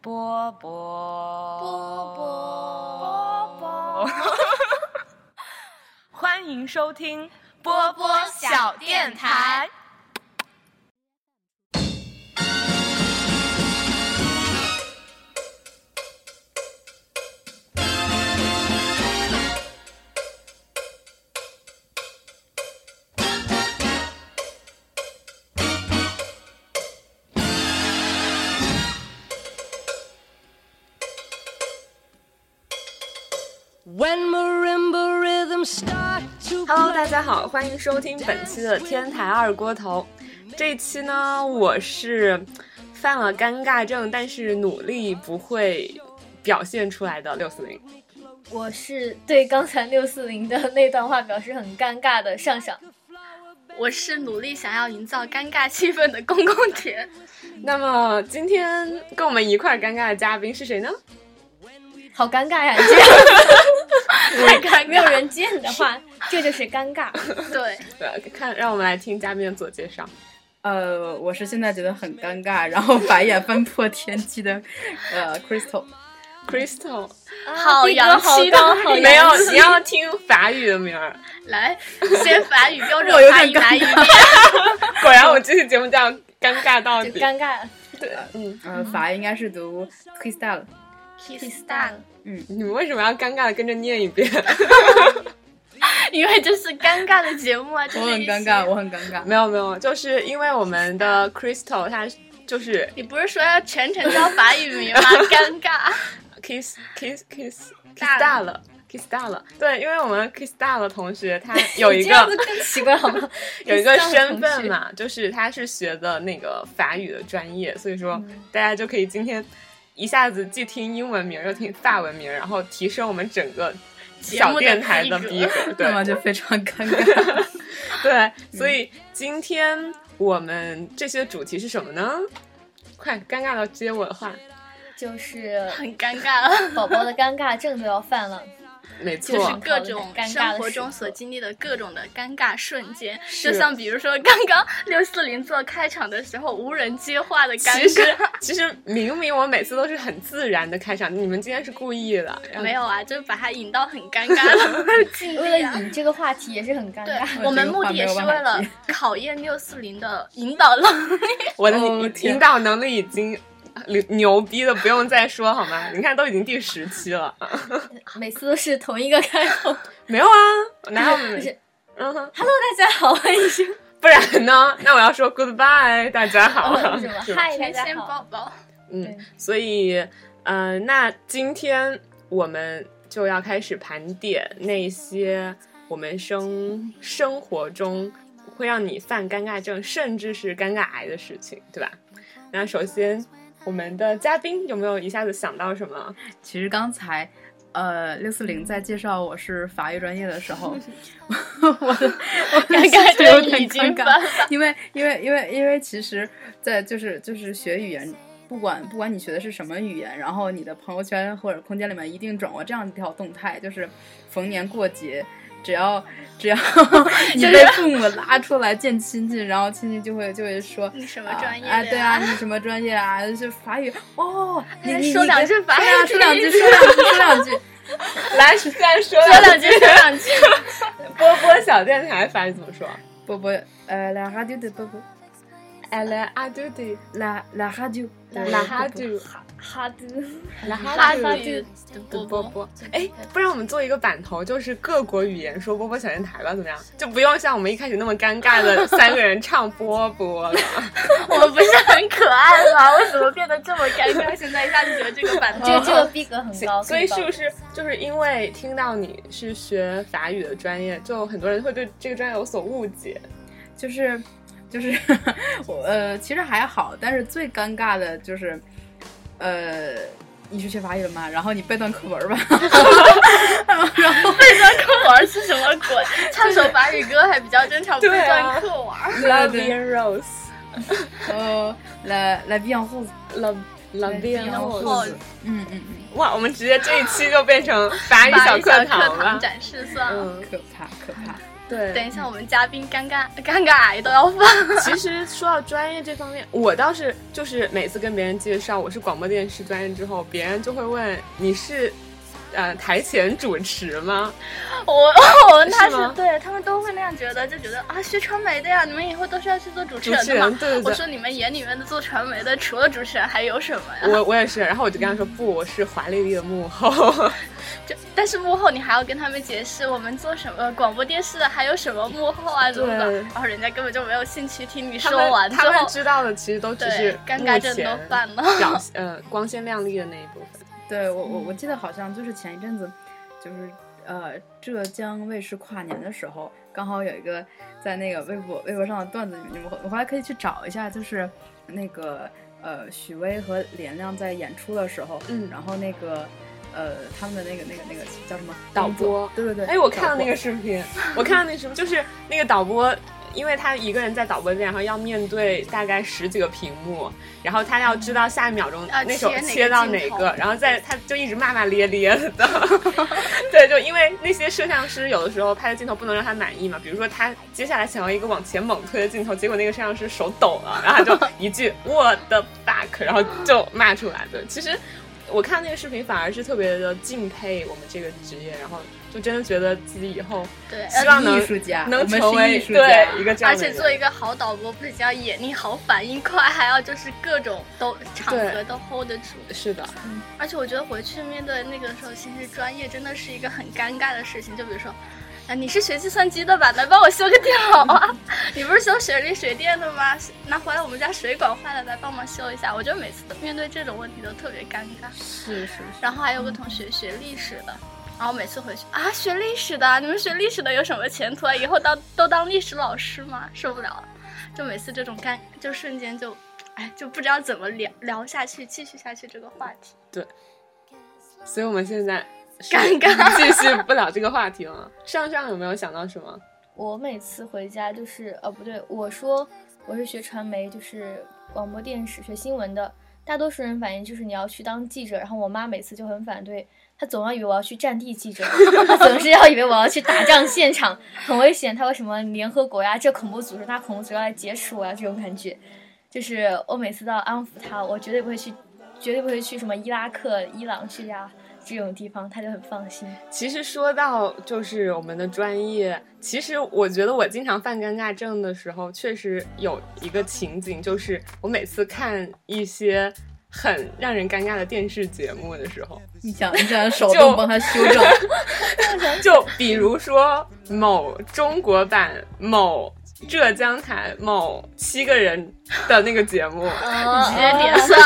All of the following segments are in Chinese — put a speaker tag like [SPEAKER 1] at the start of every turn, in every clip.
[SPEAKER 1] 波波
[SPEAKER 2] 波
[SPEAKER 1] 波波，欢迎收听
[SPEAKER 2] 波波小电台。
[SPEAKER 3] When marimba rhythms start to
[SPEAKER 1] Hello，大家好，欢迎收听本期的天台二锅头。这一期呢，我是犯了尴尬症，但是努力不会表现出来的六四零。
[SPEAKER 2] 我是对刚才六四零的那段话表示很尴尬的上上，
[SPEAKER 4] 我是努力想要营造尴尬气氛的公公田，
[SPEAKER 1] 那么今天跟我们一块儿尴尬的嘉宾是谁呢？
[SPEAKER 2] 好尴尬呀！你这样
[SPEAKER 4] 太尴
[SPEAKER 2] 没有
[SPEAKER 4] 尬。
[SPEAKER 2] 人接你的话，这就是尴尬。
[SPEAKER 4] 对，
[SPEAKER 1] 对，看，让我们来听嘉宾的自我介绍。
[SPEAKER 5] 呃，我是现在觉得很尴尬，然后白眼翻破天际的，呃，Crystal。
[SPEAKER 1] Crystal，哦
[SPEAKER 2] 啊
[SPEAKER 4] 好
[SPEAKER 2] 逼格
[SPEAKER 4] 洋
[SPEAKER 2] 好
[SPEAKER 4] 气的
[SPEAKER 2] 高，好
[SPEAKER 1] 没
[SPEAKER 2] 洋
[SPEAKER 1] 有
[SPEAKER 2] 气，
[SPEAKER 1] 你要听法语的名儿。
[SPEAKER 4] 来，先法语标
[SPEAKER 5] 我
[SPEAKER 4] 准
[SPEAKER 5] 有
[SPEAKER 4] 法
[SPEAKER 5] 点
[SPEAKER 4] 语来一遍。
[SPEAKER 1] 果然，我这期节目叫尴尬到
[SPEAKER 2] 就
[SPEAKER 1] 底。
[SPEAKER 2] 尴尬。
[SPEAKER 1] 嗯，
[SPEAKER 5] 呃，法应该是读 Crystal。
[SPEAKER 4] Kiss down，
[SPEAKER 1] 你们为什么要尴尬的跟着念一 遍？
[SPEAKER 4] 因为这是尴尬的节目啊，这
[SPEAKER 5] 我
[SPEAKER 4] 是
[SPEAKER 5] 很
[SPEAKER 4] 一期
[SPEAKER 5] 尴尬，。我很尴尬。
[SPEAKER 1] 没有没有，就是因为我们的 Crystal 她就是
[SPEAKER 4] 你不是说要全程教法语 名吗？尴尬，
[SPEAKER 1] kiss kiss kiss kiss
[SPEAKER 4] 大了
[SPEAKER 1] 大了。kiss 大了，对，因为我们 kiss 大了同学， 他有一
[SPEAKER 2] 你这样子
[SPEAKER 1] 个
[SPEAKER 2] 更奇怪好吗？
[SPEAKER 1] 有一个
[SPEAKER 2] Kiss 大了
[SPEAKER 1] 身
[SPEAKER 2] 同
[SPEAKER 1] 份
[SPEAKER 2] 学
[SPEAKER 1] 嘛，就是他是学的那个法语的专业，所以说
[SPEAKER 2] 嗯
[SPEAKER 1] 大家就可以今天一下子既听英文名又听法文名，然后提升我们整个
[SPEAKER 4] 节目
[SPEAKER 1] 小
[SPEAKER 4] 的
[SPEAKER 1] 电台
[SPEAKER 4] 逼
[SPEAKER 1] 的
[SPEAKER 4] 格
[SPEAKER 1] 逼格，对
[SPEAKER 5] 那，么就非常尴尬。
[SPEAKER 1] 对，所以今天我们这些主题是什么呢？快，尴尬到接我的话，
[SPEAKER 2] 就是
[SPEAKER 4] 很尴尬了，
[SPEAKER 2] 宝宝的尴尬症都要犯 了。
[SPEAKER 1] 没
[SPEAKER 4] 就
[SPEAKER 1] 错
[SPEAKER 4] 是，各种
[SPEAKER 2] 尴尬的
[SPEAKER 4] 生
[SPEAKER 2] 时刻
[SPEAKER 4] 活中所经历的各种的尴尬瞬间，
[SPEAKER 1] 是
[SPEAKER 4] 就像比如说刚刚六四零做开场的时候无人接话的尴
[SPEAKER 1] 其实
[SPEAKER 4] 尬。
[SPEAKER 1] 其实明明我每次都是很自然的开场，你们今天是故意的，然后
[SPEAKER 4] 没有啊，就把它引到很尴尬的境地啊。
[SPEAKER 2] 为了引这个话题也是很尴
[SPEAKER 4] 对
[SPEAKER 2] 尬。
[SPEAKER 4] 我们目的也是为了考验六四零的引导能力。
[SPEAKER 1] 我的
[SPEAKER 5] 哦
[SPEAKER 1] 引
[SPEAKER 5] 天
[SPEAKER 1] 引导能力已经牛逼的不用再说好吗？你看都已经第十期了，啊
[SPEAKER 2] 每次都是同一个开头，
[SPEAKER 1] 没有啊，哪有
[SPEAKER 2] 不是？
[SPEAKER 1] 嗯哼，
[SPEAKER 2] 大家好，欢迎收。
[SPEAKER 1] 不然呢？那我要说 goodbye，大家好啊
[SPEAKER 2] 哦， 为什么
[SPEAKER 1] 是 吧
[SPEAKER 2] 嗨，大
[SPEAKER 4] 甜
[SPEAKER 2] 家
[SPEAKER 4] 鲜
[SPEAKER 2] 好。
[SPEAKER 4] 宝宝，
[SPEAKER 1] 嗯
[SPEAKER 2] 对，
[SPEAKER 1] 所以，呃，那今天我们就要开始盘点那些我们生生活中会让你犯尴尬症，甚至是尴尬癌的事情，对吧？那首先，我们的嘉宾有没有一下子想到什么？
[SPEAKER 5] 其实刚才，呃，六四零在介绍我是法语专业的时 候，我的我的
[SPEAKER 4] 尴尬
[SPEAKER 5] 心情有
[SPEAKER 4] 症
[SPEAKER 5] 点
[SPEAKER 4] 已经
[SPEAKER 5] 尴
[SPEAKER 4] 犯
[SPEAKER 5] 尬，因为因为因为因为其实，在就是就是学语言。不管不管你学的是什么语言，然后你的朋友圈或者空间里面一定掌握这样一条动态，就是逢年过节，只要 只要你被父母拉出来见亲戚，然后亲戚就会就会说
[SPEAKER 4] 你什么专业的呀
[SPEAKER 5] 啊？哎对啊，你什么专业啊？就法语哦，你你
[SPEAKER 4] 说
[SPEAKER 5] 你
[SPEAKER 4] 两
[SPEAKER 5] 跟
[SPEAKER 4] 句法
[SPEAKER 5] 对啊
[SPEAKER 4] 语
[SPEAKER 5] 说两句，说两句，说两句。
[SPEAKER 1] 来，再说
[SPEAKER 4] 说两句，说两句。
[SPEAKER 1] 波波小电台法语怎么说
[SPEAKER 5] 波波，呃，la radio de 波波
[SPEAKER 1] ？Elle a du de
[SPEAKER 5] ，la la radio de
[SPEAKER 1] la
[SPEAKER 5] Bobo
[SPEAKER 1] ha du
[SPEAKER 2] 哈哈嘟，
[SPEAKER 1] la
[SPEAKER 4] 哈
[SPEAKER 1] ha
[SPEAKER 4] 哈
[SPEAKER 1] du
[SPEAKER 4] 的波
[SPEAKER 1] 波
[SPEAKER 4] 波，
[SPEAKER 1] 波，哎，不然我们做一个版头，就是各国语言说波波小电台吧，怎么 样？就不用像我们一开始那么尴尬的三个人唱波波 了。
[SPEAKER 4] 我们不是很可爱吗？为什么变得这么尴尬？现在一下就觉得这个版头
[SPEAKER 2] 这个这个逼格很高，
[SPEAKER 1] 所以
[SPEAKER 2] 可
[SPEAKER 1] 是
[SPEAKER 2] 以
[SPEAKER 1] 不是就是因为听到你是学法语的专业，就很多人会对这个专业有所误解？
[SPEAKER 5] 就是就是 我呃，其实还好，但是最尴尬的就是呃，你是学法语的吗？然后你背段课文吧，然后
[SPEAKER 4] 背段课玩是什么鬼？唱首法语歌还比较正常，背
[SPEAKER 1] 对啊
[SPEAKER 4] 段课玩。
[SPEAKER 1] La
[SPEAKER 5] 对
[SPEAKER 1] v i
[SPEAKER 5] 对
[SPEAKER 1] e n Rose，La
[SPEAKER 5] 呃，la la vie en rose，
[SPEAKER 1] La v i e n
[SPEAKER 4] 然
[SPEAKER 1] Rose。
[SPEAKER 4] 后
[SPEAKER 5] 嗯嗯嗯，
[SPEAKER 1] 哇，我们直接这一期就变成法语
[SPEAKER 4] 法
[SPEAKER 1] 小
[SPEAKER 4] 语小
[SPEAKER 1] 课
[SPEAKER 4] 课
[SPEAKER 1] 堂
[SPEAKER 4] 堂
[SPEAKER 1] 了。
[SPEAKER 4] 展示算了。
[SPEAKER 1] 嗯，
[SPEAKER 5] 可怕可怕，
[SPEAKER 1] 对，
[SPEAKER 4] 等一下我们嘉宾尴尬 尴尬癌都要犯。
[SPEAKER 1] 其实说到专业这方面，我倒是就是每次跟别人介绍我是广播电视专业之后，别人就会问你是呃台前主持吗？
[SPEAKER 4] 我 我他
[SPEAKER 1] 是
[SPEAKER 4] 是
[SPEAKER 1] 吗
[SPEAKER 4] 对他们都会那样觉得，就觉得啊学传媒的呀，你们以后都是要去做主持
[SPEAKER 1] 主
[SPEAKER 4] 人
[SPEAKER 1] 持
[SPEAKER 4] 的嘛
[SPEAKER 1] 人，。对对
[SPEAKER 4] 我
[SPEAKER 1] 对。
[SPEAKER 4] 说你们眼里面的做传媒的，除了主持人还有什么呀？
[SPEAKER 1] 我我也是，然后我就跟他说不，我是华丽丽的幕后，
[SPEAKER 4] 就但是幕后你还要跟他们解释我们做什么，呃广播电视的还有什么幕后啊，怎么的
[SPEAKER 1] 对，
[SPEAKER 4] 然后人家根本就没有兴趣听你
[SPEAKER 1] 他
[SPEAKER 4] 说完
[SPEAKER 1] 们
[SPEAKER 4] 之
[SPEAKER 1] 他们
[SPEAKER 4] 后，
[SPEAKER 1] 知道的其实都只是
[SPEAKER 4] 对，尴尬症都犯了。
[SPEAKER 1] 表现呃光鲜亮丽的那一部分。
[SPEAKER 5] 对我我我
[SPEAKER 1] 嗯
[SPEAKER 5] 记得好像就是前一阵子，就是呃浙江卫视跨年的时候，刚好有一个在那个微博微博上的段子里面，你们我还可以去找一下，就是那个呃许巍和连亮在演出的时候，
[SPEAKER 1] 嗯
[SPEAKER 5] 然后那个呃他们的那个那个那个叫什么
[SPEAKER 1] 导播
[SPEAKER 5] 对对对，
[SPEAKER 1] 哎，我看
[SPEAKER 5] 导
[SPEAKER 1] 了
[SPEAKER 5] 播
[SPEAKER 1] 那个视频，我看了那什么，就是那个导播，因为他一个人在导播间，然后要面对大概十几个屏幕，然后他要知道下一秒钟
[SPEAKER 4] 要
[SPEAKER 1] 那手
[SPEAKER 4] 切哪个
[SPEAKER 1] 切到
[SPEAKER 4] 镜
[SPEAKER 1] 哪
[SPEAKER 4] 头
[SPEAKER 1] 个，然后再他就一直骂骂咧咧的。 对，就因为那些摄像师有的时候拍的镜头不能让他满意嘛，比如说他接下来想要一个往前猛推的镜头，结果那个摄像师手抖了，然后他就一句我的 fuck，然后就骂出来的。其实我看那个视频反而是特别的敬佩我们这个职业，然后就真的觉得自己以后
[SPEAKER 4] 对，
[SPEAKER 1] 希望能
[SPEAKER 5] 艺术家，我
[SPEAKER 1] 能
[SPEAKER 5] 们
[SPEAKER 1] 成
[SPEAKER 5] 是
[SPEAKER 1] 为
[SPEAKER 5] 艺术家，
[SPEAKER 1] 对一个这样
[SPEAKER 4] 而
[SPEAKER 1] 的人，
[SPEAKER 4] 且做一个好导播，不仅要眼力好、反应快，还要就是各种都场合
[SPEAKER 1] 对
[SPEAKER 4] 都 hold 得住。
[SPEAKER 1] 是的，
[SPEAKER 4] 而且我觉得回去面对那个时候，其实专业真的是一个很尴尬的事情。就比如说，啊，你是学计算机的吧？来帮我修个电脑啊！ 你不是修水利水电的吗？拿回来我们家水管坏了，来帮忙修一下。我觉得每次都面对这种问题都特别尴尬。
[SPEAKER 5] 是是是，
[SPEAKER 4] 然后还有个同学学历史的，然后每次回去啊，学历史的，你们学历史的有什么前途啊？以后当都当历史老师吗？受不了了，就每次这种干，就瞬间就，哎，就不知道怎么聊聊下去，继续下去这个话题。
[SPEAKER 1] 所以我们现 在是
[SPEAKER 4] 尴尬
[SPEAKER 1] 继续不了这个话题了。上上有没有想到什么？
[SPEAKER 2] 我每次回家就是，呃，不对，我说我是学传媒，就是广播电视学新闻的。大多数人反应就是你要去当记者，然后我妈每次就很反对，她总要以为我要去战地记者， 她总是要以为我要去打仗现场，很危险。她为什么联合国呀，这恐怖组织，那恐怖组织要来劫持我呀，这种感觉，就是我每次都要安抚她，我绝对不会去，绝对不会去什么伊拉克、伊朗、叙利亚这种地方，她就很放心。
[SPEAKER 1] 其实说到就是我们的专业，其实我觉得我经常犯尴尬症的时候，确实有一个情景，就是我每次看一些很让人尴尬的电视节目的时候，
[SPEAKER 5] 你想你想手
[SPEAKER 1] 就
[SPEAKER 5] 动帮他修 正，
[SPEAKER 1] 就比如说某中国版某浙江台某七个人的那个节目，
[SPEAKER 4] 直接点上，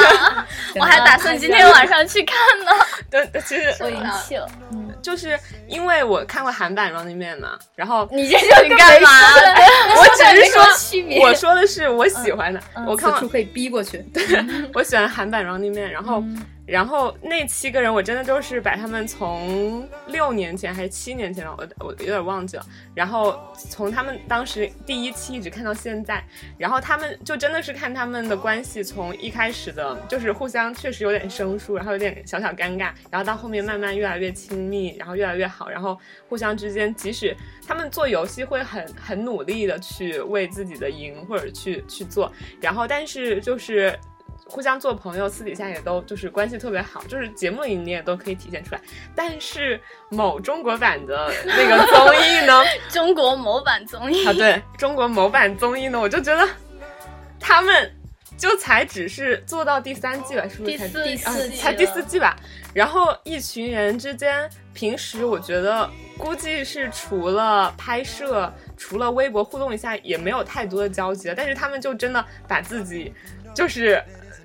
[SPEAKER 4] 我还打算今天晚上去看呢。
[SPEAKER 1] 但但其实
[SPEAKER 2] 我赢气了，嗯，
[SPEAKER 1] 就是因为我看过韩版《Running Man》嘛，然后
[SPEAKER 2] 你 这就
[SPEAKER 4] 你干嘛？
[SPEAKER 1] 我 只是说
[SPEAKER 2] 区别。
[SPEAKER 1] 我说的是我喜欢的，
[SPEAKER 2] 嗯
[SPEAKER 1] 我看过
[SPEAKER 5] 此处可以逼过去，
[SPEAKER 1] 我喜欢韩版 Running Man，然后、然后那七个人我真的就是把他们从六年前还是七年前了，我我有点忘记了，然后从他们当时第一期一直看到现在，然后他们就真的是看他们的关系从一开始的就是互相确实有点生疏，然后有点小小尴尬，然后到后面慢慢越来越亲密，然后越来越好，然后互相之间即使他们做游戏会很很努力的去为自己的赢或者去去做，然后但是就是互相做朋友，私底下也都就是关系特别好，就是节目里你也都可以体现出来。但是某中国版的那个综艺呢，
[SPEAKER 4] 中国某版综艺
[SPEAKER 1] 啊，对 中国某版综艺呢，我就觉得他们就才只是做到第三季吧，是不是
[SPEAKER 4] 第
[SPEAKER 1] 才
[SPEAKER 4] 四
[SPEAKER 2] 第
[SPEAKER 1] 啊
[SPEAKER 2] 四季，
[SPEAKER 1] 才第四季吧。然后一群人之间，平时我觉得估计是除了拍摄，除了微博互动一下，也没有太多的交集了。但是他们就真的把自己就是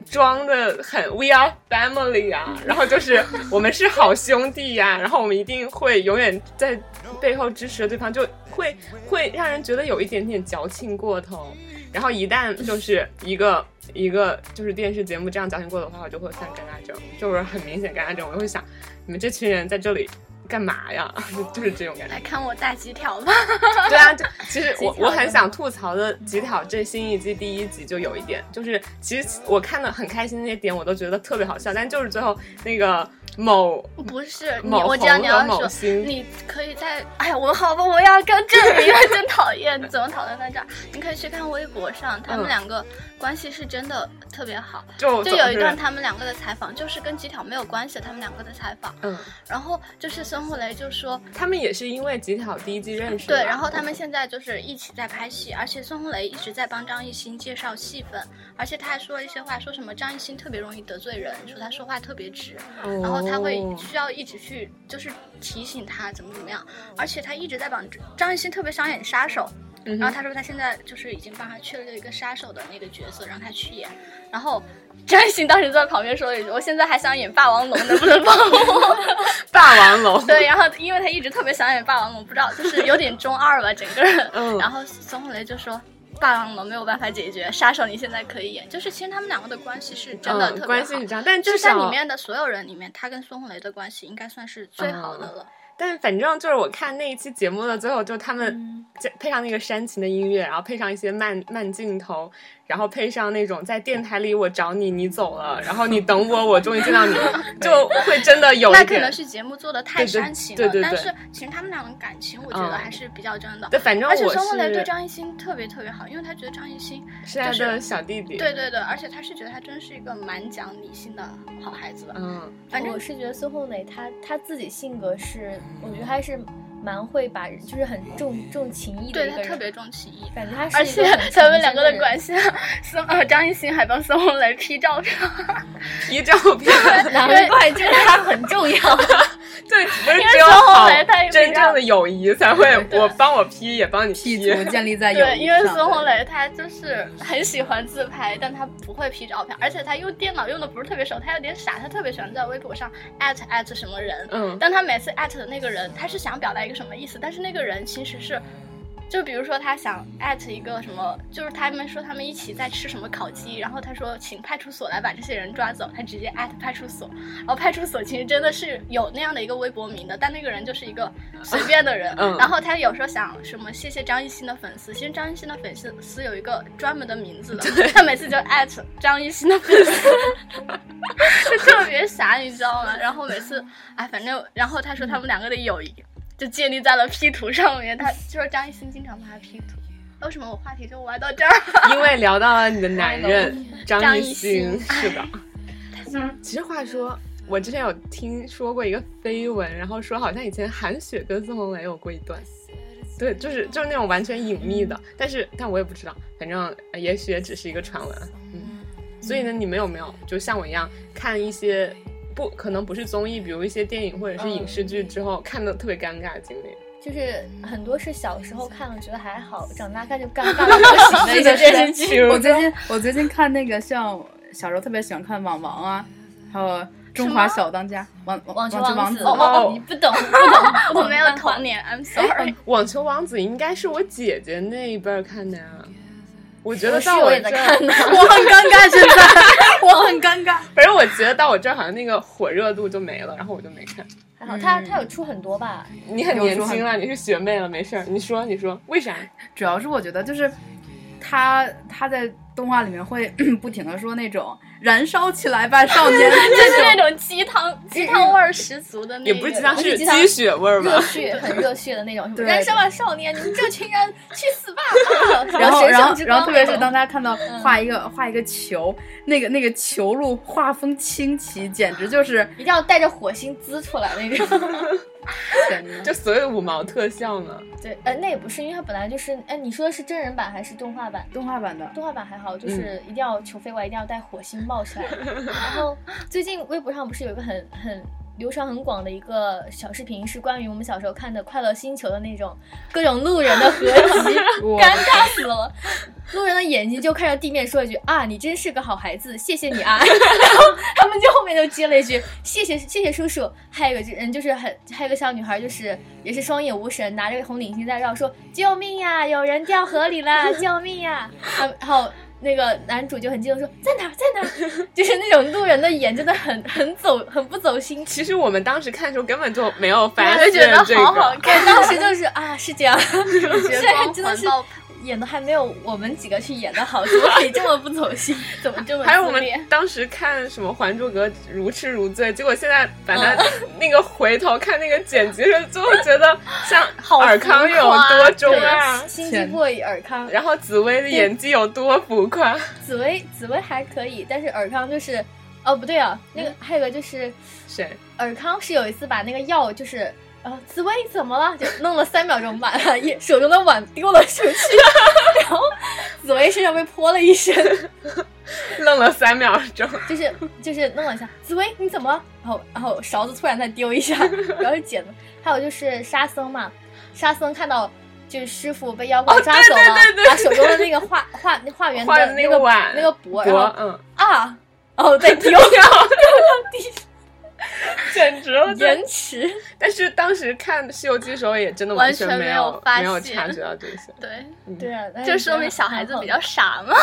[SPEAKER 1] 装的很 we are family 啊，然后就是我们是好兄弟呀、然后我们一定会永远在背后支持对方，就会会让人觉得有一点点矫情过头。然后一旦就是一个一个就是电视节目这样矫情过头的话，我就会犯尴尬症，就是很明显尴尬症。我就会想，你们这群人在这里干嘛呀？ 就是这种感觉
[SPEAKER 4] 来。看我大几条吧。
[SPEAKER 1] 对啊，就其实我
[SPEAKER 2] 极挑
[SPEAKER 1] 我很想吐槽的《极挑》这新一季第一集就有一点，就是其实我看的很开心那些点我都觉得特别好笑，但就是最后那个某
[SPEAKER 4] 不是你，
[SPEAKER 1] 某
[SPEAKER 4] 我知道
[SPEAKER 1] 红
[SPEAKER 4] 你
[SPEAKER 1] 和
[SPEAKER 4] 要
[SPEAKER 1] 某
[SPEAKER 4] 说，
[SPEAKER 1] 星
[SPEAKER 4] 你可以在哎呀，我好吧，我要刚证明，真讨厌，怎么讨厌在这儿？你可以去看微博上，他
[SPEAKER 1] 嗯
[SPEAKER 4] 们两个关系是真的特别好。
[SPEAKER 1] 就
[SPEAKER 4] 就
[SPEAKER 1] 总
[SPEAKER 4] 有一
[SPEAKER 1] 是
[SPEAKER 4] 段他们两个的采访，就是跟几条没有关系的他们两个的采访。
[SPEAKER 1] 嗯，
[SPEAKER 4] 然后就是孙红雷就说，
[SPEAKER 1] 他们也是因为吉挑第一季认识的
[SPEAKER 4] 对，然后他们现在就是一起在拍戏，而且孙红雷一直在帮张艺兴介绍戏份，而且他还说了一些话，说什么张艺兴特别容易得罪人，说他说话特别直，然后他会
[SPEAKER 1] 哦
[SPEAKER 4] 需要一直去就是提醒他怎么怎么样，而且他一直在帮张艺兴特别想演杀手，
[SPEAKER 1] 嗯哼
[SPEAKER 4] 然后他说他现在就是已经帮他确立了一个杀手的那个角色，让他去演。然后张艺兴当时在旁边说了一句：“我现在还想演霸王龙，能不能帮我
[SPEAKER 1] 霸王？”龙，
[SPEAKER 4] 对，然后因为他一直特别想演霸王龙，不知道就是有点中二吧，整个人。
[SPEAKER 1] 嗯
[SPEAKER 4] 然后孙红雷就说。霸王龙没有办法解决，杀手你现在可以演，就是其实他们两个的关系是真的
[SPEAKER 1] 嗯
[SPEAKER 4] 特别好，
[SPEAKER 1] 关系是这样，但
[SPEAKER 4] 就
[SPEAKER 1] 至
[SPEAKER 4] 是在
[SPEAKER 1] 少
[SPEAKER 4] 里面的所有人里面，他跟孙红雷的关系应该算是最好的了。
[SPEAKER 1] 但反正就是我看那一期节目的最后，就他
[SPEAKER 4] 嗯
[SPEAKER 1] 们加配上那个煽情的音乐，然后配上一些慢慢镜头，然后配上那种在电台里我找你，你走了，然后你等我，我终于见到 你，就会真的有
[SPEAKER 4] 那
[SPEAKER 1] 一
[SPEAKER 4] 可能
[SPEAKER 1] 点。
[SPEAKER 4] 是节目做的太
[SPEAKER 1] 对对
[SPEAKER 4] 煽情了，
[SPEAKER 1] 对对对
[SPEAKER 4] 但是其实他们俩的感情，我觉
[SPEAKER 1] 嗯
[SPEAKER 4] 得还是比较真的。
[SPEAKER 1] 对，反正
[SPEAKER 4] 而且
[SPEAKER 1] 我
[SPEAKER 4] 孙红雷对
[SPEAKER 1] 是
[SPEAKER 4] 张艺兴特别特别好，因为他觉得张艺兴，
[SPEAKER 1] 是他
[SPEAKER 4] 就是
[SPEAKER 1] 的小弟弟。
[SPEAKER 4] 对对对，而且他是觉得他真是一个蛮讲理性的好孩子吧。
[SPEAKER 1] 嗯，
[SPEAKER 4] 反正
[SPEAKER 2] 我是觉得孙红雷他他自己性格是，我觉得还是蛮会把人，就是很重重情义的
[SPEAKER 4] 对
[SPEAKER 2] 一个
[SPEAKER 4] 他
[SPEAKER 2] 人，
[SPEAKER 4] 特别重情义。
[SPEAKER 2] 感觉他
[SPEAKER 4] 而
[SPEAKER 2] 是一
[SPEAKER 4] 且
[SPEAKER 2] 个很
[SPEAKER 4] 他们两个
[SPEAKER 2] 纯真的
[SPEAKER 4] 的关系， 孙呃张艺兴还帮孙红雷 P 照片，
[SPEAKER 1] 一照片，
[SPEAKER 2] 人， 难怪 这个他很重要。
[SPEAKER 1] 对，不是
[SPEAKER 4] 因为
[SPEAKER 1] 只有
[SPEAKER 4] 孙红
[SPEAKER 1] 好
[SPEAKER 4] 雷他也比较
[SPEAKER 1] 真正的友谊才会，
[SPEAKER 4] 对
[SPEAKER 1] 我帮我 P 也帮你
[SPEAKER 5] P
[SPEAKER 1] P。
[SPEAKER 5] 图建立在友
[SPEAKER 4] 对，
[SPEAKER 5] 谊
[SPEAKER 4] 因为
[SPEAKER 5] 上
[SPEAKER 4] 孙红雷他就是很喜欢自拍，但他不会 P 照片，而且他用电脑用的不是特别熟，他有点傻，他特别喜欢在微博上艾特艾特什么人，
[SPEAKER 1] 嗯
[SPEAKER 4] 但他每次艾特的那个人，他是想表达一个什么意思，但是那个人其实是。就比如说，他想艾特一个什么，就是他们说他们一起在吃什么烤鸡，然后他说请派出所来把这些人抓走，他直接艾特派出所，然哦后派出所其实真的是有那样的一个微博名的，但那个人就是一个随便的人。
[SPEAKER 1] 嗯
[SPEAKER 4] 然后他有时候想什么谢谢张艺兴的粉丝，其实张艺兴的粉丝丝有一个专门的名字的，他每次就艾特张艺兴的粉丝，就特别傻，你知道吗？然后每次哎，反正然后他说他们两个的友谊就建立在了 P 图上面，他就说张艺兴经常帮他 P 图。为什么我话题就歪到这儿？
[SPEAKER 1] 因为聊到了你的男人张
[SPEAKER 4] 张
[SPEAKER 1] 艺
[SPEAKER 4] 艺
[SPEAKER 1] 兴，
[SPEAKER 4] 兴嗯
[SPEAKER 1] 是 的。其实话说，我之前有听说过一个绯闻，然后说好像以前韩雪跟孙红雷有过一段，对，就是就是那种完全隐秘的，
[SPEAKER 4] 嗯
[SPEAKER 1] 但是但我也不知道，反正呃也许也只是一个传闻，嗯。所以呢，你们有没有就像我一样看一些不可能不是综艺，比如一些电影或者是影视剧之后、看的特别尴尬的经历？
[SPEAKER 2] 就是很多是小时候看了觉得还好，长大看就尴尬 到不行的一些电视剧。
[SPEAKER 5] 我最近我最近看那个像小时候特别喜欢看《网王》啊，还有《中华小当
[SPEAKER 2] 哦
[SPEAKER 5] 家》网
[SPEAKER 2] 网球
[SPEAKER 5] 球王
[SPEAKER 2] 子，
[SPEAKER 5] 子
[SPEAKER 2] 哦
[SPEAKER 1] 吗
[SPEAKER 2] 哦，哦你不懂，不懂，不
[SPEAKER 4] 我
[SPEAKER 2] 懂
[SPEAKER 4] 没有
[SPEAKER 2] 漫画
[SPEAKER 4] 童年，I'm sorry。
[SPEAKER 1] 哎网球王子应该是我姐姐那一辈儿看的呀。我觉得
[SPEAKER 2] 我室
[SPEAKER 1] 到我
[SPEAKER 2] 友也
[SPEAKER 1] 这
[SPEAKER 2] 在
[SPEAKER 1] 儿，
[SPEAKER 2] 看呢。
[SPEAKER 5] 我很尴尬，现 在我很尴尬。
[SPEAKER 1] 反正我觉得到我这儿好像那个火热度就没了，然后我就没看。
[SPEAKER 2] 还好他他有出很多吧，
[SPEAKER 1] 你很
[SPEAKER 5] 有时
[SPEAKER 1] 年
[SPEAKER 5] 候
[SPEAKER 1] 轻
[SPEAKER 5] 很
[SPEAKER 1] 了，你是学妹了，没事儿。你说，你说，为啥？
[SPEAKER 5] 主要是我觉得就是他他在动画里面会 不停的说那种燃烧起来吧，少 年
[SPEAKER 4] 就
[SPEAKER 5] 这
[SPEAKER 4] 是
[SPEAKER 5] 种。
[SPEAKER 4] 那种鸡汤鸡汤味儿十足的那
[SPEAKER 1] 也不是鸡 汤，
[SPEAKER 2] 而且
[SPEAKER 1] 是
[SPEAKER 2] 鸡汤
[SPEAKER 1] 鸡血味儿吧
[SPEAKER 2] 热？血很热血的那种，什么
[SPEAKER 5] 对
[SPEAKER 2] 燃烧吧少年，你们这群人去死吧！
[SPEAKER 5] 然后，
[SPEAKER 2] 神
[SPEAKER 5] 然后
[SPEAKER 2] 圣，之
[SPEAKER 5] 然后，特
[SPEAKER 2] 光
[SPEAKER 5] 别
[SPEAKER 2] 那
[SPEAKER 5] 是
[SPEAKER 2] 种嗯
[SPEAKER 5] 当他看到画一个画一个球，那个那个球路画风清奇，简直就是
[SPEAKER 2] 一定要带着火星滋出来那种。
[SPEAKER 5] 简直
[SPEAKER 1] 就所有的五毛特效呢？
[SPEAKER 2] 对，呃，那也不是，因为它本来就是，哎，你说的是真人版还是动画版？
[SPEAKER 5] 动画版的。
[SPEAKER 2] 动画版还好，就是一定要球飞外，一定要带火星冒起来。然后最近微博上不是有一个很很流传很广的一个小视频，是关于我们小时候看的《快乐星球》的那种各种路人的合集，尴尬死了。路人的眼睛就看着地面，说一句啊，你真是个好孩子，谢谢你啊。 然后他们就后面就接了一句谢谢谢谢叔叔。还有一个人就是很，还有一个小女孩就是也是双眼无神，拿着个红领巾在绕，说救命呀，有人掉河里啦，救命呀。 然后然后那个男主就很激动说在哪儿在哪儿，就是那种路人的眼真的很 很走很不走心。
[SPEAKER 1] 其实我们当时看的时候根本就没有发
[SPEAKER 4] 我就
[SPEAKER 1] 现
[SPEAKER 4] 觉得
[SPEAKER 1] 这
[SPEAKER 4] 好好
[SPEAKER 1] 个。
[SPEAKER 4] 看，
[SPEAKER 2] 当时就是啊，是这样，
[SPEAKER 4] 主角
[SPEAKER 2] 现在
[SPEAKER 4] 光
[SPEAKER 2] 真的
[SPEAKER 4] 环
[SPEAKER 2] 是
[SPEAKER 4] 抱
[SPEAKER 2] 演的还没有我们几个去演的好，怎么可以这么不走 心？怎么这么
[SPEAKER 1] 还有我
[SPEAKER 2] 自
[SPEAKER 1] 们
[SPEAKER 2] 恋
[SPEAKER 1] 当时看什么《还珠格格》如痴如醉，结果现在把它那个回头看那个剪辑的时候，就会觉得像
[SPEAKER 2] 好
[SPEAKER 1] 尔康有多中啊
[SPEAKER 2] 对，心机
[SPEAKER 5] 天
[SPEAKER 2] boy 尔康，
[SPEAKER 1] 然后紫薇的演技有多浮夸。
[SPEAKER 2] 紫薇紫薇还可以，但是尔康就是，哦不对啊，那
[SPEAKER 1] 嗯
[SPEAKER 2] 个还有个就是
[SPEAKER 1] 谁？
[SPEAKER 2] 尔康是有一次把那个药就是。呃，紫薇怎么了？就弄了三秒钟把一手中的碗丢了出 去，然后紫薇身上被泼了一身，
[SPEAKER 1] 愣了三秒钟，
[SPEAKER 2] 就是就是弄了一下，紫薇你怎么了？然后然后勺子突然再丢一 下，然后捡了。还有就是沙僧嘛，沙僧看到就是师傅被妖怪抓走了，
[SPEAKER 1] 哦对对对
[SPEAKER 2] 把手中的那个化化化缘
[SPEAKER 1] 画
[SPEAKER 2] 的
[SPEAKER 1] 的
[SPEAKER 2] 那
[SPEAKER 1] 个
[SPEAKER 2] 个
[SPEAKER 1] 碗
[SPEAKER 2] 那个钵，然
[SPEAKER 1] 博
[SPEAKER 2] 后
[SPEAKER 1] 嗯，
[SPEAKER 2] 啊，哦再丢
[SPEAKER 1] 简直了！对
[SPEAKER 2] 延迟，
[SPEAKER 1] 但是当时看《西游记》的时候也真的全
[SPEAKER 4] 完全
[SPEAKER 1] 没
[SPEAKER 4] 没有发
[SPEAKER 1] 没有
[SPEAKER 4] 现
[SPEAKER 1] 察觉到这些。
[SPEAKER 4] 对，
[SPEAKER 2] 对啊，那
[SPEAKER 4] 这
[SPEAKER 2] 就
[SPEAKER 4] 说明小孩子比较傻嘛。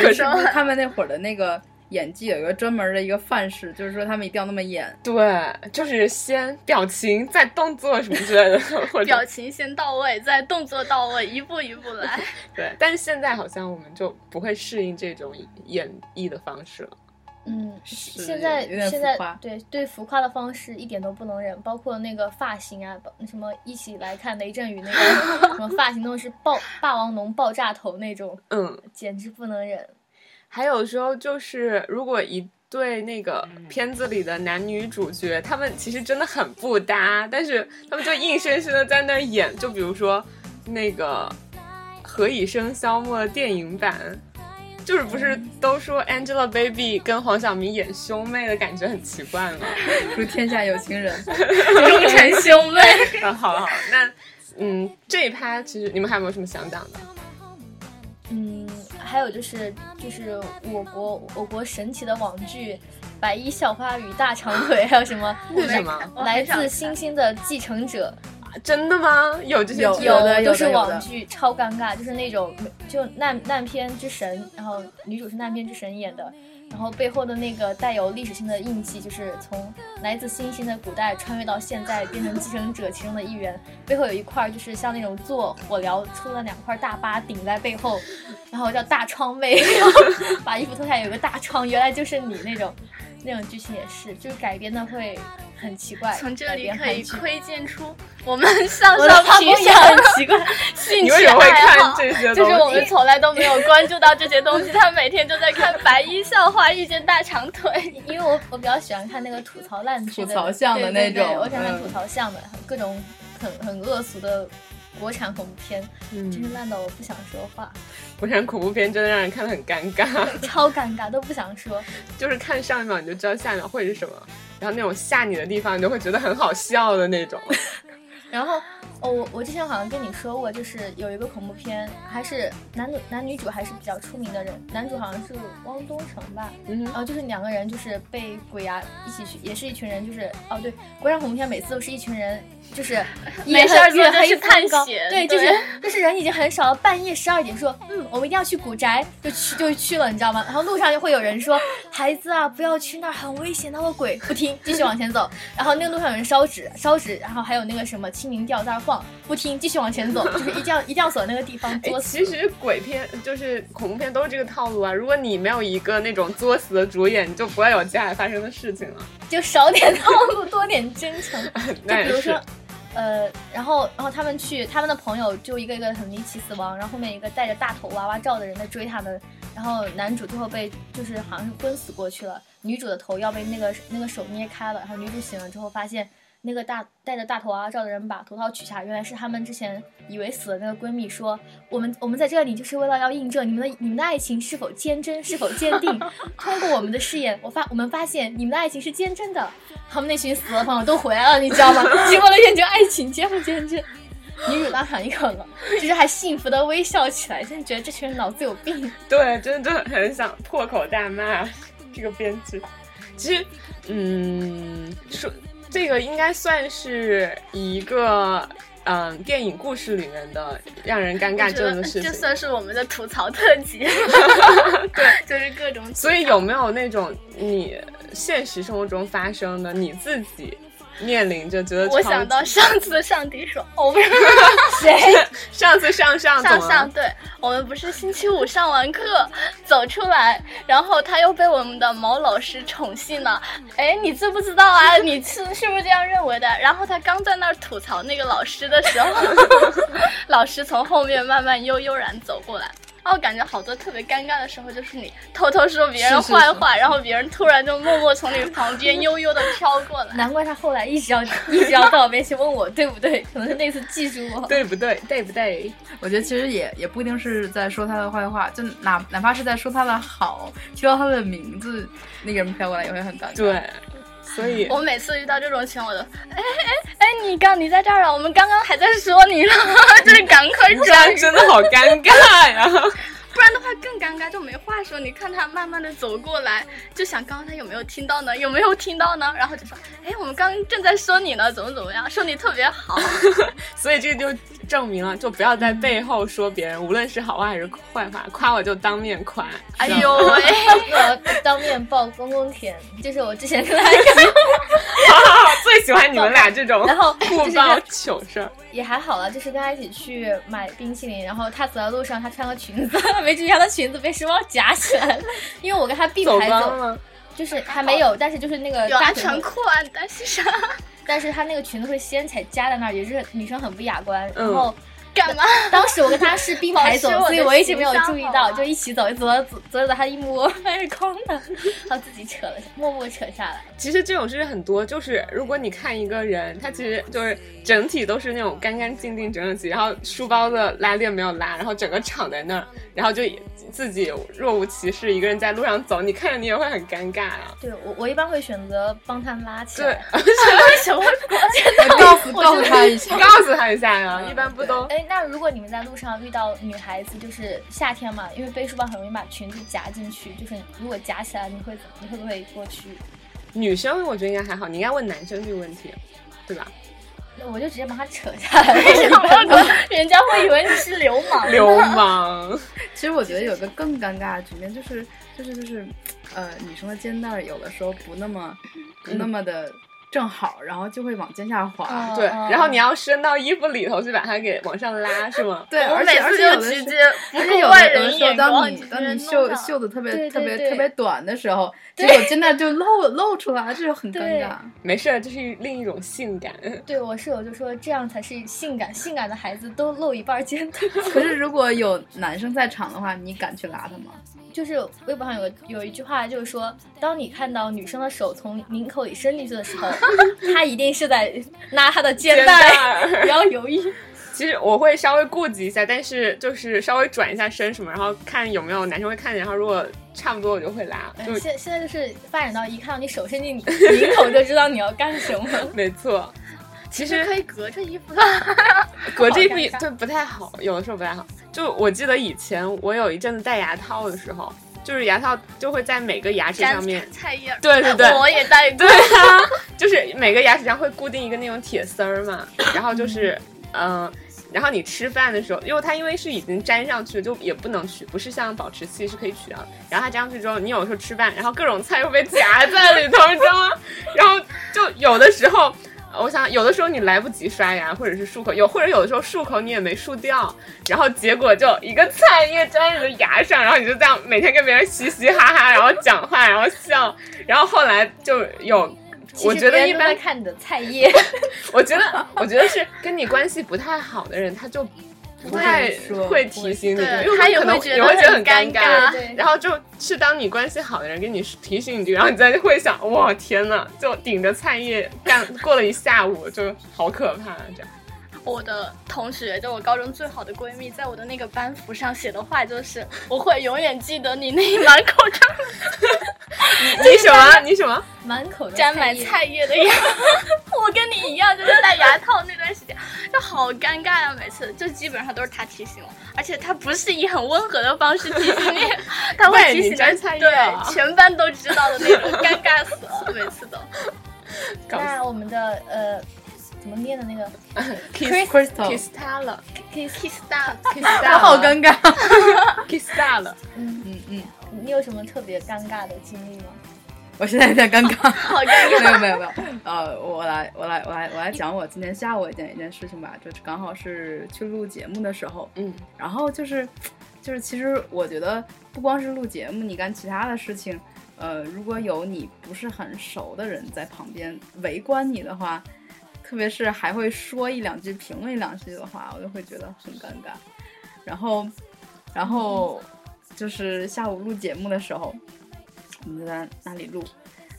[SPEAKER 1] 可是
[SPEAKER 5] 是不是他们那会儿的那个演技有一个专门的一个范式，就是说他们一定要那么演。
[SPEAKER 1] 对，就是先表情，再动作什么之类的，或者
[SPEAKER 4] 表情先到位，再动作到位，一步一步来。
[SPEAKER 1] 对。但是现在好像我们就不会适应这种演绎的方式了。
[SPEAKER 2] 嗯，
[SPEAKER 5] 是
[SPEAKER 2] 现在
[SPEAKER 5] 有点
[SPEAKER 2] 现
[SPEAKER 5] 浮
[SPEAKER 2] 在
[SPEAKER 5] 夸
[SPEAKER 2] 对对浮夸的方式一点都不能忍，包括那个发型啊，包什么一起来看雷震宇那个什么发型，都是爆霸王龙爆炸头那种，
[SPEAKER 1] 嗯，
[SPEAKER 2] 简直不能忍。
[SPEAKER 1] 还有时候就是，如果一对那个片子里的男女主角，他们其实真的很不搭，但是他们就硬生生的在那儿演。就比如说那个《何以笙箫默》电影版，就是不是都说 Angelababy 跟黄晓明演兄妹的感觉很奇怪吗？
[SPEAKER 5] 如天下有情人，
[SPEAKER 4] 终成 兄妹。
[SPEAKER 1] 啊，好了好了， 那嗯，这一趴其实你们还有没有什么想讲的？
[SPEAKER 2] 嗯，还有就是就是我国我国神奇的网剧《白衣校花与大长腿》，还有什么
[SPEAKER 1] 为什么？
[SPEAKER 4] 我
[SPEAKER 2] 来
[SPEAKER 4] 哦很少
[SPEAKER 2] 自
[SPEAKER 4] 看
[SPEAKER 2] 星星的继承者，
[SPEAKER 1] 真的吗？有这些
[SPEAKER 5] 有
[SPEAKER 1] 剧
[SPEAKER 5] 有的
[SPEAKER 2] 都是
[SPEAKER 5] 有的
[SPEAKER 2] 网剧，超尴尬，就是那种就烂烂片之神，然后女主是烂片之神演的，然后背后的那个带有历史性的印记，就是从来自星星的古代穿越到现在，变成继承者其中的一员，背后有一块就是像那种做火疗出了两块大疤顶在背后，然后叫大疮妹，然后把衣服脱下来有个大疮，原来就是你那种。那种剧情也是，就是改编的会很奇怪。
[SPEAKER 4] 从这
[SPEAKER 2] 改
[SPEAKER 4] 里
[SPEAKER 2] 编
[SPEAKER 4] 可
[SPEAKER 2] 韩
[SPEAKER 4] 以
[SPEAKER 2] 剧
[SPEAKER 4] 窥见出我们 向
[SPEAKER 2] 我的
[SPEAKER 4] 上
[SPEAKER 2] 朋
[SPEAKER 4] 方
[SPEAKER 2] 友
[SPEAKER 4] 向
[SPEAKER 2] 很奇怪，
[SPEAKER 4] 兴
[SPEAKER 1] 你
[SPEAKER 4] 趣
[SPEAKER 1] 为什么会
[SPEAKER 4] 爱
[SPEAKER 1] 看
[SPEAKER 4] 好。
[SPEAKER 1] 这些东西？
[SPEAKER 4] 啊就是我们从来都没有关注到这些东西，他每天都在看《白衣校花遇见大长腿》。
[SPEAKER 2] 因为我我比较喜欢看那个吐槽烂剧的、
[SPEAKER 5] 吐槽向的
[SPEAKER 2] 对对
[SPEAKER 5] 那
[SPEAKER 2] 对
[SPEAKER 5] 种
[SPEAKER 2] 我喜欢看
[SPEAKER 5] 嗯
[SPEAKER 2] 吐槽向的，各种很很恶俗的国产恐怖片，
[SPEAKER 1] 嗯
[SPEAKER 2] 真是烂到我不想说话，
[SPEAKER 1] 国产恐怖片真的让人看得很尴尬。
[SPEAKER 2] 超尴尬，都不想说。
[SPEAKER 1] 就是看上一秒你就知道下一秒会是什么，然后那种吓你的地方你就会觉得很好笑的那种。
[SPEAKER 2] 然后，哦，我我之前好像跟你说过，就是有一个恐怖片，还是男主男女主还是比较出名的人，男主好像是汪东城吧，
[SPEAKER 1] 嗯
[SPEAKER 2] 然后就是两个人就是被鬼压一起去，也是一群人，就是哦对，国产恐怖片每次都是一群人，就是
[SPEAKER 4] 没事儿做
[SPEAKER 2] 夜
[SPEAKER 4] 就
[SPEAKER 2] 黑
[SPEAKER 4] 去
[SPEAKER 2] 风
[SPEAKER 4] 探
[SPEAKER 2] 高
[SPEAKER 4] 险
[SPEAKER 2] 对，
[SPEAKER 4] 对
[SPEAKER 2] 就是就是人已经很少了，半夜十二点说，嗯，我们一定要去古宅，就去就去了，你知道吗？然后路上就会有人说，孩子啊，不要去那儿，很危险，那个鬼不听，继续往前走。然后那个路上有人烧纸，烧纸，然后还有那个什么清明吊在那儿晃，不听，继续往前走，就是一定要一定要走那个地方
[SPEAKER 1] 哎
[SPEAKER 2] 作死。
[SPEAKER 1] 其实鬼片就是恐怖片都是这个套路啊。如果你没有一个那种作死的主演，你就不会有接下来发生的事情了。
[SPEAKER 2] 就少点 套路，多点真诚。就
[SPEAKER 1] 那
[SPEAKER 2] 比如
[SPEAKER 1] 也是
[SPEAKER 2] 说，呃，然后然后他们去他们的朋友就一个一个很离奇死亡，然后后面一个戴着大头娃娃罩的人在追他们，然后男主最后被就是好像是昏死过去了，女主的头要被那个那个手捏开了，然后女主醒了之后发现。那个大戴着大头娃娃罩的人把头套取下，原来是他们之前以为死的那个闺蜜说，我们我们在这里 就是为了要印证你们的你们的爱情是否坚贞，是否坚定。通过我们的试验，我发我们发现你们的爱情是坚贞的。他们那群死了朋友都回来了，你知 道吗？经过了验证，爱情坚不坚贞？女主大喊一口了，就是还幸福的微笑起来，真的觉得这群人脑子有病。
[SPEAKER 1] 对，真的就很想破口大骂这个编剧。其实，嗯，说这个应该算是一个嗯、电影故事里面的让人尴尬
[SPEAKER 4] 我觉
[SPEAKER 1] 症
[SPEAKER 4] 得
[SPEAKER 1] 的事
[SPEAKER 4] 这
[SPEAKER 1] 情。
[SPEAKER 4] 算是我们的吐槽特辑， 对，就是各种
[SPEAKER 1] 所以有没有那种你现实生活中发生的你自己面临着觉得
[SPEAKER 4] 我
[SPEAKER 1] 超
[SPEAKER 4] 想到上次上帝说，哦，不是
[SPEAKER 2] 谁？
[SPEAKER 1] 上次上上怎
[SPEAKER 4] 上
[SPEAKER 1] 么了
[SPEAKER 4] 上，对我们不是星期五上完课走出来，然后他又被我们的毛老师宠幸了。哎，你知不知道啊？你是是不是这样认为的？然后他刚在那儿吐槽那个老师的时候， 老师从后面慢慢悠悠然走过来。哦，感觉好多特别尴尬的时候，就是你偷偷说别人
[SPEAKER 5] 是是
[SPEAKER 4] 坏话，然后别人突然就默默从你旁边悠悠的飘过来。
[SPEAKER 2] 难怪他后来一 直要一直要到我面前问我对不对，可能是那次记住我。
[SPEAKER 1] 对不对？对不对？
[SPEAKER 5] 我觉得其实也也不一定是在说他的坏话，就哪哪怕是在说他的好，提到他的名字，那个人飘过来也会很尴尬。，
[SPEAKER 1] 对，所以
[SPEAKER 4] 我每次遇到这种情况，我都哎哎哎，你刚你在这儿啊？我们刚刚还在说你呢， 就是赶快
[SPEAKER 1] 这样
[SPEAKER 4] 转，
[SPEAKER 1] 真的好尴尬呀！
[SPEAKER 4] 不然的话更尴尬，就没话说。你看他慢慢的走过来，就想刚刚他有没有听到呢？有没有听到呢？然后就说，哎，我们刚刚正在说你呢，怎么怎么样，说你特别好。
[SPEAKER 1] 所以这就证明了，就不要在背后说别人，无论是好话还是坏话，夸我就当面夸。
[SPEAKER 4] 哎
[SPEAKER 1] 是吧
[SPEAKER 4] 呦 喂，
[SPEAKER 2] 我要当面爆公公田，就是我之前跟他讲，
[SPEAKER 1] 最喜欢你们俩这种
[SPEAKER 2] 然后就
[SPEAKER 1] 互
[SPEAKER 2] 是
[SPEAKER 1] 爆糗事儿。
[SPEAKER 2] 也还好啦，就是跟他一起去买冰淇淋，然后他走在路上，他穿个裙子， 没注意他的裙子被书包夹起来了，因为我跟他并
[SPEAKER 1] 走
[SPEAKER 2] 排
[SPEAKER 1] 光
[SPEAKER 2] 走，
[SPEAKER 1] 了，
[SPEAKER 2] 就是还没有，但是就是那
[SPEAKER 5] 呃
[SPEAKER 2] 个
[SPEAKER 4] 有
[SPEAKER 2] 大
[SPEAKER 4] 安
[SPEAKER 2] 腿
[SPEAKER 4] 全
[SPEAKER 2] 会，
[SPEAKER 4] 裤啊，你担心啥？
[SPEAKER 2] 但是他那个裙子会掀起来夹在那儿，也是女生很不雅观，然
[SPEAKER 1] 嗯
[SPEAKER 2] 后。
[SPEAKER 4] 干嘛？
[SPEAKER 2] 当时我跟他是并排走
[SPEAKER 4] 保持，我
[SPEAKER 2] 所
[SPEAKER 4] 的
[SPEAKER 2] 以我一直没有
[SPEAKER 4] 形象
[SPEAKER 2] 注意
[SPEAKER 4] 好
[SPEAKER 2] 到，
[SPEAKER 4] 吗
[SPEAKER 2] 就一起走，走到走走到他一摸， 发现是空的，然后自己扯了，默默扯下来。
[SPEAKER 1] 其实这种事很多，就是如果你看一个人，他其实就是整体都是那种干干净净、整整齐，然后书包的拉链没有拉，然后整个敞在那儿，然后就自己若无其事一个人在路上走，你看着你也会很尴尬呀、
[SPEAKER 2] 对我，我一般会选择帮他拉起
[SPEAKER 1] 对
[SPEAKER 2] 来。，
[SPEAKER 4] 什么鬼？
[SPEAKER 5] 告诉告诉他一下。
[SPEAKER 1] 告诉他一下呀、 一般不都
[SPEAKER 2] 哎，那如果你们在路上遇到女孩子，就是夏天嘛，因为背书包很容易把裙子夹进去，就是如果夹起来，你会怎么？你会不会过去？
[SPEAKER 1] 女生我觉得应该还好，你应该问男生这个问题，对吧？
[SPEAKER 2] 那我就直接帮他扯下 来，为什么？ 人家会以为你是 流氓。
[SPEAKER 1] 流 氓，
[SPEAKER 5] 其实我觉得有个更尴尬的局面，就是就是就是，呃，女生的肩带儿有的时候不那么不那么的正好，然后就会往肩下滑。
[SPEAKER 2] 嗯
[SPEAKER 1] 对，
[SPEAKER 2] 嗯
[SPEAKER 1] 然后你要伸到衣服里头去把它给往上拉，是吗？
[SPEAKER 5] 对，
[SPEAKER 4] 我
[SPEAKER 5] 而
[SPEAKER 4] 每
[SPEAKER 5] 且而
[SPEAKER 4] 次
[SPEAKER 5] 且有
[SPEAKER 4] 就
[SPEAKER 5] 的
[SPEAKER 4] 直
[SPEAKER 5] 时
[SPEAKER 4] 接
[SPEAKER 5] 候。
[SPEAKER 4] 不
[SPEAKER 5] 而且
[SPEAKER 4] 顾
[SPEAKER 5] 有
[SPEAKER 4] 外
[SPEAKER 5] 的有
[SPEAKER 4] 人
[SPEAKER 5] 的时候，
[SPEAKER 4] 眼
[SPEAKER 5] 当
[SPEAKER 4] 光，
[SPEAKER 5] 你
[SPEAKER 4] 直
[SPEAKER 5] 当你
[SPEAKER 4] 接
[SPEAKER 5] 袖
[SPEAKER 4] 弄上
[SPEAKER 5] 袖子特别
[SPEAKER 2] 对
[SPEAKER 5] 特
[SPEAKER 2] 对
[SPEAKER 5] 别
[SPEAKER 2] 对
[SPEAKER 5] 特别短的时候，结果肩带就露露出来，这就很尴
[SPEAKER 2] 对
[SPEAKER 5] 尬。
[SPEAKER 1] 没事儿，这是另一种性 感。
[SPEAKER 2] 对我室友就说这样才是性感，性感的孩子都露一半肩带。
[SPEAKER 5] 可是如果有男生在场的话，你敢去拉他吗？
[SPEAKER 2] 就是微博上有个有一句话，就是说，当你看到女生的手从领口里伸进去的时候， 她一定是在拉她的肩带，
[SPEAKER 1] 儿
[SPEAKER 2] 不要犹豫。
[SPEAKER 1] 其实我会稍微顾及一下，但是就是稍微转一下身什么，然后看有没有男生会看见，然后如果差不多我就会拉，
[SPEAKER 4] 哎
[SPEAKER 2] 嗯
[SPEAKER 1] 就
[SPEAKER 2] 现现在就是发展到一看到你手伸进领口就知道你要干什么。
[SPEAKER 1] 没错。其实
[SPEAKER 4] 可以隔着衣服的。
[SPEAKER 1] 隔这一步
[SPEAKER 4] 好尴尬
[SPEAKER 1] 对不太好，有的时候不太好。就我记得以前我有一阵子戴牙套的时候，就是牙套就会在每个牙齿上面，
[SPEAKER 4] 菜叶儿，
[SPEAKER 1] 对对对，
[SPEAKER 4] 我也戴过
[SPEAKER 1] 对。啊， 就是每个牙齿上会固定一个那种铁丝儿嘛，然后就是嗯、呃然后你吃饭的时候，因为它因为是已经粘上去了，就也不能取，不是像保持器是可以取掉的。然后它粘上去之后，你有时候吃饭，然后各种菜又被夹在里头，你知道吗？然后就有的时候。呃我想，有的时候你来不及刷牙，或者是漱口，有或者有的时候漱口你也没漱掉，然后结果就一个菜叶粘你的牙上，然后你就这样每天跟别人嘻嘻哈哈，然后讲话，然后笑，然后后来就有，
[SPEAKER 2] 其
[SPEAKER 1] 我
[SPEAKER 2] 实别
[SPEAKER 1] 觉得
[SPEAKER 2] 人
[SPEAKER 1] 一
[SPEAKER 2] 都
[SPEAKER 1] 般
[SPEAKER 2] 在看你的菜叶，
[SPEAKER 1] 我觉得，我觉得是跟你关系不太好的人，他就不太会提醒你，
[SPEAKER 4] 对
[SPEAKER 1] 因为
[SPEAKER 4] 他也
[SPEAKER 1] 可能
[SPEAKER 4] 会觉得
[SPEAKER 1] 也会觉得
[SPEAKER 4] 很
[SPEAKER 1] 尴
[SPEAKER 4] 尴
[SPEAKER 1] 尬
[SPEAKER 4] 尬。
[SPEAKER 2] 对
[SPEAKER 1] 然后就是当你关系好的人跟你提醒你这个，然后你再会想，哇天呐，就顶着菜叶干过了一下午，就好可怕、这样。
[SPEAKER 4] 我的同学，就我高中最好的闺蜜，在我的那个班服上写的话就是：“我会永远记得你那一满口沾
[SPEAKER 1] 你什么？你什啊么？
[SPEAKER 2] 满口的
[SPEAKER 4] 沾满
[SPEAKER 2] 叶。
[SPEAKER 4] 菜叶的牙。” 我跟你一样，就是戴牙套那段时间，就好尴尬呀、每次就基本上都是她提醒我，而且她不是以很温和的方式提 醒你，她会
[SPEAKER 1] 喂
[SPEAKER 4] 提
[SPEAKER 1] 你
[SPEAKER 4] 醒
[SPEAKER 1] 沾
[SPEAKER 4] 的
[SPEAKER 1] 菜叶啊
[SPEAKER 4] 对全班都知道的那种，尴尬死 了，每次都。
[SPEAKER 1] 搞
[SPEAKER 2] 那我们的呃，怎么念的那个
[SPEAKER 1] kiss
[SPEAKER 5] Crystal
[SPEAKER 1] kiss 他了
[SPEAKER 2] kiss，
[SPEAKER 4] kiss 大，
[SPEAKER 1] ，kiss 他
[SPEAKER 5] 我
[SPEAKER 1] 了，
[SPEAKER 5] 好尴尬。
[SPEAKER 1] kiss 他了。
[SPEAKER 2] 嗯，
[SPEAKER 5] 嗯嗯，
[SPEAKER 2] 你有什么特别尴尬的经历吗？
[SPEAKER 5] 我现在有点尴尬。
[SPEAKER 4] 好尴尬。
[SPEAKER 5] 没有没有没有，呃，我来我来我来我来讲我今天下午一件一件事情吧，就是刚好是去录节目的时候，
[SPEAKER 1] 嗯，
[SPEAKER 5] 然后就是就是其实我觉得不光是录节目，你干其他的事情，呃，如果有你不是很熟的人在旁边围观你的话，特别是还会说一两句、评论一两句的话，我就会觉得很尴尬。然后，然后就是下午录节目的时候，我们就在那里录，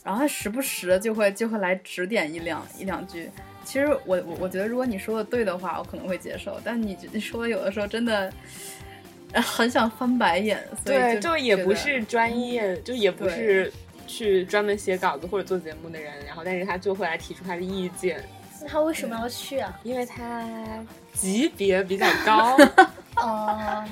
[SPEAKER 5] 然后他时不时地就会就会来指点一两 一两句。其实我我我觉得，如果你说的对的话，我可能会接受，但你你说的有的时候真的 呃很想翻白眼，所以
[SPEAKER 1] 对，
[SPEAKER 5] 就
[SPEAKER 1] 就嗯也
[SPEAKER 5] 觉
[SPEAKER 1] 不
[SPEAKER 5] 得
[SPEAKER 1] 是专业，就也不
[SPEAKER 5] 对
[SPEAKER 1] 是去专门写稿子或者做节目的人，然后但是他就会来提出他的意见，
[SPEAKER 2] 那他为什
[SPEAKER 1] 嗯
[SPEAKER 2] 么要去啊？
[SPEAKER 1] 因为他级别比较 高，
[SPEAKER 2] 哦，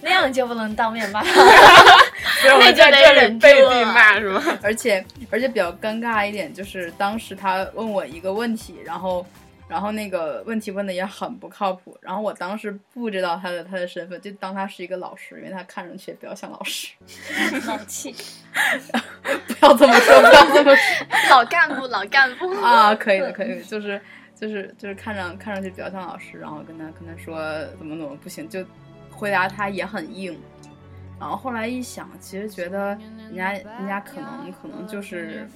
[SPEAKER 2] 那样就不能当面骂。
[SPEAKER 1] 所以我们在这里背地骂是吗？
[SPEAKER 5] 而且而且比较尴尬一点就是，当时他问我一个问题，然后然后那个问题问的也很不靠谱，然后我当时不知道他的他的身份，就当他是一个老师，因为他看上去也比较像老师。
[SPEAKER 2] 老气，
[SPEAKER 5] 不要这么说，不要这么说
[SPEAKER 4] 老干部，老干部。
[SPEAKER 5] 啊！可以的，可以的，就是就是就是看上看上去比较像老师，然后跟他跟他说怎么怎么不行，就回答他也很硬。然后后来一想，其实觉得人家人家可能可能就是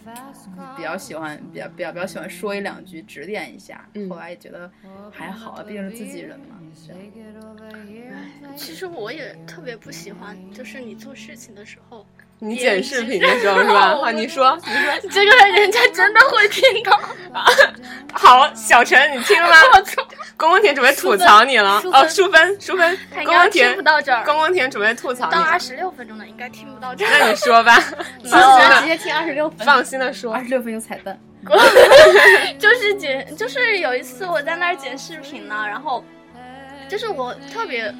[SPEAKER 5] 比较喜欢，比较比较比较喜欢说一两句，指点一下。
[SPEAKER 1] 嗯
[SPEAKER 5] 后来也觉得还好，毕竟是自己人嘛。这样
[SPEAKER 4] 嗯其实我也特别不喜欢，就是你做事情的时候，
[SPEAKER 1] 你剪视频的时候是 吧？啊，你说，你说，
[SPEAKER 4] 这个人家真的会听到。
[SPEAKER 1] 好，小陈，你听 了吗？公公田准备吐槽你了
[SPEAKER 2] 淑芬
[SPEAKER 1] 哦，淑芬，淑芬，
[SPEAKER 4] 他
[SPEAKER 1] 公
[SPEAKER 4] 应
[SPEAKER 1] 公
[SPEAKER 4] 该听
[SPEAKER 1] 田
[SPEAKER 4] 不，到这儿，
[SPEAKER 1] 公公田准备吐槽你
[SPEAKER 4] 到二
[SPEAKER 1] 了，
[SPEAKER 4] 十六分钟了，应该听不到这
[SPEAKER 1] 那
[SPEAKER 4] 儿。
[SPEAKER 1] 你说吧，放
[SPEAKER 2] 我
[SPEAKER 1] 心
[SPEAKER 2] 直接
[SPEAKER 1] 的，
[SPEAKER 2] 听二十六分。
[SPEAKER 1] 放心的说
[SPEAKER 5] 二，十六分有彩蛋，
[SPEAKER 4] 就是剪，就是有一次我在那儿剪视频呢，然后就是我特别。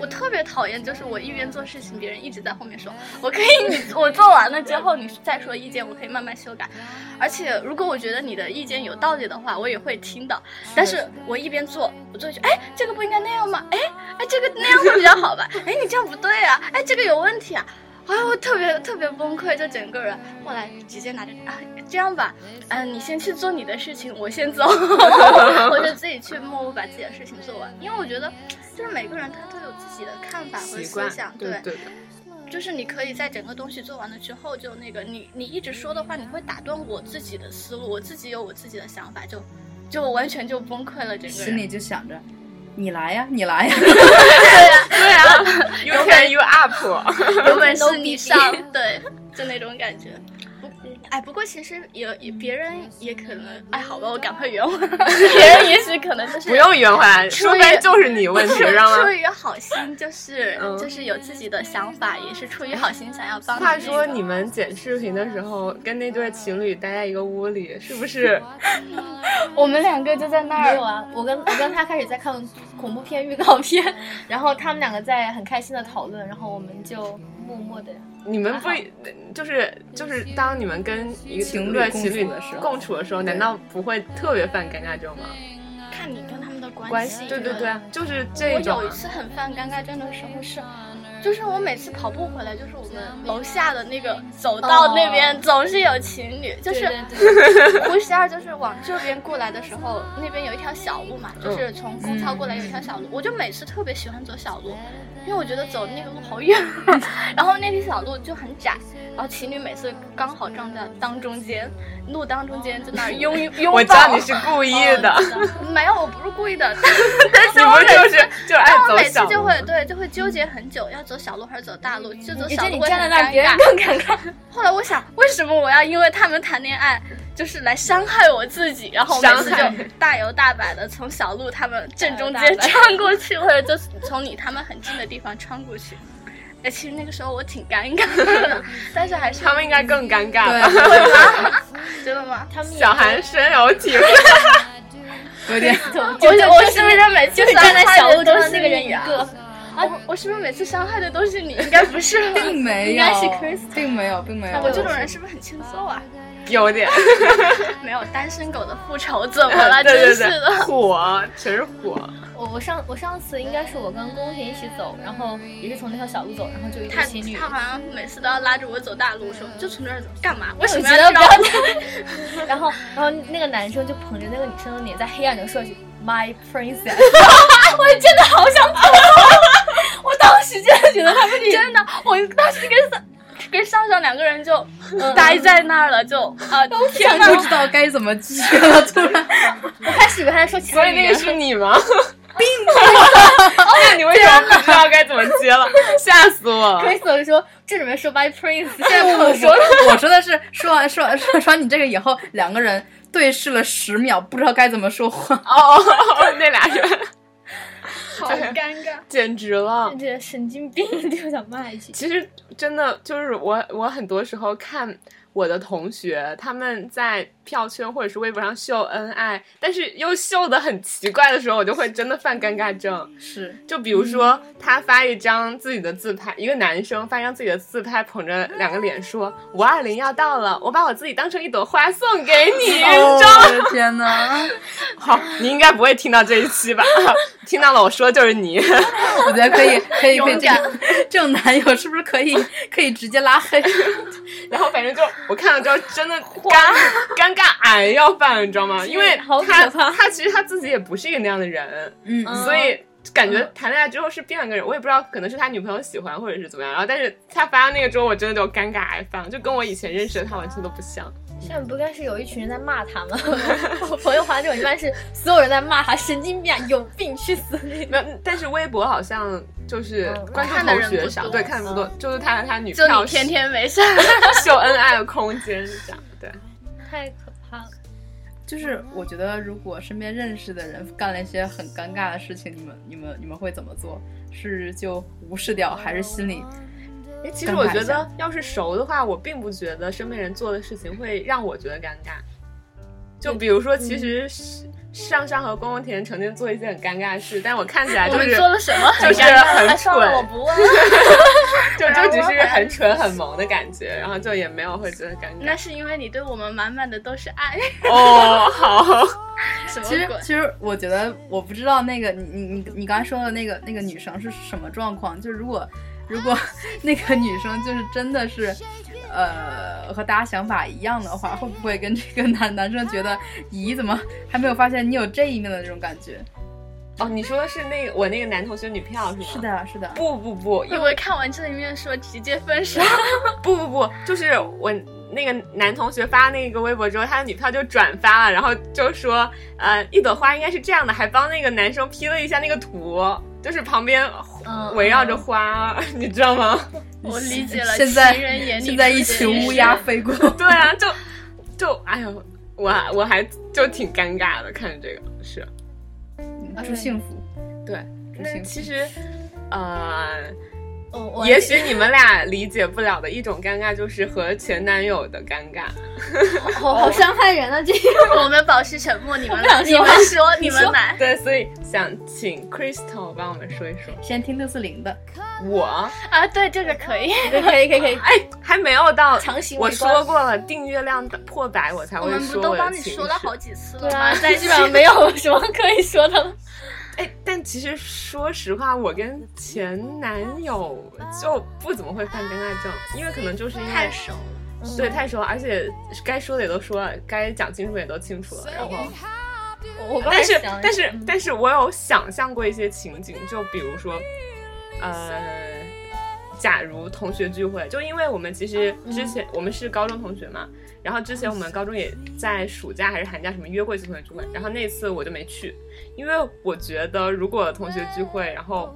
[SPEAKER 4] 我特别讨厌，就是我一边做事情，别人一直在后面说，我可以你我做完了之后你再说意见，我可以慢慢修改。而且如果我觉得你的意见有道理的话，我也会听的。但是我一边做，我做一句，哎，这个不应该那样吗？哎，哎，这个那样会比较 好吧？哎，你这样不对啊！哎，这个有问题啊！哎，我特别特别崩溃，就整个人。后来直接拿着啊，这样吧，嗯、你先去做你的事情，我先 走，我就自己去默默把自己的事情做完。因为我觉得，就是每个人他都有自己的看法和
[SPEAKER 1] 习
[SPEAKER 4] 思
[SPEAKER 1] 惯
[SPEAKER 4] 想，，
[SPEAKER 1] 对对的，
[SPEAKER 4] 就是你可以在整个东西做完了之后，就那个你你一直说的话，你会打断我自己的思路，我自己有我自己的想法，就就完全就崩溃了，整个
[SPEAKER 5] 心
[SPEAKER 4] 人。
[SPEAKER 5] 里就想着你来呀，你 来呀。
[SPEAKER 1] 对啊，You can you up，
[SPEAKER 4] 有本事你上， 对，就那种感觉。哎，不过其实也也别人也可能，哎，好吧，我 赶快圆回来。别人也许可能就是
[SPEAKER 1] 不用圆回来，淑芬就是你问 题，
[SPEAKER 4] 出
[SPEAKER 1] 知道
[SPEAKER 4] 出
[SPEAKER 1] 吗？
[SPEAKER 4] 于好心，就是、
[SPEAKER 1] 啊嗯
[SPEAKER 4] 就是有自己的想法，也是出于好心想要帮你那
[SPEAKER 1] 话
[SPEAKER 4] 个。
[SPEAKER 1] 说你们剪视频的时候，跟那对情侣待在一个屋里，是不是？
[SPEAKER 4] 我们两个就在那
[SPEAKER 2] 没有啊，我跟我跟他开始在看恐怖片预告片，然后他们两个在很开心的讨论，然后我们就默默的，
[SPEAKER 1] 你们不
[SPEAKER 2] 还
[SPEAKER 1] 就是就是当你们跟一个
[SPEAKER 5] 情侣
[SPEAKER 1] 对
[SPEAKER 5] 共
[SPEAKER 1] 情侣
[SPEAKER 5] 处的时候
[SPEAKER 1] 共处的时候，难道不会特别犯尴尬症吗？
[SPEAKER 4] 看你跟他们的
[SPEAKER 1] 关
[SPEAKER 4] 关
[SPEAKER 1] 系
[SPEAKER 4] 系，
[SPEAKER 1] 对对对啊，就是这
[SPEAKER 4] 我
[SPEAKER 1] 种
[SPEAKER 4] 有一次很犯尴尬症的时候是，就是我每次跑步回来，就是我们楼下的那个走
[SPEAKER 1] 哦
[SPEAKER 4] 道那边总是有情侣，就是
[SPEAKER 2] 对对对，
[SPEAKER 4] 胡十二就是往这边过来的时候，那边有一条小路嘛，
[SPEAKER 1] 嗯
[SPEAKER 4] 就是从公操过来有一条小
[SPEAKER 2] 嗯
[SPEAKER 4] 路，我就每次特别喜欢走小路，因为我觉得走那个路好远， 然后那条小路就很窄，然后情侣每次刚好站在当中间，路当中间在那 儿拥拥抱。哦
[SPEAKER 1] 我知道你是故意的，
[SPEAKER 4] 没有，我不是故 意的，但是
[SPEAKER 1] 你
[SPEAKER 4] 我
[SPEAKER 1] 不
[SPEAKER 4] 每
[SPEAKER 1] 就
[SPEAKER 4] 次
[SPEAKER 1] 是就是爱
[SPEAKER 4] 但我
[SPEAKER 1] 走
[SPEAKER 4] 每次
[SPEAKER 1] 小
[SPEAKER 4] 就
[SPEAKER 1] 路
[SPEAKER 4] 会对就会纠结很久，要走小路还是走大路？就走
[SPEAKER 2] 你
[SPEAKER 4] 小
[SPEAKER 2] 这你
[SPEAKER 4] 路会
[SPEAKER 2] 站在
[SPEAKER 4] 很
[SPEAKER 2] 那儿，别
[SPEAKER 4] 尴
[SPEAKER 2] 人
[SPEAKER 4] 尬。
[SPEAKER 2] 更尴尬。
[SPEAKER 4] 后来我想，为什么我要因为他们谈恋爱，就是来伤害我自己？然后我每次
[SPEAKER 1] 伤害
[SPEAKER 4] 就大摇大摆的从小路他们正中
[SPEAKER 2] 大摇
[SPEAKER 4] 间
[SPEAKER 2] 大摆
[SPEAKER 4] 穿过去，或者就是从离他们很近的地方穿过去。哎，其实那个时候我挺尴尬的，但是还是
[SPEAKER 1] 他们应该更尴尬吧？
[SPEAKER 5] 对，
[SPEAKER 4] 真的吗？
[SPEAKER 2] 他们也
[SPEAKER 1] 小韩深有体会，
[SPEAKER 5] 有点
[SPEAKER 4] 我我是不是每次
[SPEAKER 2] 就是站在小路中
[SPEAKER 4] 都
[SPEAKER 2] 的
[SPEAKER 4] 是
[SPEAKER 2] 那个人一
[SPEAKER 4] 你啊？
[SPEAKER 2] 个，
[SPEAKER 4] 我我是不是每次伤害的 都是你？应该不是吧？
[SPEAKER 5] 并没有，
[SPEAKER 4] 应该是 Kristen
[SPEAKER 5] 并没有，并没有。
[SPEAKER 4] 我这种人是不是很欠揍啊？
[SPEAKER 1] 有点，
[SPEAKER 4] 没有单身狗的复仇怎么了？
[SPEAKER 1] 对对
[SPEAKER 4] 真是
[SPEAKER 1] 对，
[SPEAKER 4] 的，
[SPEAKER 1] 火，全是火，
[SPEAKER 2] 我我上我上次应该是我跟宫田一起走，然后也是从那条小路走，然后就一对
[SPEAKER 4] 他
[SPEAKER 2] 情侣。
[SPEAKER 4] 他好像每次都要拉着我走大路，说就从这儿走，干嘛？ 为什
[SPEAKER 2] 我
[SPEAKER 4] 么
[SPEAKER 2] 觉得
[SPEAKER 4] 要
[SPEAKER 2] 不
[SPEAKER 4] 绕
[SPEAKER 2] 要
[SPEAKER 4] 路？
[SPEAKER 2] 再，然后然后那个男生就捧着那个女生的脸，在黑暗中说一句 “My princess”，我真的好想吐槽，我当时真的觉得他们俩
[SPEAKER 4] 真的，我当时跟上跟上上两个人就
[SPEAKER 2] 嗯
[SPEAKER 4] 呆在那儿了，就啊，天哪！
[SPEAKER 5] 不知道该怎么继 续了，突然。
[SPEAKER 2] 我开始以为他在说其
[SPEAKER 1] 所
[SPEAKER 2] 他
[SPEAKER 1] 以
[SPEAKER 2] 语
[SPEAKER 1] 那
[SPEAKER 2] 言
[SPEAKER 1] 个，是 你吗？并不是，那你为什么不知道该怎么接了？ 吓死我了！
[SPEAKER 2] c h r i 说这里面说 “My prince”，现在
[SPEAKER 5] 不
[SPEAKER 2] 捧
[SPEAKER 5] 哎我
[SPEAKER 2] 说了。
[SPEAKER 5] 我说的是说完说完说完你这个以后，两个人对视了十秒，不知道该怎么说话。
[SPEAKER 1] 哦，那俩人
[SPEAKER 4] 好尴尬。
[SPEAKER 1] 简直了。
[SPEAKER 2] 这神经病，就想骂一句。
[SPEAKER 1] 其实真的就是我，我很多时候看我的同学他们在票圈或者是微博上秀恩爱，但是又秀的很奇怪的时候，我就会真的犯尴尬症。
[SPEAKER 5] 是，
[SPEAKER 1] 就比如说，
[SPEAKER 2] 嗯
[SPEAKER 1] 他发一张自己的自拍，一个男生发一张自己的自拍，捧着两个脸说：“五二零要到了，我把我自己当成一朵花送给你。”
[SPEAKER 5] 哦，
[SPEAKER 1] 你知道吗？
[SPEAKER 5] 我的天哪！
[SPEAKER 1] 好，你应该不会听到这一期吧？ 听到了，我说的就是你。
[SPEAKER 5] 我觉得可以，可以，可以
[SPEAKER 4] 勇
[SPEAKER 5] 这样
[SPEAKER 4] 敢
[SPEAKER 5] 这种男友是不是可以可以直接拉黑？
[SPEAKER 1] 然后反正就我看了之后真的尴尴尬癌要犯，你知道吗？因为
[SPEAKER 2] 好可
[SPEAKER 1] 他
[SPEAKER 2] 怕
[SPEAKER 1] 他其实他自己也不是一个那样的人，
[SPEAKER 5] 嗯，
[SPEAKER 2] 嗯
[SPEAKER 1] 所以感觉谈恋爱之后是变了个人。我也不知道，可能是他女朋友喜欢或者是怎么样。然后但是他发那个之后，我真的就尴尬癌犯了，就跟我以前认识的他完全都不像。
[SPEAKER 2] 现在不该是有一群人在骂他吗？我朋友发这种一般是所有人在骂他神经病，啊，有病去死那种。
[SPEAKER 1] 没有，但是微博好像就是
[SPEAKER 2] 嗯
[SPEAKER 1] 关注
[SPEAKER 4] 看的
[SPEAKER 1] 同
[SPEAKER 4] 人
[SPEAKER 1] 学
[SPEAKER 4] 不
[SPEAKER 1] 少，
[SPEAKER 4] 多
[SPEAKER 1] 对，看的不多，嗯就是他和他女
[SPEAKER 4] 就
[SPEAKER 1] 票
[SPEAKER 4] 你天天没事儿，
[SPEAKER 1] 秀恩爱的空间是这样，对。
[SPEAKER 2] 太可怕了。
[SPEAKER 5] 就是我觉得如果身边认识的人干了一些很尴尬的事情，你们你们你们会怎么做？是就无视掉，还是心里
[SPEAKER 1] 哎，其实
[SPEAKER 5] 尴
[SPEAKER 1] 我
[SPEAKER 5] 尬
[SPEAKER 1] 觉
[SPEAKER 5] 一下
[SPEAKER 1] 得，要是熟的话，我并不觉得身边人做的事情会让我觉得尴尬。就比如说，其实是上上和宫田曾经做一些很尴尬的事，但我看起来
[SPEAKER 4] 我
[SPEAKER 1] 哎就
[SPEAKER 4] 们
[SPEAKER 1] 是
[SPEAKER 4] 做了什么？
[SPEAKER 1] 就是
[SPEAKER 4] 哎
[SPEAKER 1] 很蠢，
[SPEAKER 2] 不问。
[SPEAKER 1] 就就只是
[SPEAKER 4] 我
[SPEAKER 1] 很蠢很萌的感觉，然后就也没有会觉得尴
[SPEAKER 4] 那
[SPEAKER 1] 尬。
[SPEAKER 4] 是因为你对我们满满的都是爱，
[SPEAKER 1] 哦，好，
[SPEAKER 4] 什么
[SPEAKER 5] 其实
[SPEAKER 4] 鬼，
[SPEAKER 5] 其？实我觉得我不知道那个你你你你刚才说的那个那个女生是什么状况，就如果如果那个女生就是真的是，呃，和大家想法一样的话，会不会跟这个男 男生觉得，咦，怎么还没有发现你有这一面的这种感觉？
[SPEAKER 1] 哦，你说的是那个我那个男同学女票是吗？
[SPEAKER 5] 是。的，是的，
[SPEAKER 1] 不不不，因
[SPEAKER 4] 因
[SPEAKER 1] 为
[SPEAKER 4] 为看完这一面说直接分手，
[SPEAKER 1] 不不不，就是我那个男同学发那个微博之后，他的女票就转发了，然后就说，呃，一朵花应该是这样的，还帮那个男生 P 了一下那个图，就是旁边
[SPEAKER 2] 嗯
[SPEAKER 1] 围绕着花， 你知道吗？
[SPEAKER 4] 我理解了。
[SPEAKER 5] 现在
[SPEAKER 4] 情人眼里
[SPEAKER 5] 现在一群乌鸦飞过，
[SPEAKER 1] 对啊，就就哎呦，我我还就挺尴尬的，看着这个是。
[SPEAKER 5] 嗯祝幸福，
[SPEAKER 1] 对，
[SPEAKER 5] 祝
[SPEAKER 1] 那
[SPEAKER 5] 幸福。
[SPEAKER 1] 其实，呃，
[SPEAKER 2] 我哦我
[SPEAKER 1] 也许你们俩理解不了的一种尴尬，就是和前男友的尴尬。
[SPEAKER 2] 哦好好伤害人啊！这个
[SPEAKER 4] 我们保持沉默，你们
[SPEAKER 2] 不想
[SPEAKER 4] 来，你
[SPEAKER 2] 说
[SPEAKER 4] 们
[SPEAKER 2] 话
[SPEAKER 4] 说，你们来。
[SPEAKER 1] 对，所以想请 Crystal 帮我们说一说。
[SPEAKER 5] 先听六四零的，
[SPEAKER 1] 我
[SPEAKER 4] 啊，对，这个可以。
[SPEAKER 2] 可以可以可以，
[SPEAKER 1] 哎，还没有到
[SPEAKER 2] 强行
[SPEAKER 1] 我
[SPEAKER 2] 围观
[SPEAKER 1] 说过了，订阅量破百我才
[SPEAKER 4] 我
[SPEAKER 1] 会
[SPEAKER 4] 们不
[SPEAKER 1] 说
[SPEAKER 4] 都
[SPEAKER 1] 我
[SPEAKER 4] 帮
[SPEAKER 1] 的
[SPEAKER 4] 你
[SPEAKER 1] 情
[SPEAKER 4] 说了
[SPEAKER 1] 绪
[SPEAKER 4] 好几次了
[SPEAKER 2] 对
[SPEAKER 4] 吗
[SPEAKER 2] 啊，？
[SPEAKER 4] 在
[SPEAKER 2] 基本上没有什么可以说的了。
[SPEAKER 1] 哎，但其实说实话，我跟前男友就不怎么会犯尴尬症，因为可能就是因为
[SPEAKER 4] 太熟了，嗯
[SPEAKER 1] 对太熟，而且该说的也都说了，该讲清楚也都清楚了，然后。
[SPEAKER 2] 我我刚才
[SPEAKER 1] 但是
[SPEAKER 2] 想
[SPEAKER 1] 但是
[SPEAKER 2] 嗯
[SPEAKER 1] 但是我有想象过一些情景，就比如说，呃，假如同学聚会，就因为我们其实
[SPEAKER 2] 嗯
[SPEAKER 1] 之前、我们是高中同学嘛，然后之前我们高中也在暑假还是寒假什么约过一次同学聚会，然后那次我就没去，因为我觉得如果同学聚会，然后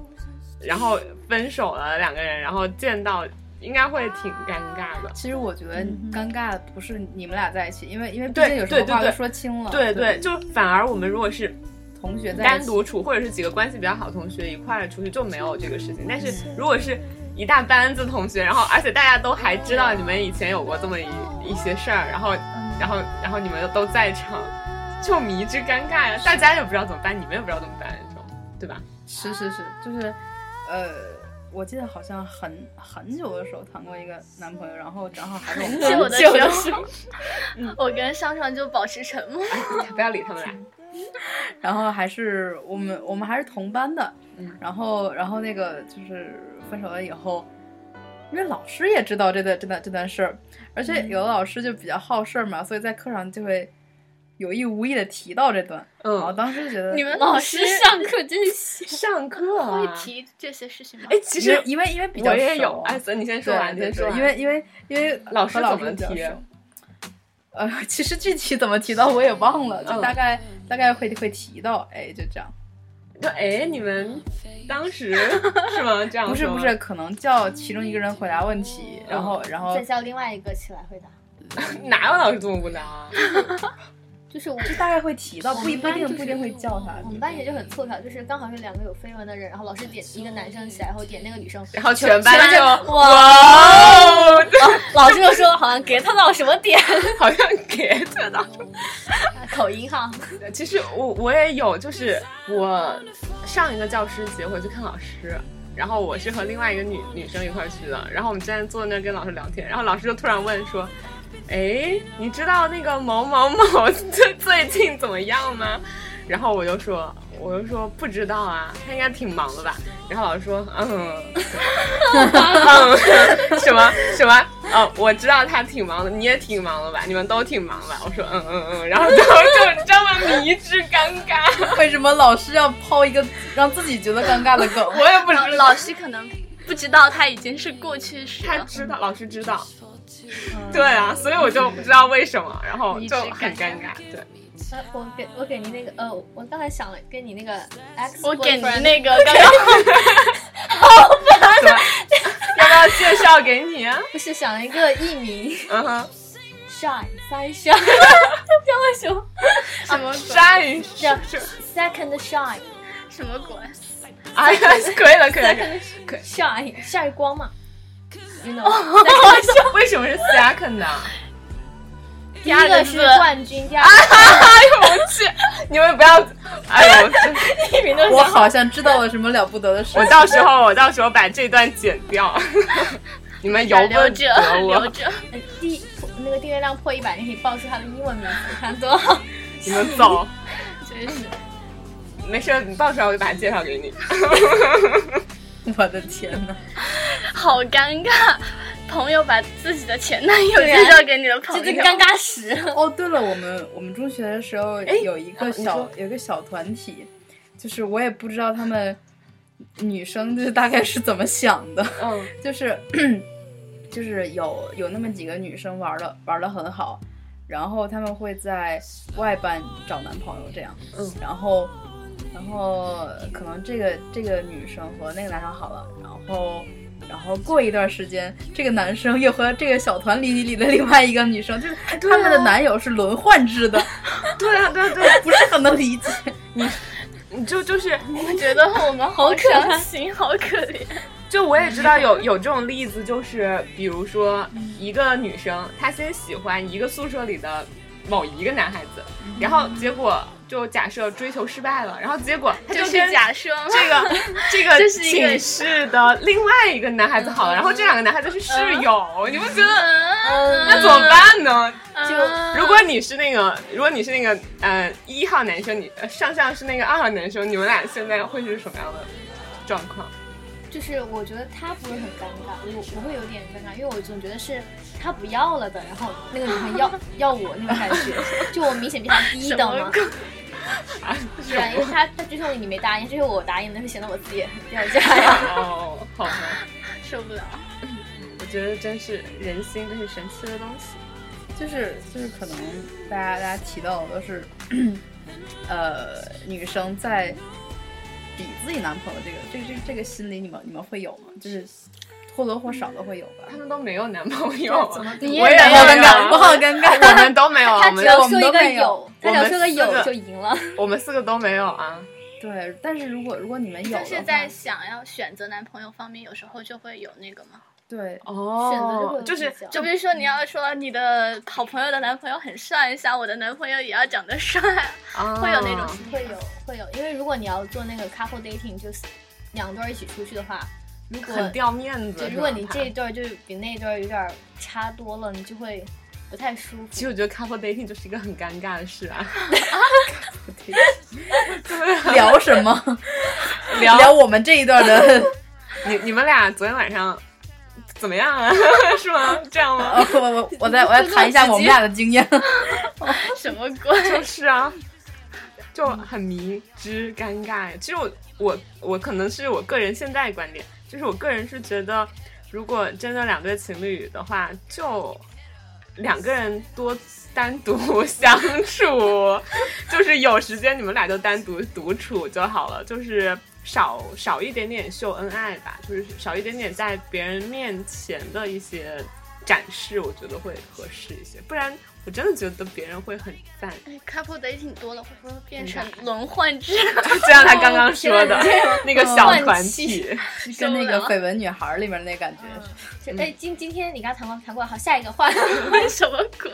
[SPEAKER 1] 然后分手了两个人，然后见到应该会挺尴尬
[SPEAKER 2] 哦
[SPEAKER 1] 的。
[SPEAKER 5] 其实我觉得尴尬的不是你们俩在一起，因为因为毕
[SPEAKER 1] 嗯对
[SPEAKER 5] 竟有什
[SPEAKER 1] 对
[SPEAKER 5] 么
[SPEAKER 1] 对
[SPEAKER 5] 话都
[SPEAKER 1] 对
[SPEAKER 5] 说清了，
[SPEAKER 1] 对对，就反而我们如果是
[SPEAKER 5] 同学在一
[SPEAKER 1] 单
[SPEAKER 5] 起
[SPEAKER 1] 独处，或者是几个关系比较好的同学一块儿出去就没有这个事情。但是
[SPEAKER 5] 嗯
[SPEAKER 1] 如果是一大班子同学，然后而且大家都还知道你们以前有过这么一一些事儿，然后
[SPEAKER 5] 嗯
[SPEAKER 1] 然后然后你们都在场，就迷之尴尬呀，大家也不知道怎么办，你们也不知道怎么办，这种对吧？
[SPEAKER 5] 是是是，就是，呃，我记得好像很很久的时候谈过一个男朋友，然后正好还是我
[SPEAKER 4] 很
[SPEAKER 5] 们
[SPEAKER 4] 久
[SPEAKER 1] 久
[SPEAKER 4] 的
[SPEAKER 1] 的
[SPEAKER 4] 时候， 我跟上上就保持沉默。
[SPEAKER 1] 不要理他们俩。
[SPEAKER 5] 然后还是我们我们还是同班的，
[SPEAKER 1] 嗯
[SPEAKER 5] 然后然后那个就是分手了以后，因为老师也知道这段这段这段事儿，而且
[SPEAKER 1] 嗯
[SPEAKER 5] 有的老师就比较好事儿嘛，所以在课上就会有意无意的提到这段，然后
[SPEAKER 1] 嗯，
[SPEAKER 5] 当时就觉得
[SPEAKER 4] 你们
[SPEAKER 2] 老师上课真行，
[SPEAKER 1] 上课啊
[SPEAKER 4] 会。提这些事情吗？
[SPEAKER 1] 哎，其
[SPEAKER 5] 因为
[SPEAKER 1] 实
[SPEAKER 5] 因为因为比较
[SPEAKER 1] 我也
[SPEAKER 5] 熟
[SPEAKER 1] 有。艾哎森，你先说啊
[SPEAKER 5] 对
[SPEAKER 1] 完，你
[SPEAKER 5] 对
[SPEAKER 1] 先说
[SPEAKER 5] 对，
[SPEAKER 1] 完。
[SPEAKER 5] 因为因为因为
[SPEAKER 1] 老
[SPEAKER 5] 和
[SPEAKER 1] 师
[SPEAKER 5] 老
[SPEAKER 1] 怎么
[SPEAKER 5] 比较
[SPEAKER 1] 提
[SPEAKER 5] 熟呃，其实具体怎么提到我也忘了，就
[SPEAKER 1] 嗯
[SPEAKER 5] 大概、大概会会提到，哎，就这样。
[SPEAKER 1] 就哎，你们当时是吗？这样
[SPEAKER 5] 不是
[SPEAKER 1] 说
[SPEAKER 5] 不
[SPEAKER 1] 吗
[SPEAKER 5] 是，，可能叫其中一个人回答问题，然后
[SPEAKER 1] 嗯
[SPEAKER 5] 然后
[SPEAKER 2] 再叫另外一个起来回答。
[SPEAKER 1] 哪有老师这么无聊啊？
[SPEAKER 2] 就是我
[SPEAKER 5] 就大概会提到，
[SPEAKER 2] 我
[SPEAKER 5] 不一
[SPEAKER 2] 们
[SPEAKER 5] 不一
[SPEAKER 2] 班就
[SPEAKER 5] 定不一定
[SPEAKER 2] 是
[SPEAKER 5] 会叫他
[SPEAKER 1] 嗯
[SPEAKER 2] 我。们班也就很凑巧，就是刚好是两个有绯闻的人，然后老师点一个男生起来，然后点那个女生，
[SPEAKER 1] 然后全班就
[SPEAKER 2] 全
[SPEAKER 1] 哇哦，
[SPEAKER 2] 老师就说好像 get 到了什么点，
[SPEAKER 1] 好像 get 到。
[SPEAKER 2] 口音哈，
[SPEAKER 1] 其实我我也有，就是我上一个教师节回去看老师，然后我是和另外一个女女生一块儿去的，然后我们现在坐那儿跟老师聊天，然后老师就突然问说：“哎，你知道那个某某某 最最近怎么样吗？”然后我就说，我就说不知道啊，他应该挺忙的吧。然后老师说，嗯，嗯， 什么什么，哦，我知道他挺忙的，你也挺忙的吧？你们都挺忙吧？我说，嗯嗯嗯。然后就就这么迷之尴尬，
[SPEAKER 5] 为什么老师要抛一个让自己觉得尴尬的梗？
[SPEAKER 1] 我也不
[SPEAKER 4] 老
[SPEAKER 1] 知道
[SPEAKER 4] 老。师可能不知道他已经是过去式
[SPEAKER 1] 他
[SPEAKER 4] 了。
[SPEAKER 1] 知道，老师知道，对啊，所以我就不知道为什么，然后
[SPEAKER 4] 迷之
[SPEAKER 1] 就很尴
[SPEAKER 4] 尴
[SPEAKER 1] 尬
[SPEAKER 4] 尬，
[SPEAKER 1] 对，
[SPEAKER 2] 呃我给我给您那个呃，我刚才想了跟你那个 X，
[SPEAKER 4] 我给你
[SPEAKER 2] boyfriend
[SPEAKER 4] 那个刚刚
[SPEAKER 1] 怎么要不要介绍给你啊？
[SPEAKER 2] 不是想了一个艺名
[SPEAKER 1] 嗯哼，
[SPEAKER 2] shine sunshine，不知道为什么
[SPEAKER 4] 什么鬼？
[SPEAKER 1] 战士
[SPEAKER 2] 叫 second shine
[SPEAKER 4] 什么鬼？
[SPEAKER 1] 哎呀， 可以了，可以了可以了。
[SPEAKER 2] shine 晒光嘛，you know，
[SPEAKER 1] 为什啊么是 second 呢？
[SPEAKER 2] 第一个是冠军，第二
[SPEAKER 1] 哎呦我去！ 你们不要，哎呦我去！
[SPEAKER 2] 个艺名都
[SPEAKER 5] 我好像知道了什么了不得的事
[SPEAKER 1] 我。到时候我到时候把这段剪掉， 你们由
[SPEAKER 4] 留
[SPEAKER 1] 不
[SPEAKER 4] 着
[SPEAKER 1] 得
[SPEAKER 4] 留
[SPEAKER 1] 我，
[SPEAKER 4] 着，
[SPEAKER 2] 呃第那个订阅量破一百，你可以报出他的英文名字，看多好。
[SPEAKER 1] 你们走，
[SPEAKER 4] 真是
[SPEAKER 1] 没事，你报出来我就把它介绍给你。
[SPEAKER 5] 我的天哪！
[SPEAKER 4] 好尴尬。朋友把自己的前男友
[SPEAKER 2] 对啊
[SPEAKER 4] 介绍给你的朋
[SPEAKER 2] 这这个
[SPEAKER 4] 友，
[SPEAKER 2] 尴尬史，
[SPEAKER 5] 哦，对了，我们我们中学的时
[SPEAKER 1] 哎
[SPEAKER 5] 候有一
[SPEAKER 1] 啊
[SPEAKER 5] 个小有一个小团体，就是我也不知道他们女生就是大概是怎么想的，
[SPEAKER 1] 嗯
[SPEAKER 5] 就是 就是有有那么几个女生玩的玩的很好，然后她们会在外班找男朋友这样，
[SPEAKER 1] 嗯，
[SPEAKER 5] 然后然后可能这个这个女生和那个男生好了，然后。然后过一段时间，这个男生又和这个小团里里的另外一个女生，就是他们的男友是轮换制的，
[SPEAKER 1] 对啊对啊对啊，
[SPEAKER 5] 不是很能理解。
[SPEAKER 1] 你就就是
[SPEAKER 4] 我觉得我们好伤心，好可怜。
[SPEAKER 1] 就我也知道有有这种例子，就是比如说一个女生，她先喜欢一个宿舍里的某一个男孩子，
[SPEAKER 4] 嗯
[SPEAKER 1] 然后结果就假设追求失败了，然后结果她
[SPEAKER 4] 就
[SPEAKER 1] 就是跟
[SPEAKER 4] 假设吗？
[SPEAKER 1] 这个这个
[SPEAKER 4] 这是一个嗯
[SPEAKER 1] 寝室的另外一个男孩子好了，然后这两个男孩子是室友，你不觉得 那
[SPEAKER 4] 那
[SPEAKER 1] 怎么？办呢？
[SPEAKER 2] 嗯
[SPEAKER 4] 就
[SPEAKER 1] 如果你是那个，如果你是那个呃一号男生，你呃上上是那个二号男生，你们俩现在会是什么样的状况？
[SPEAKER 2] 就是我觉得他不是很尴尬，我我会有点尴尬，因为我总觉得是他不要了的，然后那个女生 要要我那种感觉，就我明显比他低一等嘛。对啊，因为他他追求你，你没答应，追求我答应的，会显得我自己很掉价 呀。
[SPEAKER 1] 哦，好吧，
[SPEAKER 4] 受不了，
[SPEAKER 1] 我觉得真是人心，真是神奇的东西。
[SPEAKER 5] 就是就是可能大家大家提到的都是，呃，女生在比自己男朋友这个这个这个这个心理，你们你们会有吗？就是或多或少的会有吧
[SPEAKER 1] 他。们都没有男朋友 啊，
[SPEAKER 4] 你
[SPEAKER 5] 我也
[SPEAKER 1] 没
[SPEAKER 5] 好
[SPEAKER 1] 有
[SPEAKER 5] 尴
[SPEAKER 1] 呀
[SPEAKER 5] 尬，我好尴
[SPEAKER 1] 我
[SPEAKER 5] 尬。
[SPEAKER 1] 们都没有
[SPEAKER 2] 他
[SPEAKER 1] 啊，我
[SPEAKER 2] 只
[SPEAKER 1] 们
[SPEAKER 2] 要说
[SPEAKER 5] 我们
[SPEAKER 2] 一
[SPEAKER 5] 都
[SPEAKER 2] 个
[SPEAKER 5] 没有
[SPEAKER 2] 有，他只要说个
[SPEAKER 1] 我
[SPEAKER 2] 有就
[SPEAKER 1] 们四个
[SPEAKER 2] 赢了。
[SPEAKER 1] 我们四个都没有啊。
[SPEAKER 5] 对，但是如果如果你们有的
[SPEAKER 4] 就
[SPEAKER 5] 话，
[SPEAKER 4] 是在想要选择男朋友方面，有时候就会有那个嘛。
[SPEAKER 5] 对
[SPEAKER 2] 选择就会
[SPEAKER 1] 哦
[SPEAKER 2] 有，
[SPEAKER 1] 就是
[SPEAKER 2] 比较
[SPEAKER 4] 就比如说你要说你的好朋友的男朋友很帅，你想我的男朋友也要长得帅， 哦会
[SPEAKER 1] 会
[SPEAKER 4] 有那种情
[SPEAKER 2] 会有会有，因为如果你要做那个 couple dating，就是两对儿一起出去的话，如果
[SPEAKER 1] 很掉面子
[SPEAKER 2] 对，。
[SPEAKER 1] 是
[SPEAKER 2] 如果
[SPEAKER 1] 吧
[SPEAKER 2] 你这一段儿就比那一段儿有点儿差多了，你就会不太舒服。
[SPEAKER 1] 其实我觉得 couple dating 就是一个很尴尬的事啊。对啊，
[SPEAKER 5] 聊什么？
[SPEAKER 1] 聊
[SPEAKER 5] 聊我们这一 段的，
[SPEAKER 1] 你你们俩昨天晚上怎么样啊？ 是吗？这样吗？
[SPEAKER 5] 呃我我我再我再谈一下我们俩的经验。
[SPEAKER 4] 什么鬼？
[SPEAKER 1] 就是啊，就很迷之尴尬。其实我我我可能是我个人现在观点，就是我个人是觉得，如果真的两对情侣的话，就两个人多单独 相处，就是有时间你们俩就单独独处就好了，就是。少少一点点秀恩爱吧，就是少一点点在别人面前的一些展示，我觉得会合适一些。不然我真的觉得别人会很赞
[SPEAKER 4] couple dating 多了，会不会变成
[SPEAKER 1] 明白
[SPEAKER 4] 轮换制？
[SPEAKER 1] 就像他刚刚说 的 那个小
[SPEAKER 2] 嗯
[SPEAKER 1] 团体，
[SPEAKER 5] 跟那个绯闻女孩里面那感觉
[SPEAKER 4] 嗯
[SPEAKER 5] 是，
[SPEAKER 2] 就哎，今今天你刚谈过谈过，好，下一个换。
[SPEAKER 4] 什么鬼？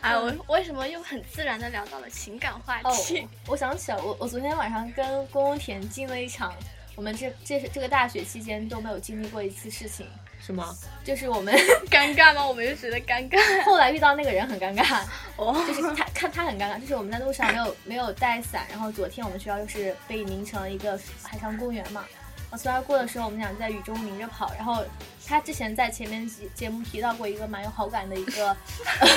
[SPEAKER 4] 哎，我为什么又很自然的聊到了情感话
[SPEAKER 2] 哦
[SPEAKER 4] 题？，
[SPEAKER 2] 我想起来，我我昨天晚上跟宫田经了一场，我们这这这个大学期间都没有经历过一次事情，
[SPEAKER 1] 是吗？
[SPEAKER 2] 就是我们
[SPEAKER 4] 尴尬吗？我们就觉得尴尬。
[SPEAKER 2] 后来遇到那个人很尴尬，
[SPEAKER 4] 哦，
[SPEAKER 2] 就是他看他很尴尬，就是我们在路上没有没有带伞，然后昨天我们学校又是被淋成了一个海上公园嘛，然后从那儿过的时候，我们俩在雨中淋着跑，然后他之前在前面节节目提到过一个蛮有好感的一个，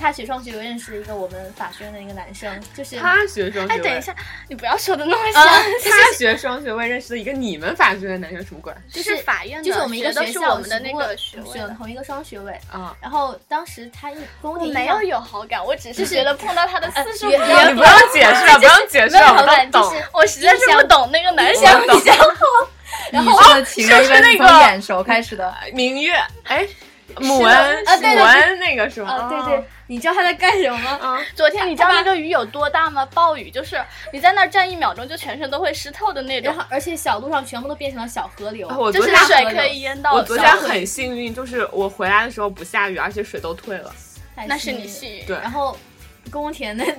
[SPEAKER 2] 他学双学有认识一个我们法学院的一个男生，就是
[SPEAKER 1] 他学双学
[SPEAKER 4] 哎，
[SPEAKER 1] 位，
[SPEAKER 4] 等一，下，你不要说的那么
[SPEAKER 2] 啊
[SPEAKER 4] 详细。
[SPEAKER 1] 他学双学位认识的一个你们法学院男生什么鬼
[SPEAKER 2] 就是
[SPEAKER 4] 法院的，
[SPEAKER 2] 就是我们一个
[SPEAKER 4] 学的
[SPEAKER 2] 学
[SPEAKER 4] 是
[SPEAKER 2] 校
[SPEAKER 4] 我们的那
[SPEAKER 2] 只不过
[SPEAKER 4] 个学位
[SPEAKER 2] 选
[SPEAKER 4] 的。
[SPEAKER 2] 同一个双学位，
[SPEAKER 1] 啊？
[SPEAKER 2] 然后当时他一跟我
[SPEAKER 4] 我
[SPEAKER 2] 挺
[SPEAKER 4] 没有有好感，我只是觉得碰到他的次数
[SPEAKER 2] 哎
[SPEAKER 4] 不
[SPEAKER 2] 原来
[SPEAKER 4] 多
[SPEAKER 1] 你不要解 释了，不要解释
[SPEAKER 2] 没有
[SPEAKER 1] 了，我
[SPEAKER 2] 好感，
[SPEAKER 1] 们都
[SPEAKER 2] 就
[SPEAKER 1] 懂
[SPEAKER 2] 是。
[SPEAKER 4] 我实在是不懂那个男生。
[SPEAKER 1] 我懂。
[SPEAKER 5] 女生的情人一般是
[SPEAKER 1] 就是
[SPEAKER 5] 从
[SPEAKER 1] 那个
[SPEAKER 5] 眼熟开始的。
[SPEAKER 1] 明月，哎，母恩，
[SPEAKER 2] 啊对对
[SPEAKER 1] 母恩那个是吗？哦
[SPEAKER 2] 啊，对对，你知道他在干什么吗？
[SPEAKER 1] 啊，
[SPEAKER 4] 昨天你知道那个雨有多大吗？暴雨就是你在那儿站一秒钟，就全身都会湿透的那
[SPEAKER 2] 然
[SPEAKER 4] 种
[SPEAKER 2] 后，，而且小路上全部都变成了小河流。
[SPEAKER 1] 啊我
[SPEAKER 4] 就
[SPEAKER 1] 昨
[SPEAKER 4] 是
[SPEAKER 1] 天
[SPEAKER 4] 水可以淹到。
[SPEAKER 1] 我昨天很幸运，就是我回来的时候不下雨，而且水都退 了。
[SPEAKER 2] 太
[SPEAKER 4] 那是
[SPEAKER 2] 幸运
[SPEAKER 4] 你
[SPEAKER 2] 了
[SPEAKER 4] 幸运，
[SPEAKER 1] 对
[SPEAKER 2] 然后宫田的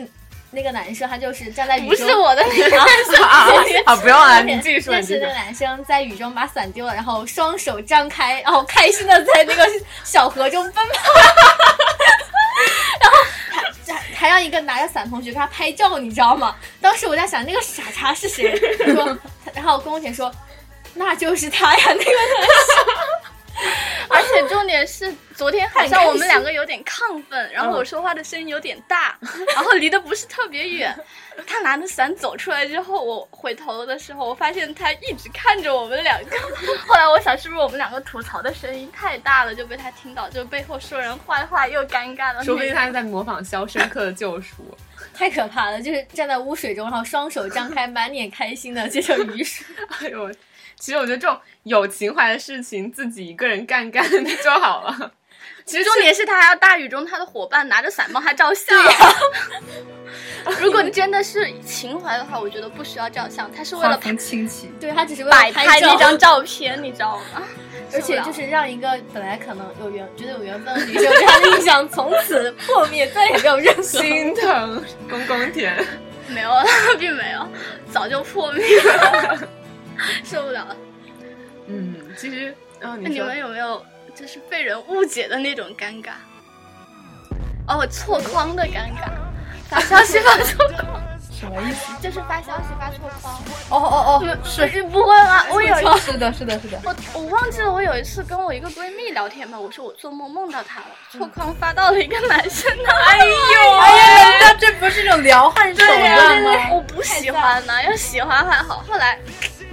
[SPEAKER 2] 那个男生，他就是站在雨中，
[SPEAKER 4] 不是 我的那个。
[SPEAKER 1] 啊啊！不用了，你继续说，
[SPEAKER 2] 认
[SPEAKER 1] 你继
[SPEAKER 2] 识
[SPEAKER 1] 续
[SPEAKER 2] 那
[SPEAKER 1] 说
[SPEAKER 2] 个。男生在雨中把伞丢了，然后双手张开， 然后开心的在那个小河中奔跑， 然后还还让一个拿着伞同学给他拍照，你知道吗？当时我在想那个傻叉是谁，说， 然后宫田说那就是他呀，那个男生。
[SPEAKER 4] 而 且重点是，昨天好像我们两个有点亢奋，
[SPEAKER 1] 嗯
[SPEAKER 4] 然后我说话的声音有点大， 然后离得不是特 别远。他拿着伞走出来之后，我回头的时候，我发现他一直看着我们两个。 后来我想，是不是我们两个吐槽的声音太大了，就被他听到，就背后说人坏话又尴尬了。
[SPEAKER 1] 说 不定他是在模仿《肖申克的救赎》。
[SPEAKER 2] 太可怕了，就是站在污水中，然后双手张开，满脸开心的接受雨水。
[SPEAKER 1] 哎呦，其实我觉得这种有情怀的事情，自己一个人干 干就好了。其实
[SPEAKER 4] 重点是他还要大雨中他的伙伴拿着伞帮他照相。 如果你真的是情怀的话，我觉得不需要照相，他是为
[SPEAKER 5] 画
[SPEAKER 4] 了
[SPEAKER 5] 风清奇，
[SPEAKER 2] 对他只是为
[SPEAKER 4] 摆
[SPEAKER 2] 了
[SPEAKER 4] 拍
[SPEAKER 2] 照
[SPEAKER 4] 那，张照片，你知道吗？
[SPEAKER 2] 而且就是让一个本来可能有缘觉得有缘分的女生，对他的印象从此破灭，再也没有任何。
[SPEAKER 1] 心疼公公田，
[SPEAKER 4] 没有，并没有， 早就破灭了， 受不了了。
[SPEAKER 1] 嗯，其实，嗯、你
[SPEAKER 4] 那你
[SPEAKER 1] 说
[SPEAKER 4] 们有没有就是被人误解的那种尴尬？哦，我错框的尴尬，发消息发错框，
[SPEAKER 5] 什么意思？
[SPEAKER 4] 就是发消息发错框。
[SPEAKER 5] 哦哦哦，
[SPEAKER 4] 是你不会吗？我有一
[SPEAKER 5] 错是的，是的，是 的。
[SPEAKER 4] 我我忘记了，我有一次跟我一个闺蜜聊天吧，我说我做梦梦到他了，错框发到了一个男生那儿，哎呦，
[SPEAKER 5] 哎呀，那这不是一种撩汉手
[SPEAKER 4] 对
[SPEAKER 5] 段吗？
[SPEAKER 4] 我不喜欢呢，要喜欢还好。后来，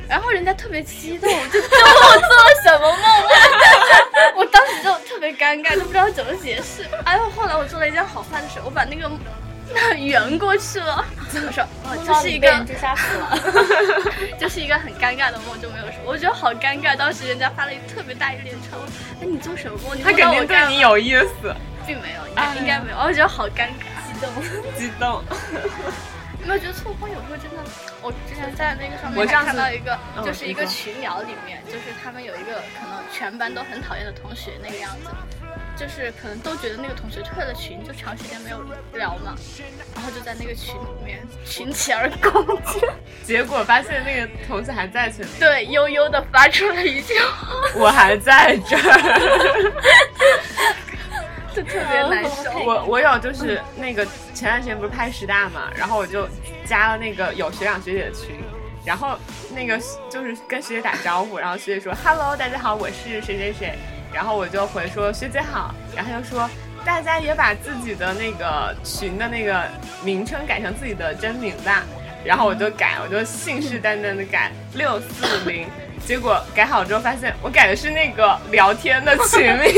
[SPEAKER 4] 然后人家特别激动，就就问我做了什么梦啊， 我当时就特别尴尬，都不知道怎么解释。哎呦，后来我做了一件好坏的事，我把那个那圆过去了。 我说，哦，这是一
[SPEAKER 2] 被
[SPEAKER 4] 个
[SPEAKER 2] 人追杀死了，
[SPEAKER 4] 就是一个很尴尬的梦，就没有说。我觉得好尴尬，当时人家发了一特别大一连串，我说那你做什么梦？你
[SPEAKER 1] 他
[SPEAKER 4] 梦
[SPEAKER 1] 肯
[SPEAKER 4] 到我
[SPEAKER 1] 定对
[SPEAKER 4] 干
[SPEAKER 1] 你
[SPEAKER 4] 嘛？
[SPEAKER 1] 有意思，
[SPEAKER 4] 并没有，应该应该没有。我觉得好尴尬。
[SPEAKER 2] 激动。
[SPEAKER 1] 激动。
[SPEAKER 4] 你们觉得错峰有时候真的，我之前在那个上
[SPEAKER 1] 我
[SPEAKER 4] 面
[SPEAKER 1] 上
[SPEAKER 4] 还
[SPEAKER 1] 次
[SPEAKER 4] 看到一个，
[SPEAKER 1] 嗯
[SPEAKER 4] 就是一
[SPEAKER 1] 你
[SPEAKER 4] 个
[SPEAKER 1] 说
[SPEAKER 4] 群聊里面，就是他们有一个可能全班都很讨厌的同学那个样子，就是可能都觉得那个同学退了群，就长时间没有聊嘛，然后就在那个群里面群起而攻之，
[SPEAKER 1] 结果发现那个同事还在群里，
[SPEAKER 4] 对，悠悠的发出了一句话，
[SPEAKER 1] 我还在这儿。
[SPEAKER 4] 就特别难受。
[SPEAKER 1] 我我有就是那个前段时间不是拍十大嘛，然后我就加了那个有学长学姐的群，然后那个就是跟学姐打招呼，然后学姐说 “hello，大家好，我是谁谁谁”，然后我就回说“学姐好”，然后她就说。大家也把自己的那个群的那个名称改成自己的真名吧，然后我就改，我就信誓旦旦的改六四零，结果改好之后发现我改的是那个聊天的群名，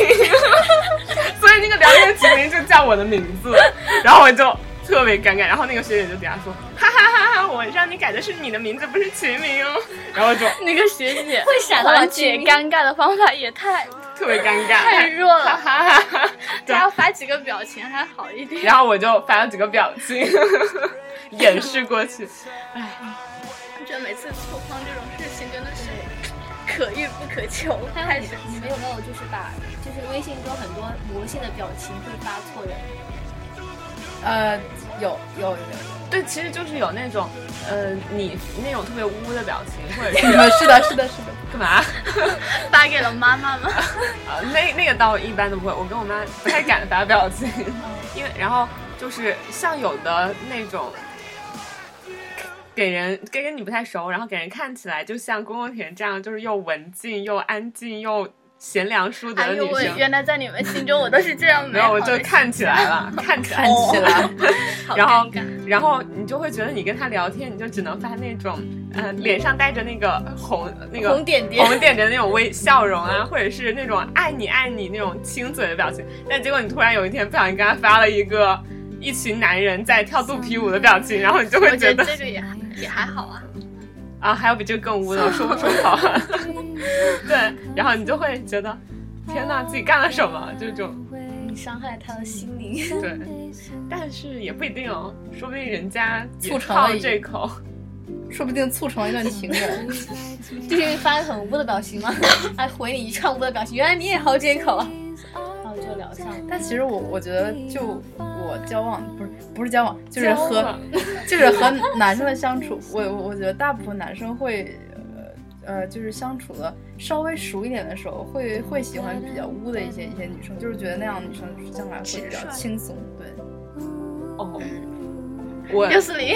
[SPEAKER 1] 所以那个聊天群名就叫我的名字， 然后我就特别尴尬。然后那个学姐就底下说，哈哈哈哈，我让你改的是你的名字，不是群名 哦。然后就
[SPEAKER 4] 那个学姐
[SPEAKER 2] 会闪到
[SPEAKER 4] 缓
[SPEAKER 2] 群
[SPEAKER 4] 解
[SPEAKER 2] 里
[SPEAKER 4] 尴尬的方法也太
[SPEAKER 1] 特别尴尬，
[SPEAKER 4] 太弱了
[SPEAKER 1] 哈哈哈哈。对
[SPEAKER 4] 大家发几个表情还好一点。
[SPEAKER 1] 然后我就发了几个表情， 掩饰过去。
[SPEAKER 4] 我觉得每次拓荒这种事情真的是可遇不可求，
[SPEAKER 2] 还有
[SPEAKER 4] 太
[SPEAKER 2] 你
[SPEAKER 4] 神
[SPEAKER 2] 你
[SPEAKER 4] 奇
[SPEAKER 2] 们
[SPEAKER 4] 了。
[SPEAKER 2] 有没有就是把就是微信中很多魔性的表情会发错人？
[SPEAKER 5] 呃，有有有有，
[SPEAKER 1] 对，其实就是有那种，呃，你那种特别污的表情，或者
[SPEAKER 5] 你
[SPEAKER 1] 是
[SPEAKER 5] 们是的，是的，是的。
[SPEAKER 1] 干嘛？
[SPEAKER 4] 发给了妈妈 吗？
[SPEAKER 1] 啊，那那个倒一般都不会，我跟我妈不太敢发表情，因为然后就是像有的那种。给人跟跟你不太熟，然后给人看起来就像公公田这样，就是又文静又安静又贤良淑德
[SPEAKER 4] 哎
[SPEAKER 1] 的
[SPEAKER 4] 呦
[SPEAKER 1] 女
[SPEAKER 4] 喂，
[SPEAKER 1] 生。
[SPEAKER 4] 原来在你们心中我都是这样
[SPEAKER 1] 没
[SPEAKER 4] 美
[SPEAKER 1] 有，
[SPEAKER 4] 好的
[SPEAKER 1] 我就看起来了，看起来，
[SPEAKER 5] 看起来，
[SPEAKER 4] 好
[SPEAKER 1] 然后
[SPEAKER 4] 尴尬
[SPEAKER 1] 然后你就会觉得你跟他聊天，你就只能发那种，呃，脸上带着那个红那个
[SPEAKER 2] 红点点
[SPEAKER 1] 红点点的那种微笑容啊，或者是那种爱你爱你那种亲嘴的表情。但结果你突然有一天不小心给他发了一个一群男人在跳肚皮舞的表情，然后你就会
[SPEAKER 4] 我
[SPEAKER 1] 觉
[SPEAKER 4] 觉
[SPEAKER 1] 得
[SPEAKER 4] 得这个也还也还好 啊。
[SPEAKER 1] 啊，还有比这个更污的，我说不出口。 对，然后你就会觉得，天呐，自己干了什么？就这种。
[SPEAKER 2] 你伤害了他的心灵。
[SPEAKER 1] 对，但是也不一定哦，说不定人家也
[SPEAKER 5] 促成
[SPEAKER 1] 好
[SPEAKER 5] 了一
[SPEAKER 1] 这口。
[SPEAKER 5] 说不定促成了一段情缘。
[SPEAKER 2] 就是发很污的表情 嘛，还回你一串污的表情。原来你也好这口啊，然后就聊上了。
[SPEAKER 5] 但其实我我觉得，就我交往不是不是交往，就是
[SPEAKER 1] 交
[SPEAKER 5] 和
[SPEAKER 1] 往
[SPEAKER 5] 就是和男生的相处，我我我觉得大部分男生会呃呃就是相处的稍微熟一点的时候，会会喜欢比较污的一些一些女生，就是觉得那样的女生将来会比较轻松。对，
[SPEAKER 1] 哦， 我
[SPEAKER 4] 六四零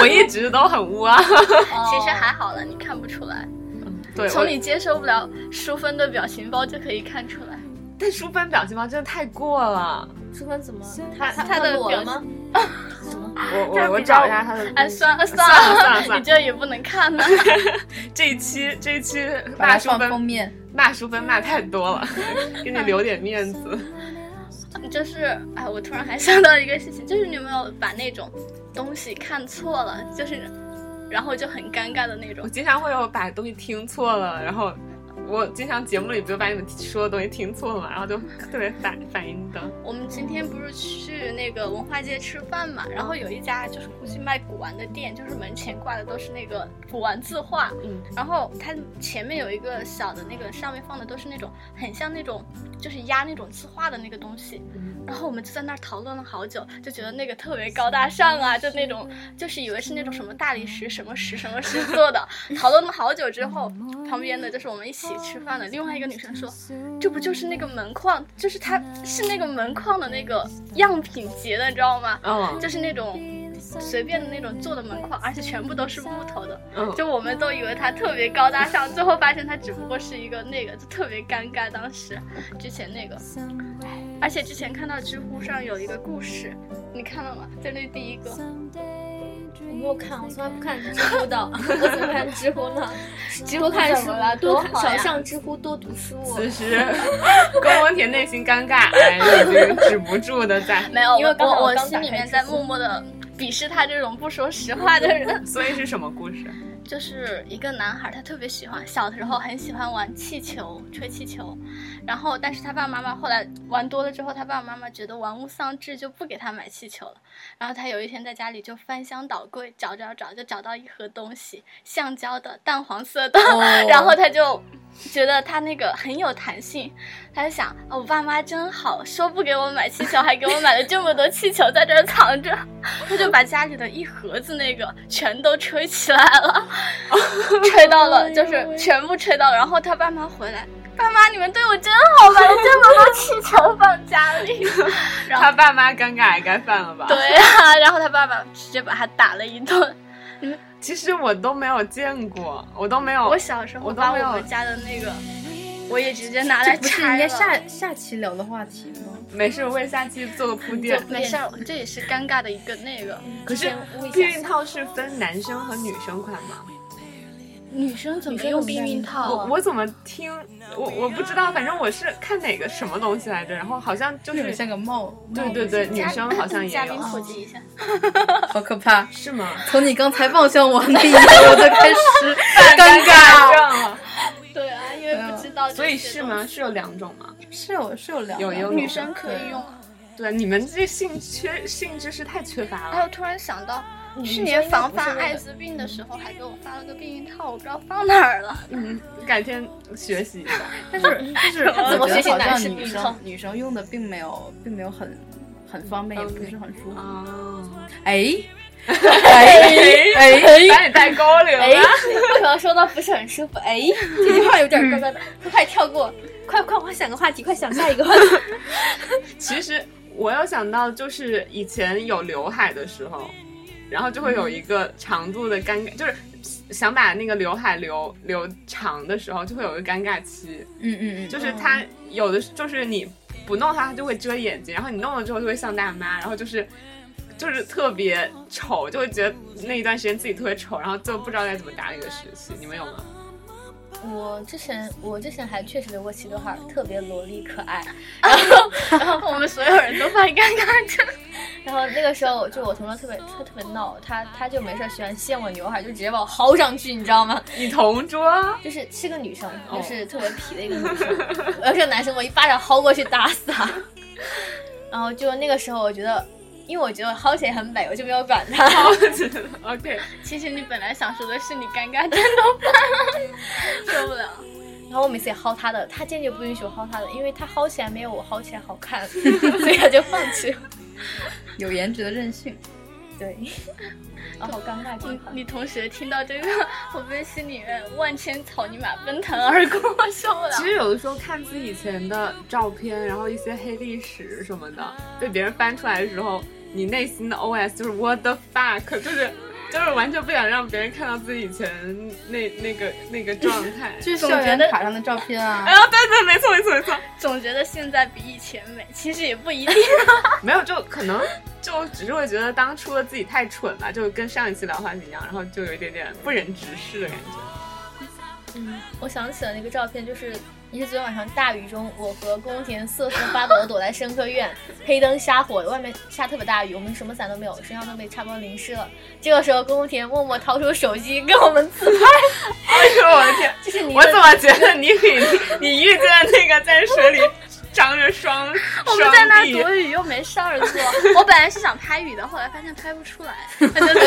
[SPEAKER 1] 我一直都很污啊。
[SPEAKER 4] 其实还好了，你看不出来，
[SPEAKER 1] 对，我
[SPEAKER 4] 从你接收不了淑芬的表情包就可以看出 来。
[SPEAKER 1] 但淑芬表情包真的太过了。
[SPEAKER 2] 淑芬怎么了？
[SPEAKER 4] 他
[SPEAKER 2] 她
[SPEAKER 4] 他的
[SPEAKER 2] 裸
[SPEAKER 4] 表
[SPEAKER 2] 了
[SPEAKER 4] 情
[SPEAKER 2] 吗？什么？
[SPEAKER 1] 我
[SPEAKER 4] 这
[SPEAKER 1] 我我
[SPEAKER 4] 比较
[SPEAKER 1] 找一下她的东西。
[SPEAKER 4] 哎，算了
[SPEAKER 1] 算
[SPEAKER 4] 了
[SPEAKER 1] 了算了算了
[SPEAKER 4] 你这也不能看呢。
[SPEAKER 1] 这一期这一期
[SPEAKER 5] 把
[SPEAKER 1] 骂
[SPEAKER 5] 它
[SPEAKER 1] 淑
[SPEAKER 5] 放封
[SPEAKER 1] 芬
[SPEAKER 5] 面，
[SPEAKER 1] 骂淑芬骂太多了， 给你留点面 子。
[SPEAKER 4] 就是哎，我突然还想到一个事情，就是你有没有把那种东西看错了，就是然后就很尴尬的那
[SPEAKER 1] 我
[SPEAKER 4] 种。
[SPEAKER 1] 经常会有把东西听错了，然后。我经常节目里不就把你们说的东西听错了嘛，然后就特别反反应的。
[SPEAKER 4] 我们今天不是去那个文化街吃饭嘛，然后有一家就是估计卖古玩的店，就是门前挂的都是那个古玩字画，
[SPEAKER 1] 嗯，
[SPEAKER 4] 然后它前面有一个小的那个，上面放的都是那种很像那种就是压那种字画的那个东西。然后我们就在那儿讨论了好久，就觉得那个特别高大上啊，就那种就是以为是那种什么大理石什么石什么石做的。讨论了好久之后，旁边的就是我们一起吃饭的另外一个女生说：“这不就是那个门框，就是它是那个门框的那个样品节的，你知道吗？
[SPEAKER 1] 嗯
[SPEAKER 4] 就是那种随便的那种做的门框，而且全部都是木头的。”
[SPEAKER 1] 嗯，
[SPEAKER 4] 就我们都以为他特别高大上，最后发现他只不过是一个那个，就特别尴尬。当时之前那个，唉而且之前看到知乎上有一个故事，你看了吗？就那第一个，
[SPEAKER 2] 我没有看，我从来不看知乎 的，我怎么看知乎呢？知 乎看
[SPEAKER 4] 怎
[SPEAKER 2] 书
[SPEAKER 4] 么了多
[SPEAKER 2] 多
[SPEAKER 4] 好呀
[SPEAKER 2] 少上知乎多读书哦。
[SPEAKER 1] 此时宫文田内心尴尬，哎，已经止不住的在，
[SPEAKER 4] 没有，
[SPEAKER 2] 因为刚好
[SPEAKER 4] 我
[SPEAKER 2] 我
[SPEAKER 4] 我
[SPEAKER 2] 刚打
[SPEAKER 4] 心里
[SPEAKER 2] 开
[SPEAKER 4] 面
[SPEAKER 2] 知
[SPEAKER 4] 在
[SPEAKER 2] 乎
[SPEAKER 4] 默默的鄙视他这种不说实话的人。
[SPEAKER 1] 所以是什么故事？
[SPEAKER 4] 就是一个男孩，他特别喜欢，小的时候很喜欢玩气球，吹气球，然后但是他爸爸妈妈后来玩多了之后，他爸爸妈妈觉得玩物丧志，就不给他买气球了。然后他有一天在家里就翻箱倒柜找找找，就找到一盒东西，橡胶的淡黄色的， 然后他就觉得他那个很有弹性，他就想，哦，我爸妈真好，说不给我买气球，还给我买了这么多气球在这儿藏着， 他就把家里的一盒子那个全都吹起来了，吹到了，就是全部吹到了。然后他爸妈回来，爸妈你们对我真好，买了这么多气球放家里。然后
[SPEAKER 1] 他爸妈尴尬也该犯了吧？
[SPEAKER 4] 对啊，然后他爸爸直接把他打了一顿。
[SPEAKER 1] 其实我都没有见过，我都没有。
[SPEAKER 4] 我小时候
[SPEAKER 1] 我都
[SPEAKER 4] 把
[SPEAKER 1] 没有
[SPEAKER 4] 我们家的那个，我也直接拿来
[SPEAKER 5] 这不是
[SPEAKER 4] 拆
[SPEAKER 5] 应该
[SPEAKER 4] 了。
[SPEAKER 5] 下下期聊的话题吗？
[SPEAKER 1] 没事，为下期做个铺垫。
[SPEAKER 4] 没事儿，这也是尴尬的一个那个。
[SPEAKER 1] 可是避孕套是分男生和女生款吗？
[SPEAKER 4] 女生怎么
[SPEAKER 2] 生
[SPEAKER 4] 用
[SPEAKER 2] 怎么
[SPEAKER 4] 避
[SPEAKER 2] 戴
[SPEAKER 4] 孕
[SPEAKER 2] 孕
[SPEAKER 4] 套
[SPEAKER 1] 我
[SPEAKER 4] 啊？
[SPEAKER 1] 我怎么听我我不知道，反正我是看哪个什么东西来着，然后好像就
[SPEAKER 5] 就是
[SPEAKER 1] 是
[SPEAKER 5] 像个帽，
[SPEAKER 1] 对对对，女生好像也
[SPEAKER 4] 嘉宾
[SPEAKER 1] 有，
[SPEAKER 4] 普及一下，
[SPEAKER 5] 好可怕！
[SPEAKER 1] 是吗？
[SPEAKER 5] 从你刚才望向我那一刻，我就开始尴尬。
[SPEAKER 1] 尬了，
[SPEAKER 4] 对啊，因为不知道这些东西，
[SPEAKER 1] 所以是吗？是有两种吗？
[SPEAKER 5] 是有是有聊
[SPEAKER 1] 有有
[SPEAKER 4] 女生可以用啊。
[SPEAKER 1] 对，你们这性缺性知识太缺乏
[SPEAKER 4] 哎，
[SPEAKER 1] 了。
[SPEAKER 4] 我突然想到，
[SPEAKER 2] 女
[SPEAKER 4] 去
[SPEAKER 2] 生
[SPEAKER 4] 年
[SPEAKER 2] 应该
[SPEAKER 4] 防
[SPEAKER 2] 不是
[SPEAKER 4] 范
[SPEAKER 2] 为
[SPEAKER 4] 艾
[SPEAKER 2] 了
[SPEAKER 4] 滋病的时候，还给我发了个避孕套，我不知道放哪儿了。
[SPEAKER 1] 嗯，改天学习一下。
[SPEAKER 5] 但是但是
[SPEAKER 4] 怎么
[SPEAKER 5] 我觉
[SPEAKER 4] 学
[SPEAKER 5] 得
[SPEAKER 4] 习
[SPEAKER 5] 好
[SPEAKER 4] 男
[SPEAKER 5] 像
[SPEAKER 4] 士
[SPEAKER 5] 女
[SPEAKER 4] 避孕
[SPEAKER 5] 生
[SPEAKER 4] 套
[SPEAKER 5] 女生用的并没有并没有很很方便，也不是很舒服。
[SPEAKER 1] 哦，
[SPEAKER 5] 哎哎哎！
[SPEAKER 1] 把你带高龄
[SPEAKER 2] 哎，
[SPEAKER 1] 了。
[SPEAKER 2] 为什么要说 到不是很舒服？哎，这句话有点怪怪的，快跳过，快快快想个话题，快想下一个话题。
[SPEAKER 1] 其实我有想到，就是以前有刘海的时候，然后就会有一个长度的尴
[SPEAKER 5] 嗯
[SPEAKER 1] 尬，就是想把那个刘海留留长的时候，就会有一个尴尬期，
[SPEAKER 5] 嗯嗯嗯，
[SPEAKER 1] 就是它有的就是你不弄它，它就会遮眼睛，然后你弄了之后就会像大妈，然后就是。就是特别丑，就会觉得那一段时间自己特别丑，然后就不知道该怎么打理的时期，你们有吗？
[SPEAKER 2] 我之前我之前还确实留过齐刘海儿，特别萝莉可 爱。
[SPEAKER 4] 然后我们所有人都犯尴尬症。
[SPEAKER 2] 然后那个时候就我同桌特别他特别闹，他他就没事儿喜欢掀我刘海儿，就直接把我薅上去，你知道吗？
[SPEAKER 1] 你同 桌
[SPEAKER 2] 就是是个女生，
[SPEAKER 1] 哦
[SPEAKER 2] 就是特别痞的一个女生。我要是个男生，我一巴掌薅过去打死他。然后就那个时候，我觉得，因为我觉得薅起来很美，我就没有管他。
[SPEAKER 1] ，OK，
[SPEAKER 4] 其实你本来想说的是你尴尬症都犯了，受不了。
[SPEAKER 2] 然后我每次也薅他的，他坚决不允许我薅他的，因为他薅起来没有我薅起来好看， 所以他就放弃了。
[SPEAKER 5] 有颜值的任性。。
[SPEAKER 2] 对，啊、好尴尬，
[SPEAKER 4] 你
[SPEAKER 2] 真好。
[SPEAKER 4] 你同学听到这个，我被心里面万千草泥马奔腾而过，受不了
[SPEAKER 1] 其。实有的时候看自己以前的照片，然后一些黑历史什么的，被别人翻出来的时候，你内心的 OS 就是 What the fuck，就是就是完全不想让别人看到自己以前那那个那个状态
[SPEAKER 5] 就是宋
[SPEAKER 4] 校园
[SPEAKER 5] 卷
[SPEAKER 4] 的
[SPEAKER 5] 卡上的照片啊
[SPEAKER 1] 哎，呀，对对，没错没错没错，
[SPEAKER 4] 总觉得现在比以前美，其实也不 一定。
[SPEAKER 1] 没有就可能就只是会觉得当初的自己太蠢了，就跟上一期聊话题一样，然后就有一点点不忍直视的感觉。
[SPEAKER 2] 我想起了那个照片，就是也是昨天晚上大雨中，我和宫田瑟瑟发抖地躲在生科院，黑灯瞎火，外面下特别大雨，我们什么伞都没有，身上都被差不多淋湿了。这个时候，宫田默默掏出手机跟我们自 拍，
[SPEAKER 1] 哎呦我的天！
[SPEAKER 2] 就是你
[SPEAKER 1] 我
[SPEAKER 2] 的
[SPEAKER 1] 怎么觉得你比你遇见那个在水里张着双，
[SPEAKER 4] 我们在那
[SPEAKER 1] 双
[SPEAKER 4] 儿
[SPEAKER 1] 臂
[SPEAKER 4] 躲雨又没事儿做， 我本来是想拍雨的，后来发现拍不出来，那就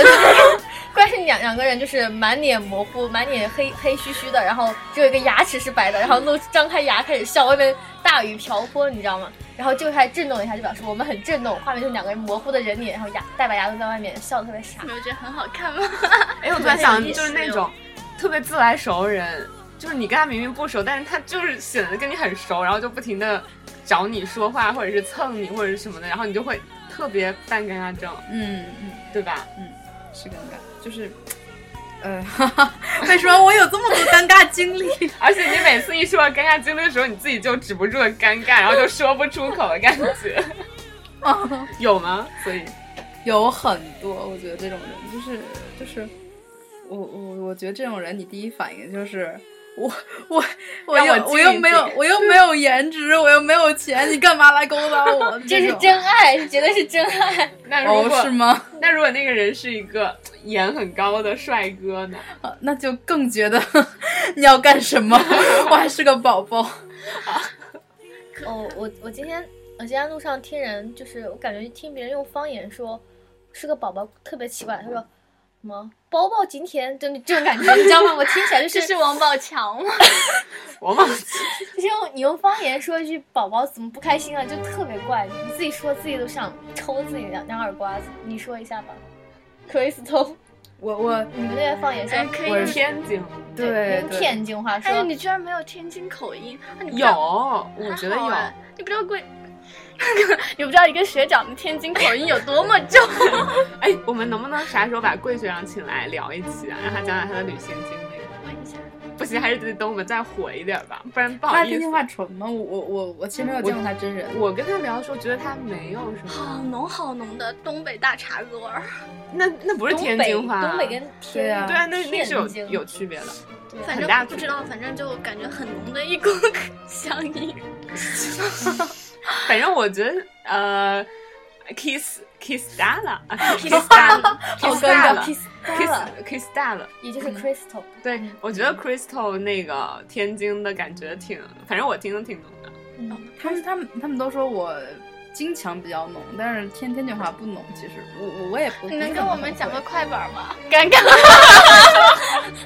[SPEAKER 2] 关键是两两个人就是满脸模糊，满脸黑黑黢黢的，然后只有一个牙齿是白的，然后露张开牙开始笑，外面大雨瓢泼，你知道吗？然后就还震动了一下，就表示我们很震动，画面就是两个人模糊的人脸，然后牙大白牙都在外面，笑得特别傻
[SPEAKER 4] 你。们觉得很好看吗？
[SPEAKER 1] 哎，我突然想，就是那种特别自来熟人，就是你跟他明明不熟，但是他就是显得跟你很熟，然后就不停的找你说话，或者是蹭你，或者是什么的，然后你就会特别犯尴尬症，
[SPEAKER 5] 嗯嗯，
[SPEAKER 1] 对吧？
[SPEAKER 5] 是尴尬，就是。呃， 为什么我有这么多尴尬经历？
[SPEAKER 1] 而且你每次一说到尴尬经历的时候，你自己就止不住的尴尬，然后就说不出口的感 觉，
[SPEAKER 5] 哦
[SPEAKER 1] 有吗？所以
[SPEAKER 5] 有很多，我觉得这种人就是就是，我我我觉得这种人，你第一反应就是 我我
[SPEAKER 1] 让
[SPEAKER 5] 又
[SPEAKER 1] 我
[SPEAKER 5] 我
[SPEAKER 1] 静
[SPEAKER 5] 又
[SPEAKER 1] 一
[SPEAKER 5] 没有
[SPEAKER 1] 静
[SPEAKER 5] 我又没有颜值，我又没有钱，你干嘛来勾搭 我？
[SPEAKER 2] 这是
[SPEAKER 5] 种
[SPEAKER 2] 真爱，绝对是真 爱。
[SPEAKER 1] 那如果、
[SPEAKER 5] 哦，是吗？
[SPEAKER 1] 那如果那个人是一个颜很高的帅哥呢？
[SPEAKER 5] 啊那就更觉得 你要干什么？ 我还是个宝宝。
[SPEAKER 2] 哦，我我今天我今天路上听人，就是我感觉听别人用方言说，是个宝宝特别奇怪，他说什么“宝宝今天”，就这种感觉，你知道吗？我听起来就
[SPEAKER 4] 这
[SPEAKER 2] 是
[SPEAKER 4] 是王宝强吗？
[SPEAKER 1] 我忘
[SPEAKER 2] 就是用你用方言说一句“宝宝怎么不开心了”，啊就特别怪，你自己说自己都想抽自己两两耳刮子。你说一下吧，Crystal，
[SPEAKER 5] 我我
[SPEAKER 2] 你们那边方言说
[SPEAKER 4] 哎，可
[SPEAKER 5] 我
[SPEAKER 1] 了，
[SPEAKER 5] 是
[SPEAKER 4] 以。
[SPEAKER 1] 天津
[SPEAKER 5] 对
[SPEAKER 2] 用
[SPEAKER 5] 对
[SPEAKER 2] 天津话说，
[SPEAKER 4] 哎，你居然没有天津口音？啊你不知
[SPEAKER 1] 有，
[SPEAKER 4] 道
[SPEAKER 1] 我觉得
[SPEAKER 4] 还好
[SPEAKER 1] 有。
[SPEAKER 4] 哎你不知道贵， 你不知道一个学长的天津口音有多么重。
[SPEAKER 1] 哎，我们能不能啥时候把贵学长请来聊一期啊？让他讲讲他的旅行经历？
[SPEAKER 4] 问一下，
[SPEAKER 1] 不行，还是得等我们再火一点吧，不然不好
[SPEAKER 5] 他
[SPEAKER 1] 意
[SPEAKER 5] 天
[SPEAKER 1] 思
[SPEAKER 5] 津。话纯吗？我我我我其实没有见过他真人。
[SPEAKER 1] 我跟他聊的时候，觉得他没有什
[SPEAKER 4] 好
[SPEAKER 1] 么，
[SPEAKER 4] 浓好浓的东北大碴子味儿。
[SPEAKER 1] 那那不是
[SPEAKER 2] 东
[SPEAKER 1] 天
[SPEAKER 2] 北
[SPEAKER 1] 津话啊，
[SPEAKER 2] 东北跟天
[SPEAKER 5] 对啊
[SPEAKER 1] 对啊，那那是有
[SPEAKER 2] 天津哦
[SPEAKER 1] 有区别的。
[SPEAKER 2] 对
[SPEAKER 4] 反
[SPEAKER 1] 很
[SPEAKER 4] 正
[SPEAKER 1] 大
[SPEAKER 4] 我不知道，反正就感觉很浓的一股 乡音。
[SPEAKER 1] 反正我觉得，呃，kiss kiss 大了啊，kiss 大了
[SPEAKER 2] 好
[SPEAKER 1] ，kiss
[SPEAKER 2] 尴
[SPEAKER 1] 大
[SPEAKER 2] 尬
[SPEAKER 1] 了嗯
[SPEAKER 2] ，kiss 大了，
[SPEAKER 1] ，kiss kiss 大了。
[SPEAKER 2] 也就是 Crystal。
[SPEAKER 1] 对，我觉得 Crystal 那个天津的感觉挺，反正我听都听懂的。
[SPEAKER 2] 嗯，
[SPEAKER 5] 他们他们他们都说我京腔比较浓，但是天天津话不浓。其实我我我也不。
[SPEAKER 4] 你
[SPEAKER 5] 不
[SPEAKER 4] 能
[SPEAKER 5] 是
[SPEAKER 4] 跟
[SPEAKER 5] 很
[SPEAKER 4] 我们讲
[SPEAKER 5] 会
[SPEAKER 4] 个快板吗？尴尬，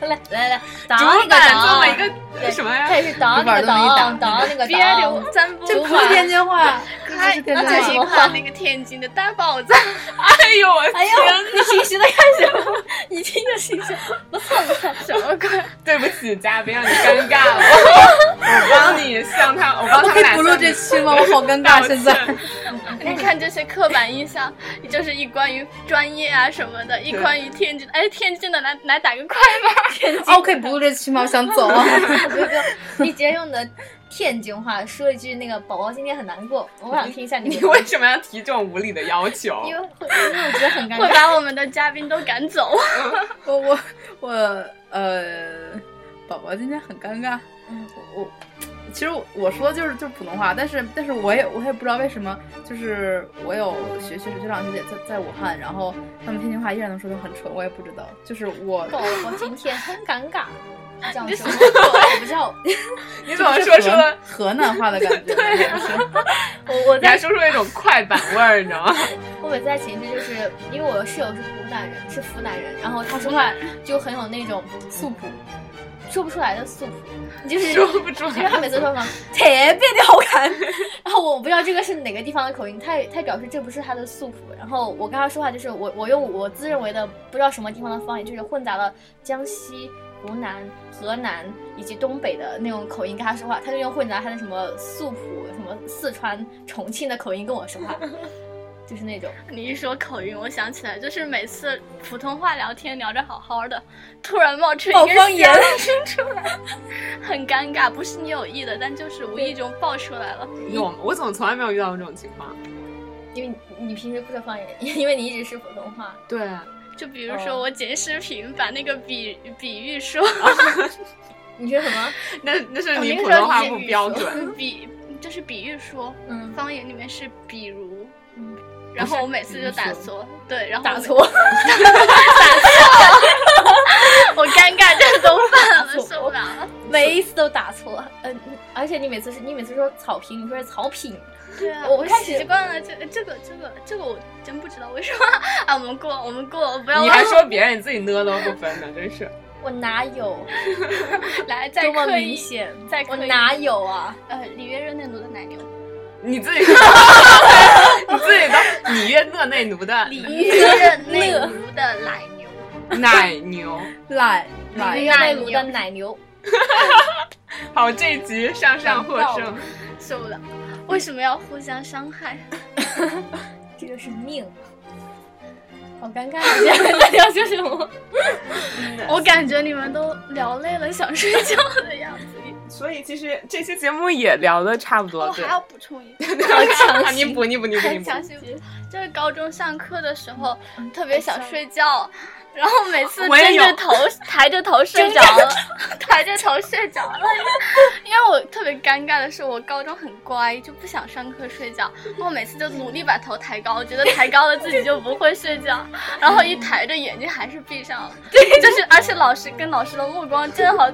[SPEAKER 2] 来来来，
[SPEAKER 1] 主
[SPEAKER 2] 挡
[SPEAKER 1] 板这么
[SPEAKER 2] 挡
[SPEAKER 1] 一个
[SPEAKER 2] 对
[SPEAKER 1] 什么
[SPEAKER 2] 他
[SPEAKER 1] 呀？
[SPEAKER 2] 也是挡那个挡挡那个
[SPEAKER 4] 别
[SPEAKER 2] 挡
[SPEAKER 4] 留，咱不
[SPEAKER 5] 这不是天 津话，这不
[SPEAKER 4] 开
[SPEAKER 5] 是，天
[SPEAKER 4] 那
[SPEAKER 5] 津
[SPEAKER 4] 就是
[SPEAKER 5] 话
[SPEAKER 4] 一
[SPEAKER 2] 吗。
[SPEAKER 4] 款那个天津的大包子。
[SPEAKER 1] 哎呦我
[SPEAKER 2] 哎呦，你平时在干什么？你听着是什么？不错不错，什么鬼？
[SPEAKER 1] 对不起，嘉宾让你尴尬了，我帮你向他，我帮他
[SPEAKER 5] 我可
[SPEAKER 1] 们
[SPEAKER 5] 以
[SPEAKER 1] 俩
[SPEAKER 5] 不录
[SPEAKER 1] 向
[SPEAKER 5] 这
[SPEAKER 1] 你
[SPEAKER 5] 期吗？我好尴
[SPEAKER 1] 道
[SPEAKER 5] 尬，
[SPEAKER 1] 歉
[SPEAKER 5] 现在。
[SPEAKER 4] 你看这些刻板印象，就是一关于专业啊什么的，一
[SPEAKER 1] 对
[SPEAKER 4] 关于天津，哎，天津的来来打个快板。天津
[SPEAKER 5] 哦，我可以不录这期吗？我想 走啊。
[SPEAKER 2] 不用不用，你直接用你的天津话说一句那个“宝宝今天很难过”，我想听一下你
[SPEAKER 1] 你
[SPEAKER 2] 的，
[SPEAKER 1] 为什么要提这种无理的要求？
[SPEAKER 2] 因为会因为我觉得很尴
[SPEAKER 4] 会
[SPEAKER 2] 尬。
[SPEAKER 4] 把我们的嘉宾都赶走。
[SPEAKER 5] 我我我呃，宝宝今天很尴尬。
[SPEAKER 2] 嗯
[SPEAKER 5] 我我其实我我说就是就是普通话，但是但是我也我也不知道为什么，就是我有学学学长学姐在在武汉，然后他们天津话依然能说的很纯，我也不知道，就是我
[SPEAKER 2] 宝宝今天很尴尬，这样说吗？我不知道，
[SPEAKER 1] 你怎么说出啊了？
[SPEAKER 5] 河南话的 感觉，对，
[SPEAKER 2] 我我
[SPEAKER 1] 你还
[SPEAKER 2] 在
[SPEAKER 1] 说出了一种快板味儿，你知道吗？
[SPEAKER 2] 我每次在寝室，就是因为我室友是湖南人，是湖南人，然后他说话就很有那种
[SPEAKER 5] 素朴。
[SPEAKER 2] 说不出来的素朴，就是
[SPEAKER 1] 说不出
[SPEAKER 2] 因为他
[SPEAKER 1] 来。
[SPEAKER 2] 每次说什么特别的好看，然后我不知道这个是哪个地方的口音，他也他表示这不是他的素朴，然后我跟他说话就是我我用我自认为的不知道什么地方的方言，就是混杂了江西、湖南、河南以及东北的那种口音跟他说话，他就用混杂他的什么素朴、什么四川、重庆的口音跟我说话，就是那种
[SPEAKER 4] 你一说口音，我想起来，就是每次普通话聊天聊着好好的，突然冒出一
[SPEAKER 2] 爆
[SPEAKER 4] 个
[SPEAKER 2] 方言
[SPEAKER 4] 声出来， 很尴尬。不是你有意的，但就是无意中爆出来了。
[SPEAKER 1] 有吗，我怎么从来没有遇到过这种情况？
[SPEAKER 2] 因为你你平时不说方言， 因为你一直是普通话。
[SPEAKER 1] 对，
[SPEAKER 4] 就比如
[SPEAKER 2] 哦
[SPEAKER 4] 说我剪视频，把那个比比喻说，
[SPEAKER 2] 你说什么？
[SPEAKER 1] 那那 是
[SPEAKER 4] 我
[SPEAKER 1] 你
[SPEAKER 4] 那个
[SPEAKER 1] 普
[SPEAKER 4] 时候
[SPEAKER 1] 通话
[SPEAKER 4] 已经
[SPEAKER 1] 不
[SPEAKER 4] 语
[SPEAKER 1] 标
[SPEAKER 4] 说
[SPEAKER 1] 准。
[SPEAKER 4] 比就是比喻说，
[SPEAKER 2] 嗯，
[SPEAKER 4] 方言里面是比如
[SPEAKER 2] 嗯。
[SPEAKER 4] 然后
[SPEAKER 5] 不是
[SPEAKER 4] 我每次
[SPEAKER 5] 比
[SPEAKER 4] 就
[SPEAKER 5] 如
[SPEAKER 4] 打
[SPEAKER 5] 说
[SPEAKER 4] 错，对，然后
[SPEAKER 2] 打
[SPEAKER 4] 我每
[SPEAKER 2] 错，
[SPEAKER 4] 我尴尬 症都犯了，
[SPEAKER 2] 打错
[SPEAKER 4] 受不了了。
[SPEAKER 2] 每一次都打错。嗯，而且你每次是你每次说草坪，你说是草品，
[SPEAKER 4] 对啊，
[SPEAKER 2] 我
[SPEAKER 4] 我
[SPEAKER 2] 开始
[SPEAKER 4] 习惯了这这个这个这个，我真不知道为什么啊。我们过，我们过，不要
[SPEAKER 1] 你
[SPEAKER 4] 忘
[SPEAKER 1] 还
[SPEAKER 4] 了。
[SPEAKER 1] 说别人，你自己呢都不分呢，真是。
[SPEAKER 2] 我哪有
[SPEAKER 4] 来再
[SPEAKER 2] 这么
[SPEAKER 4] 刻
[SPEAKER 2] 明
[SPEAKER 4] 意，
[SPEAKER 2] 显？
[SPEAKER 4] 再刻
[SPEAKER 2] 我
[SPEAKER 4] 意
[SPEAKER 2] 哪有啊？
[SPEAKER 4] 呃里约热内卢的奶牛，
[SPEAKER 1] 你自己，你自己的里约热内卢的
[SPEAKER 4] 里约热内卢的奶牛，
[SPEAKER 1] 奶牛。
[SPEAKER 5] 懒
[SPEAKER 2] 里
[SPEAKER 5] 懒
[SPEAKER 2] 约内卢的奶牛，
[SPEAKER 1] 好，这一集上上获胜。
[SPEAKER 4] 受不了。为什么要互相伤害？
[SPEAKER 2] 这个是命。好尴尬啊！ 这样大家说什么？
[SPEAKER 4] 我感觉你们都聊累了，想睡觉的样子。
[SPEAKER 1] 所以其实这期节目也聊的差不多
[SPEAKER 4] 我
[SPEAKER 1] 了，
[SPEAKER 4] 哦还 要补充一个，
[SPEAKER 1] 对，啊，你补你补你补你
[SPEAKER 4] 很
[SPEAKER 1] 补，
[SPEAKER 4] 详细，就是高中上课的时候特别想睡觉，然后每次
[SPEAKER 1] 我也
[SPEAKER 4] 枕
[SPEAKER 1] 有
[SPEAKER 4] 着头抬着头睡着了， 抬着头睡着了。 因为我特别尴尬的是，我高中很乖，就不想上课睡觉，然后每次就努力把头抬高，觉得抬高了自己就不会睡觉，然后一抬着眼睛还是闭上了，就是而且老师跟老师的目光正好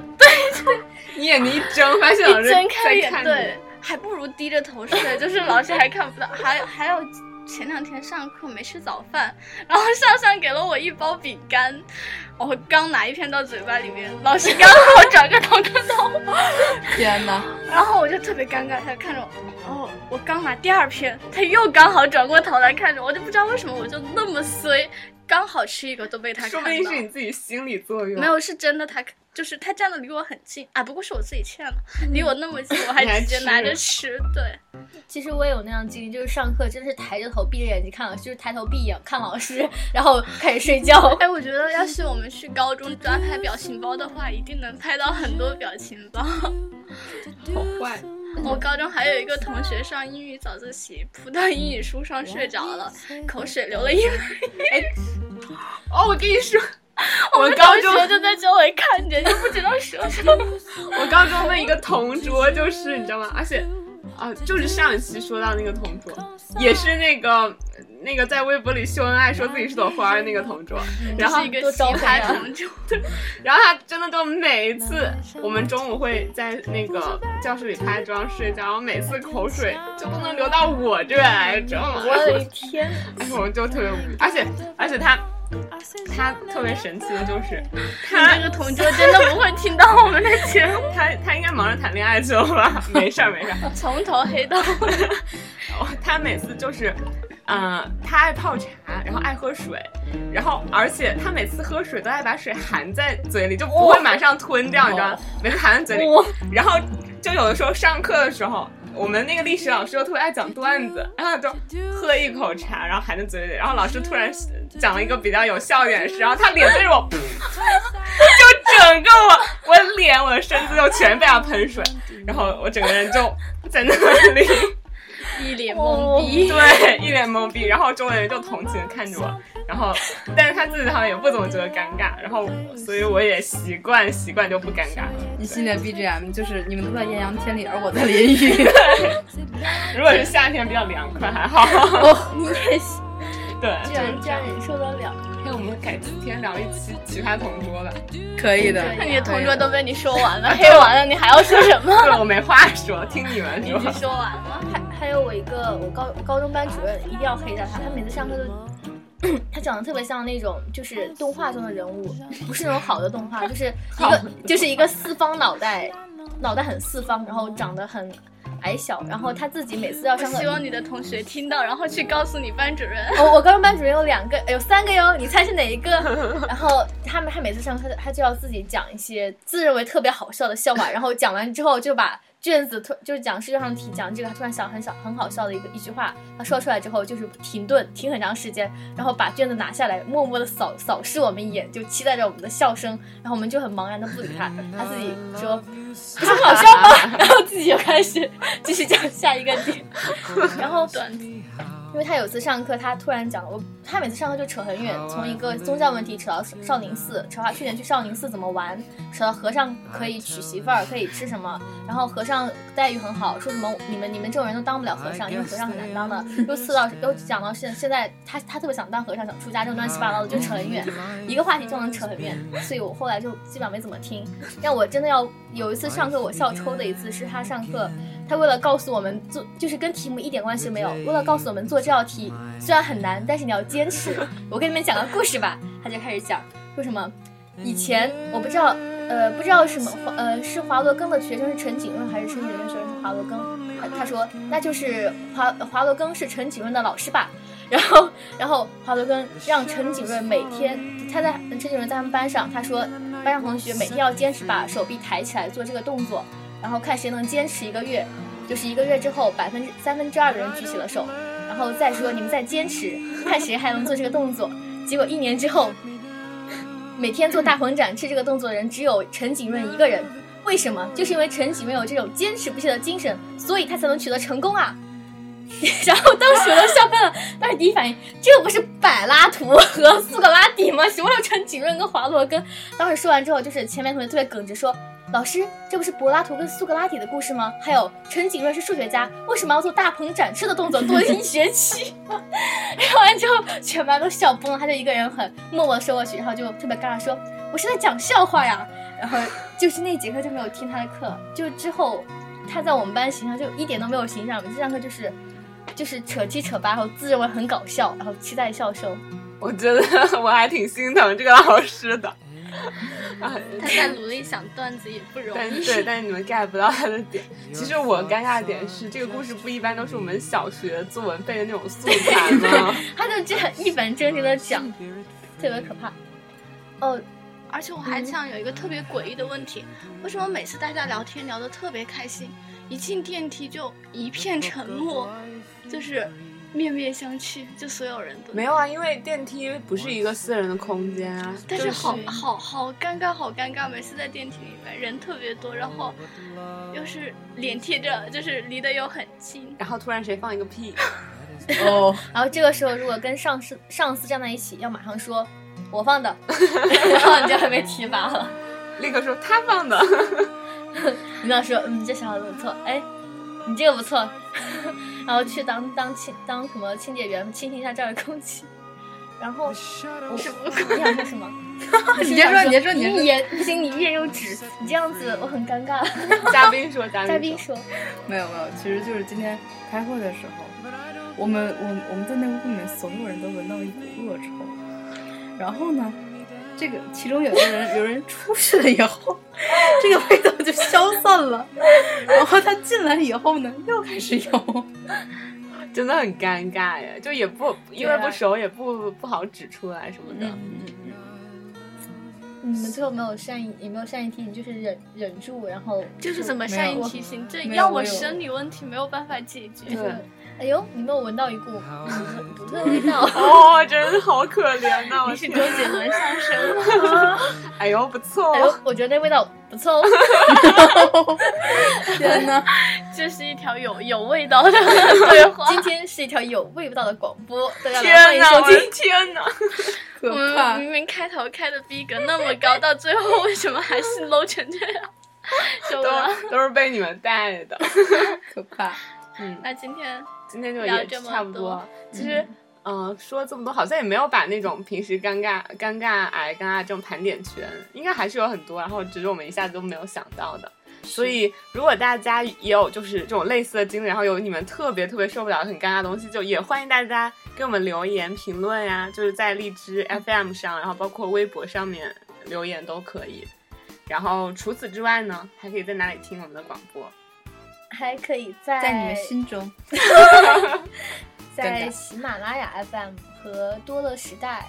[SPEAKER 1] 你眼睛一睁，发现老
[SPEAKER 4] 一
[SPEAKER 1] 师
[SPEAKER 4] 睁开
[SPEAKER 1] 在
[SPEAKER 4] 眼，
[SPEAKER 1] 看
[SPEAKER 4] 对
[SPEAKER 1] 你，，
[SPEAKER 4] 还不如低着头睡，就是老师还看不到。还有还有，前两天上课没吃早饭，然后上上给了我一包饼干，我刚拿一片到嘴巴里面，老师刚好转个头看到我，
[SPEAKER 5] 天哪！
[SPEAKER 4] 然后我就特别尴尬，他看着我，哦，我刚拿第二片，他又刚好转过头来看着我，我就不知道为什么我就那么衰，刚好吃一个都被他看
[SPEAKER 1] 说
[SPEAKER 4] 到。
[SPEAKER 1] 不定是你自己心理作用，
[SPEAKER 4] 没有，是真的他，就是他站的离我很近啊，不过是我自己欠的，离我那么近，我还
[SPEAKER 1] 嗯 你还
[SPEAKER 4] 直接
[SPEAKER 1] 吃
[SPEAKER 4] 拿着吃，对，
[SPEAKER 2] 其实我也有那样的经历，就是上课真是抬着头闭着眼睛看老师，就是抬头闭眼看老师，然后开始睡觉。
[SPEAKER 4] 哎，我觉得要是我们去高中专拍表情包的话，一定能拍到很多表情包。
[SPEAKER 1] 好坏，
[SPEAKER 4] 我高中还有一个同学上英语早自习，扑到英语书上睡着了，口水流了 一晚。
[SPEAKER 1] 哦，我跟你说，我
[SPEAKER 4] 们
[SPEAKER 1] 高
[SPEAKER 4] 同
[SPEAKER 1] 中
[SPEAKER 4] 学就在周围看着，就不知道 说什么。
[SPEAKER 1] 我高中的一个同 桌就是你知道吗？而且啊，就是上一期说到那个同桌，也是那个那个在微博里秀恩爱说自己是朵花儿的那个同桌，然后
[SPEAKER 4] 嗯是一个
[SPEAKER 2] 多
[SPEAKER 4] 奇
[SPEAKER 2] 招魂
[SPEAKER 4] 葩
[SPEAKER 2] 啊
[SPEAKER 4] 同桌，
[SPEAKER 1] 然后他真的就每一次我们中午会在那个教室里拍妆睡觉，然后每次口水就不能流到我这来，知道吗？
[SPEAKER 2] 天！
[SPEAKER 1] 哎，我就特别无语，而且而且他他特别神奇的就是他
[SPEAKER 4] 那个同桌真的不会听到我们的节目，
[SPEAKER 1] 他他应该忙着谈恋爱去了吧？没事儿没事儿，
[SPEAKER 4] 从头黑到尾。
[SPEAKER 1] 哦他每次就是，嗯、他爱泡茶，然后爱喝水，然后而且他每次喝水都爱把水含在嘴里，就不会马上吞掉，你知道吗？每次含在嘴里，然后就有的时候上课的时候。我们那个历史老师又特别爱讲段子，然后就喝一口茶，然后含在嘴里，然后老师突然讲了一个比较有笑点的事，然后他脸对着我，噗 就整个我我脸我的身子就全被他喷水，然后我整个人就在那里。
[SPEAKER 4] 一脸懵逼。
[SPEAKER 1] 对，一脸懵逼，然后周围人就同情地看着我，然后，但是他自己好像也不怎么觉得尴尬，然后，所以我也习惯习惯就不尴尬了。
[SPEAKER 5] 你心里的 BGM 就是你们都在艳阳天里，而我在淋雨。
[SPEAKER 1] 如果是夏天比较凉快还好，
[SPEAKER 2] 你也是
[SPEAKER 1] 对，
[SPEAKER 2] 居
[SPEAKER 1] 就是
[SPEAKER 2] 哦然这样忍受得了？
[SPEAKER 1] 那我们改今天聊一期奇葩同桌 吧。
[SPEAKER 5] 可以的，
[SPEAKER 2] 对
[SPEAKER 4] 那你的同桌都被你说完了，黑完了，你还要说什 么？
[SPEAKER 1] 对，我没话说，听你们
[SPEAKER 4] 你已经
[SPEAKER 1] 说。
[SPEAKER 4] 说完了。
[SPEAKER 2] 还还有我一个我高高中班主任，一定要黑一下他，他每次上课都。 他长得特别像那种，就是动画中的人物，不是那种好的动画，就是一个就是一个四方脑袋，脑袋很四方，然后长得很矮小，然后他自己每次要
[SPEAKER 4] 我
[SPEAKER 2] 上课
[SPEAKER 4] 希，望你的同学听到，然后去告诉你班主任。
[SPEAKER 2] 我我高中班主任有两个，有三个哟，你猜是哪一个？然后他们他每次上课，他就要自己讲一些自认为特别好笑的笑话，然后讲完之后就把卷子突就是讲试卷上题讲这个，他突然想很小很好笑的一个一句话，他说出来之后就是停顿，停很长时间，然后把卷子拿下来，默默的扫扫视我们一眼，就期待着我们的笑声，然后我们就很茫然的不理他，他自己说不是很好笑吗？ 然后自己就开始继续讲下一个点， 然后
[SPEAKER 4] 短
[SPEAKER 2] 因为他有次上课，他突然讲了我，他每次上课就扯很远，从一个宗教问题扯到少少林寺，扯到去年去少林寺怎么玩，扯到和尚可以娶媳妇儿，可以吃什么，然后和尚待遇很好，说什么你们你们这种人都当不了和尚，因为和尚很难当的，又刺到又讲到现现在他他特别想当和尚，想出家这种乱七八糟的就扯很远，一个话题就能扯很远，所以我后来就基本上没怎么听。但我真的要有一次上课我笑抽的一次是他上课。他为了告诉我们做，就是跟题目一点关系都没有，为了告诉我们做这道题虽然很难，但是你要坚持。 我给你们讲个故事吧，他就开始讲说什么，以前我不知道，呃，不知道什么，呃，是华罗庚的学生是陈景润还是陈景润的学生是华罗庚？他他说那就是华华罗庚是陈景润的老师吧。然后，然后华罗庚让陈景润每天，他在陈景润在他们班上，他说班上同学每天要坚持把手臂抬起来做这个动作，然后看谁能坚持一个月，就是一个月之后，百分之三分之二的人举起了手，然后再说你们再坚持，看谁还能做这个动作。结果一 年之后，每天做大混斩吃这个动作的人只有陈景润一个人。为什么？就是因为陈启没有这种坚持不懈的精神，所以他才能取得成功啊！ 然后当时我都笑喷了，当时第一反应，这不是柏拉图和苏格拉底吗？什么时候陈启润跟华罗庚？当时说完之后，就是前面同学特别耿直说。老师，这不是柏拉图跟苏格拉底的故事吗？还有陈景润是数学家，为什么要做大鹏展翅的动作做一学期？ 然后完之后，全 班都笑崩了，他就一个人很默默地收过去，然后就特别尴尬说：“我是在讲笑话呀。”然后就是那节课就没有听他的课，就之后他在我们班形象就一点都没有形象，每次上课就是就是扯鸡扯八，然后自认为很搞笑，然后期待笑声。
[SPEAKER 1] 我觉得我还挺心疼这个老 师的。啊，
[SPEAKER 4] 他在努力想段子也不容
[SPEAKER 1] 但
[SPEAKER 4] 易。
[SPEAKER 1] 对，但你们 get 不到他的点。其实我尴尬的点是，这个故事不一般都是我们小学作文背的那种 素材吗？
[SPEAKER 2] 他就这样一本正经的讲，特别可怕。哦，
[SPEAKER 4] 而且我还
[SPEAKER 2] 嗯
[SPEAKER 4] 想有一个特别诡异的问题：为什么每次大家聊天聊得特别开心，一进电梯就一片沉默，就是面面相觑，就所有人都
[SPEAKER 1] 没有啊，因为电梯不是一个私人的空间啊。
[SPEAKER 4] 但
[SPEAKER 1] 就是
[SPEAKER 4] 好好好尴尬，好尴尬！每次在电梯里面人特别多，然后又是脸贴着，就是离得又很近。
[SPEAKER 1] 然后突然谁放一个屁，
[SPEAKER 5] 哦，
[SPEAKER 2] 然后这个时候如果跟上司上司站在一起，要马上说“我放的”，然后你就会被提拔了。
[SPEAKER 1] 立刻说他放的。
[SPEAKER 2] 你要说“嗯，这小伙子不错”，哎，你这个不错， 然后去当当清当什么清洁员，清新一下这儿的空气。然后我
[SPEAKER 4] 什么
[SPEAKER 2] 你想说什 么？
[SPEAKER 5] 你别说，你别说，
[SPEAKER 2] 你
[SPEAKER 5] 你别说
[SPEAKER 2] 也不行，你一人用纸，你这样子我很尴尬。
[SPEAKER 1] 嘉宾说，嘉 宾
[SPEAKER 2] 嘉宾说，
[SPEAKER 5] 没有没有，其实就是今天开会的时候，我们我们我们在那屋里面，所有人都闻到一股恶臭。然后呢，这个其中有的人 有人出去了以后， 这个味道就消散了。然后他进来以后呢，又开始有。
[SPEAKER 1] 真的很尴尬呀，就也不因
[SPEAKER 2] 啊
[SPEAKER 1] 为不熟，也不不好指出来什么的。
[SPEAKER 2] 嗯你们最后没有善意，也没有善意提醒，就是忍忍住，然后
[SPEAKER 4] 就是怎么善意提醒，这
[SPEAKER 5] 没有
[SPEAKER 4] 要
[SPEAKER 5] 我
[SPEAKER 4] 我
[SPEAKER 5] 有
[SPEAKER 4] 生理问题没有办法解决。
[SPEAKER 1] 对，？
[SPEAKER 2] 哎呦，你没有闻到一股嗯独特的味道
[SPEAKER 1] 哦，真好可怜呐、我
[SPEAKER 4] 你是
[SPEAKER 1] 天啊
[SPEAKER 4] 周杰伦上身吗？
[SPEAKER 1] 哎呦，不错
[SPEAKER 2] 哎
[SPEAKER 1] 哦、
[SPEAKER 2] 呦，我觉得那味道不错哦。
[SPEAKER 5] 天哪！
[SPEAKER 4] 这是一条有有味道的 对话。
[SPEAKER 2] 今天是一条有味道的广播，大
[SPEAKER 5] 啊
[SPEAKER 2] 家来欢
[SPEAKER 1] 天
[SPEAKER 2] 迎
[SPEAKER 1] 哪，
[SPEAKER 2] 收
[SPEAKER 1] 我
[SPEAKER 2] 听。
[SPEAKER 1] 的天哪！
[SPEAKER 5] 可
[SPEAKER 4] 我
[SPEAKER 5] 怕
[SPEAKER 4] 们！明明开头开的逼格那么高，到最后为什么还是 low 成这 样？是
[SPEAKER 5] 啊
[SPEAKER 4] 吧？
[SPEAKER 1] 都都是被你们带的。
[SPEAKER 5] 可怕！
[SPEAKER 1] 嗯，
[SPEAKER 4] 那今天
[SPEAKER 1] 今天就
[SPEAKER 4] 聊
[SPEAKER 1] 也
[SPEAKER 4] 这么
[SPEAKER 1] 差不
[SPEAKER 4] 多
[SPEAKER 1] 其实，嗯、说这么多，好像也没有把那种平时尴尬、尴尬癌、尴尬症盘点全，应该还是有很多，然后只是我们一下子都没有想到的。所以，如果大家也有就是这种类似的经历，然后有你们特别特别受不了、很尴尬的东西，就也欢迎大家给我们留言、评论呀、就是在荔枝
[SPEAKER 4] 嗯
[SPEAKER 1] FM 上，然后包括微博上面留言都可以。然后除此之外呢，还可以在哪里听我们的广播？
[SPEAKER 2] 还可以在
[SPEAKER 5] 在你们心中，
[SPEAKER 2] 在喜马拉雅 FM 和多乐时代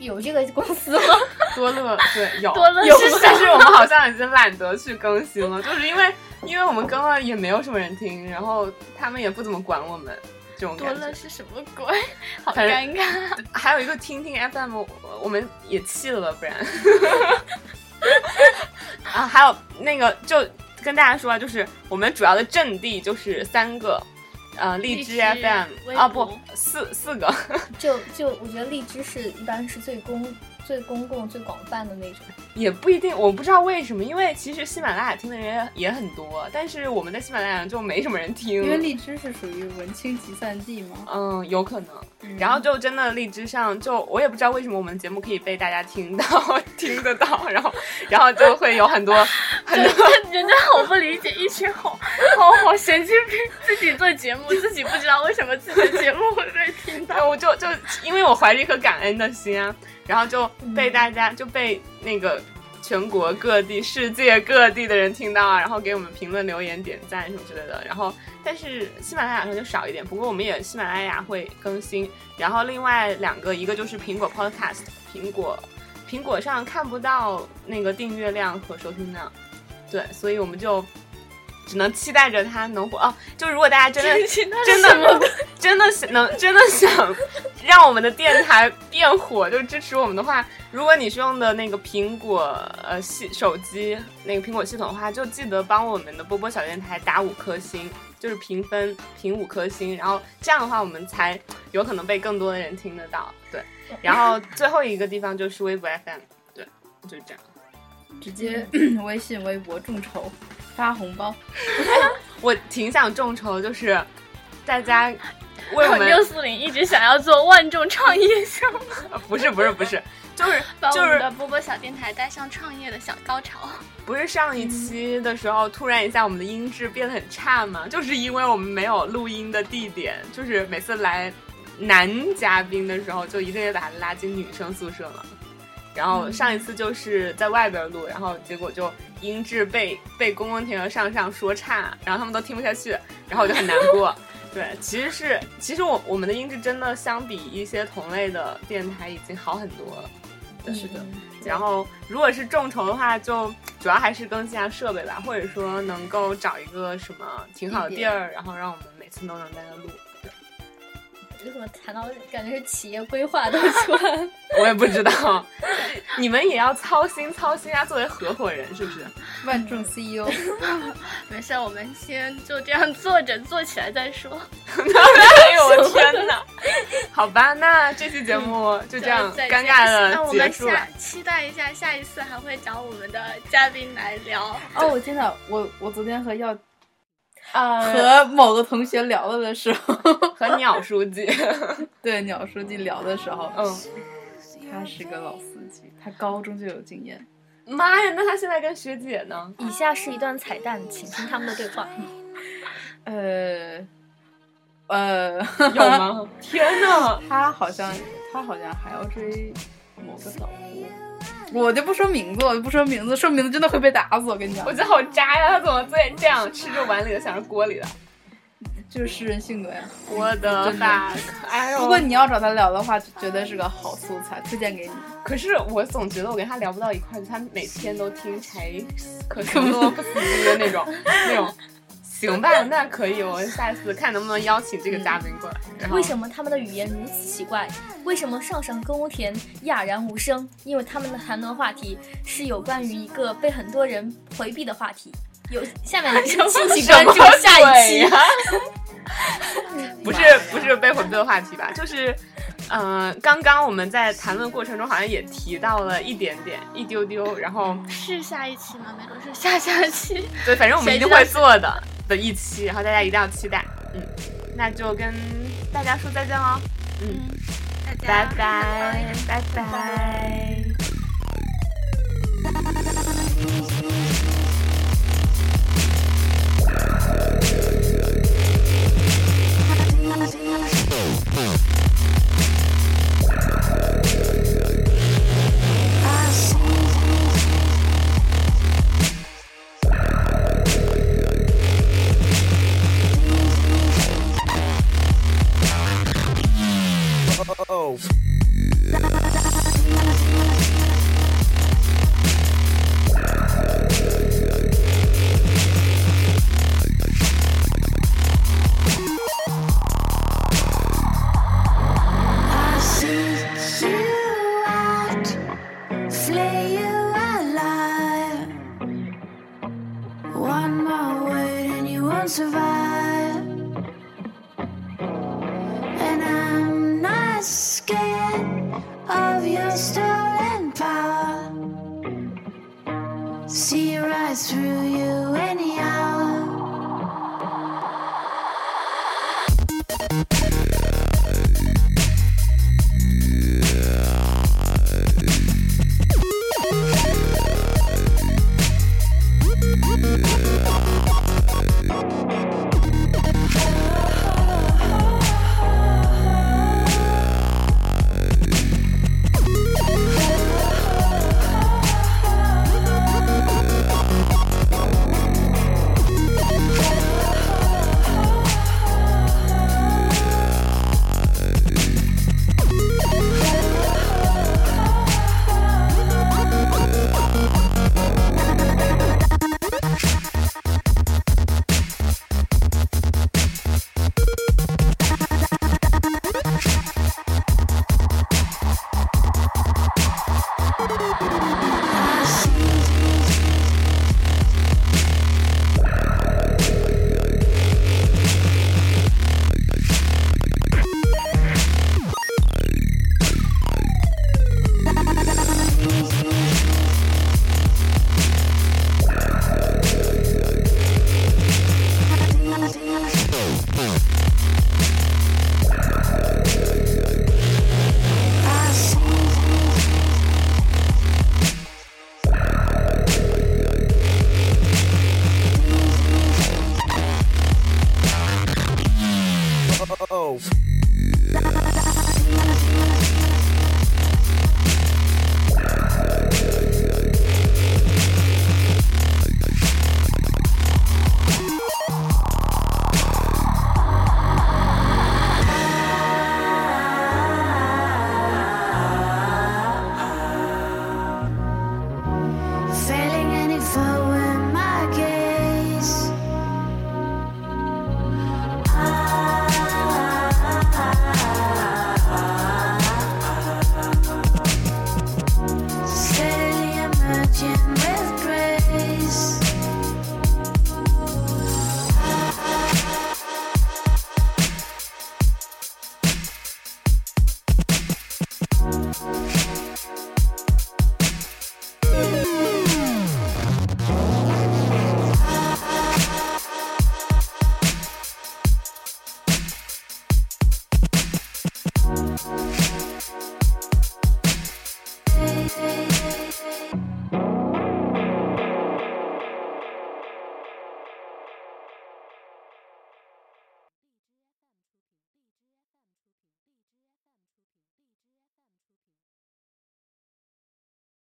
[SPEAKER 2] 有这个公司吗？
[SPEAKER 1] 多乐对有
[SPEAKER 4] 多乐
[SPEAKER 1] 有
[SPEAKER 4] 是，啥
[SPEAKER 1] 但是我们好像已经懒得去更新了，就是因为因为我们更了也没有什么人听，然后他们也不怎么管我们这种
[SPEAKER 4] 多
[SPEAKER 1] 感
[SPEAKER 4] 乐
[SPEAKER 1] 觉。
[SPEAKER 4] 是什么鬼？好
[SPEAKER 1] 反正
[SPEAKER 4] 尴尬。
[SPEAKER 1] 还有一个听听 FM，我我们也弃了， 不然。啊，还有那个就跟大家说啊，就是我们主要的阵地就是三个。呃，荔
[SPEAKER 4] 荔
[SPEAKER 1] 枝
[SPEAKER 4] 枝
[SPEAKER 1] FM
[SPEAKER 4] 微
[SPEAKER 1] 啊，不
[SPEAKER 4] 博，
[SPEAKER 1] 四四个，
[SPEAKER 2] 就就我觉得荔枝是一般是最公最公共最广泛的那种。
[SPEAKER 1] 也不一定，我不知道为什么，因为其实喜马拉雅听的人也也很多，但是我们在喜马拉雅就没什么人听，
[SPEAKER 5] 因为荔枝是属于文青集散地嘛。
[SPEAKER 1] 嗯，有可能。然后就真的荔枝上，就我也不知道为什么我们节目可以被大家听到、 听得到，然后然后就会有很多很多
[SPEAKER 4] 人家好不理解，一群好好好神经病，自己做节目，自己不知道为什么自己的节目会被听到。
[SPEAKER 1] 然后我就就因为我怀着一颗感恩的心啊，然后就被大家就被那个全国各地、世界各地的人听到啊，然后给我们评论、留言、点赞什么之类的。然后，但是喜马拉雅可能就少一点，不过我们也喜马拉雅会更新。然后另外两个，一个就是苹果 Podcast，苹果苹果上看不到那个订阅量和收听量，对，所以我们就只能期待着它能火哦。就如果大家真的真
[SPEAKER 4] 什么
[SPEAKER 1] 的 真的想能真的想让我们的电台变火，就支持我们的话，如果你是用的那个苹果呃系手机那个苹果系统的话，就记得帮我们的波波小电台打五颗星，就是评分评五颗星，然后这样的话我们才有可能被更多的人听得到。 对，然后最后一个地方就是微博 FM，对，就是这样。
[SPEAKER 5] 直接
[SPEAKER 4] 嗯
[SPEAKER 5] 微信、微博众筹发红包，
[SPEAKER 1] 我挺想众筹，就是大家为我
[SPEAKER 4] 我
[SPEAKER 1] 们
[SPEAKER 4] 六四零一直想要做万众创业项目，
[SPEAKER 1] 呃不是不是不是，就是
[SPEAKER 4] 把我
[SPEAKER 1] 就
[SPEAKER 4] 们
[SPEAKER 1] 是
[SPEAKER 4] 的波波小电台带上创业的小高潮。
[SPEAKER 1] 不是上一期的时候，突然一下我们的音质变得很差嘛，就是因为我们没有录音的地点，就是每次来男嘉宾的时候，就一定得把他拉进女生宿舍嘛。然后上一次就是在外边录，然后结果就音质被被公公、田和上上说差，然后他们都听不下去，然后我就很难过。对，其实是其实我我们的音质真的相比一些同类的电台已经好很多了。
[SPEAKER 2] 嗯
[SPEAKER 1] 对
[SPEAKER 5] 是的，
[SPEAKER 1] 然后如果是众筹的话，就主要还是更新下设备吧，或者说能够找一个什么挺好的地儿，然后让我们每次都能在那录。
[SPEAKER 2] 这怎么谈到感觉是企业规划都出来了？
[SPEAKER 1] 我也不知道， 你们也要操心操心啊！作为合伙人，是不 是？
[SPEAKER 5] 万众 E CEO，
[SPEAKER 4] 嗯没事，我们先就这样坐着做起来再说。
[SPEAKER 1] 哎呦，我天哪！好吧，那这期节目就这样
[SPEAKER 4] 就嗯再
[SPEAKER 1] 尴尬
[SPEAKER 4] 那
[SPEAKER 1] 的
[SPEAKER 4] 我
[SPEAKER 1] 结
[SPEAKER 4] 们
[SPEAKER 1] 束了
[SPEAKER 4] 下。期待一下，下一次还会找我们的嘉宾来聊。
[SPEAKER 5] 哦，我真的，我我昨天和耀
[SPEAKER 1] 哎
[SPEAKER 2] 呃，
[SPEAKER 5] 和某个同学聊了的时候，
[SPEAKER 1] 和鸟书 记，
[SPEAKER 5] 对鸟书记聊的时候，
[SPEAKER 1] 嗯，
[SPEAKER 5] 他是个老司机，他高中就有经验。
[SPEAKER 1] 妈呀，那他现在跟学姐呢？
[SPEAKER 2] 以下是一段彩蛋，请听他们的对话。
[SPEAKER 5] 呃，呃，
[SPEAKER 1] 有？ 吗？天哪！
[SPEAKER 5] 他好像他好像还要追某个导播，我就不说名字了，不说名字，说名字真的会被打死。我跟你讲
[SPEAKER 1] 我，觉得好渣呀！他怎么最这样吃着碗里的，想着锅里的？
[SPEAKER 5] 就是诗人性格呀。
[SPEAKER 1] 我的
[SPEAKER 5] 真的
[SPEAKER 1] 吧，哎呦！
[SPEAKER 5] 如果你要找他聊的话，绝对是个好素材，推荐给你。
[SPEAKER 1] 可是我总觉得我跟他聊不到一块儿去，他每天都听柴可可洛夫斯基的那种 那种。行吧，那可以，我下次看能不能邀请这个嘉宾过来。然后
[SPEAKER 2] 为什么他们的语言如此奇怪？为什么上上跟屋田哑然无声？因为他们的谈论话题是有关于一个被很多人回避的话题。有下面 请请
[SPEAKER 1] 什
[SPEAKER 2] 关
[SPEAKER 1] 么
[SPEAKER 2] 注下一
[SPEAKER 1] 鬼
[SPEAKER 2] 期。
[SPEAKER 1] 呀？ 不是不是被回避的话题吧？就是，呃，刚刚我们在谈论过程中好像也提到了一点点一丢丢，然后
[SPEAKER 4] 是下一期吗？没准是下下期。
[SPEAKER 1] 对，反正我们一
[SPEAKER 4] 谁
[SPEAKER 1] 定
[SPEAKER 4] 知道
[SPEAKER 1] 会做的的一期，然后大家一定要期待。嗯，那就跟大家说再见喽，嗯，
[SPEAKER 4] 大家
[SPEAKER 1] 拜拜，拜拜。
[SPEAKER 6] I seek you out, slay you alive. One more word and you won't survive. And I'm not scared of your stolen power. See right through you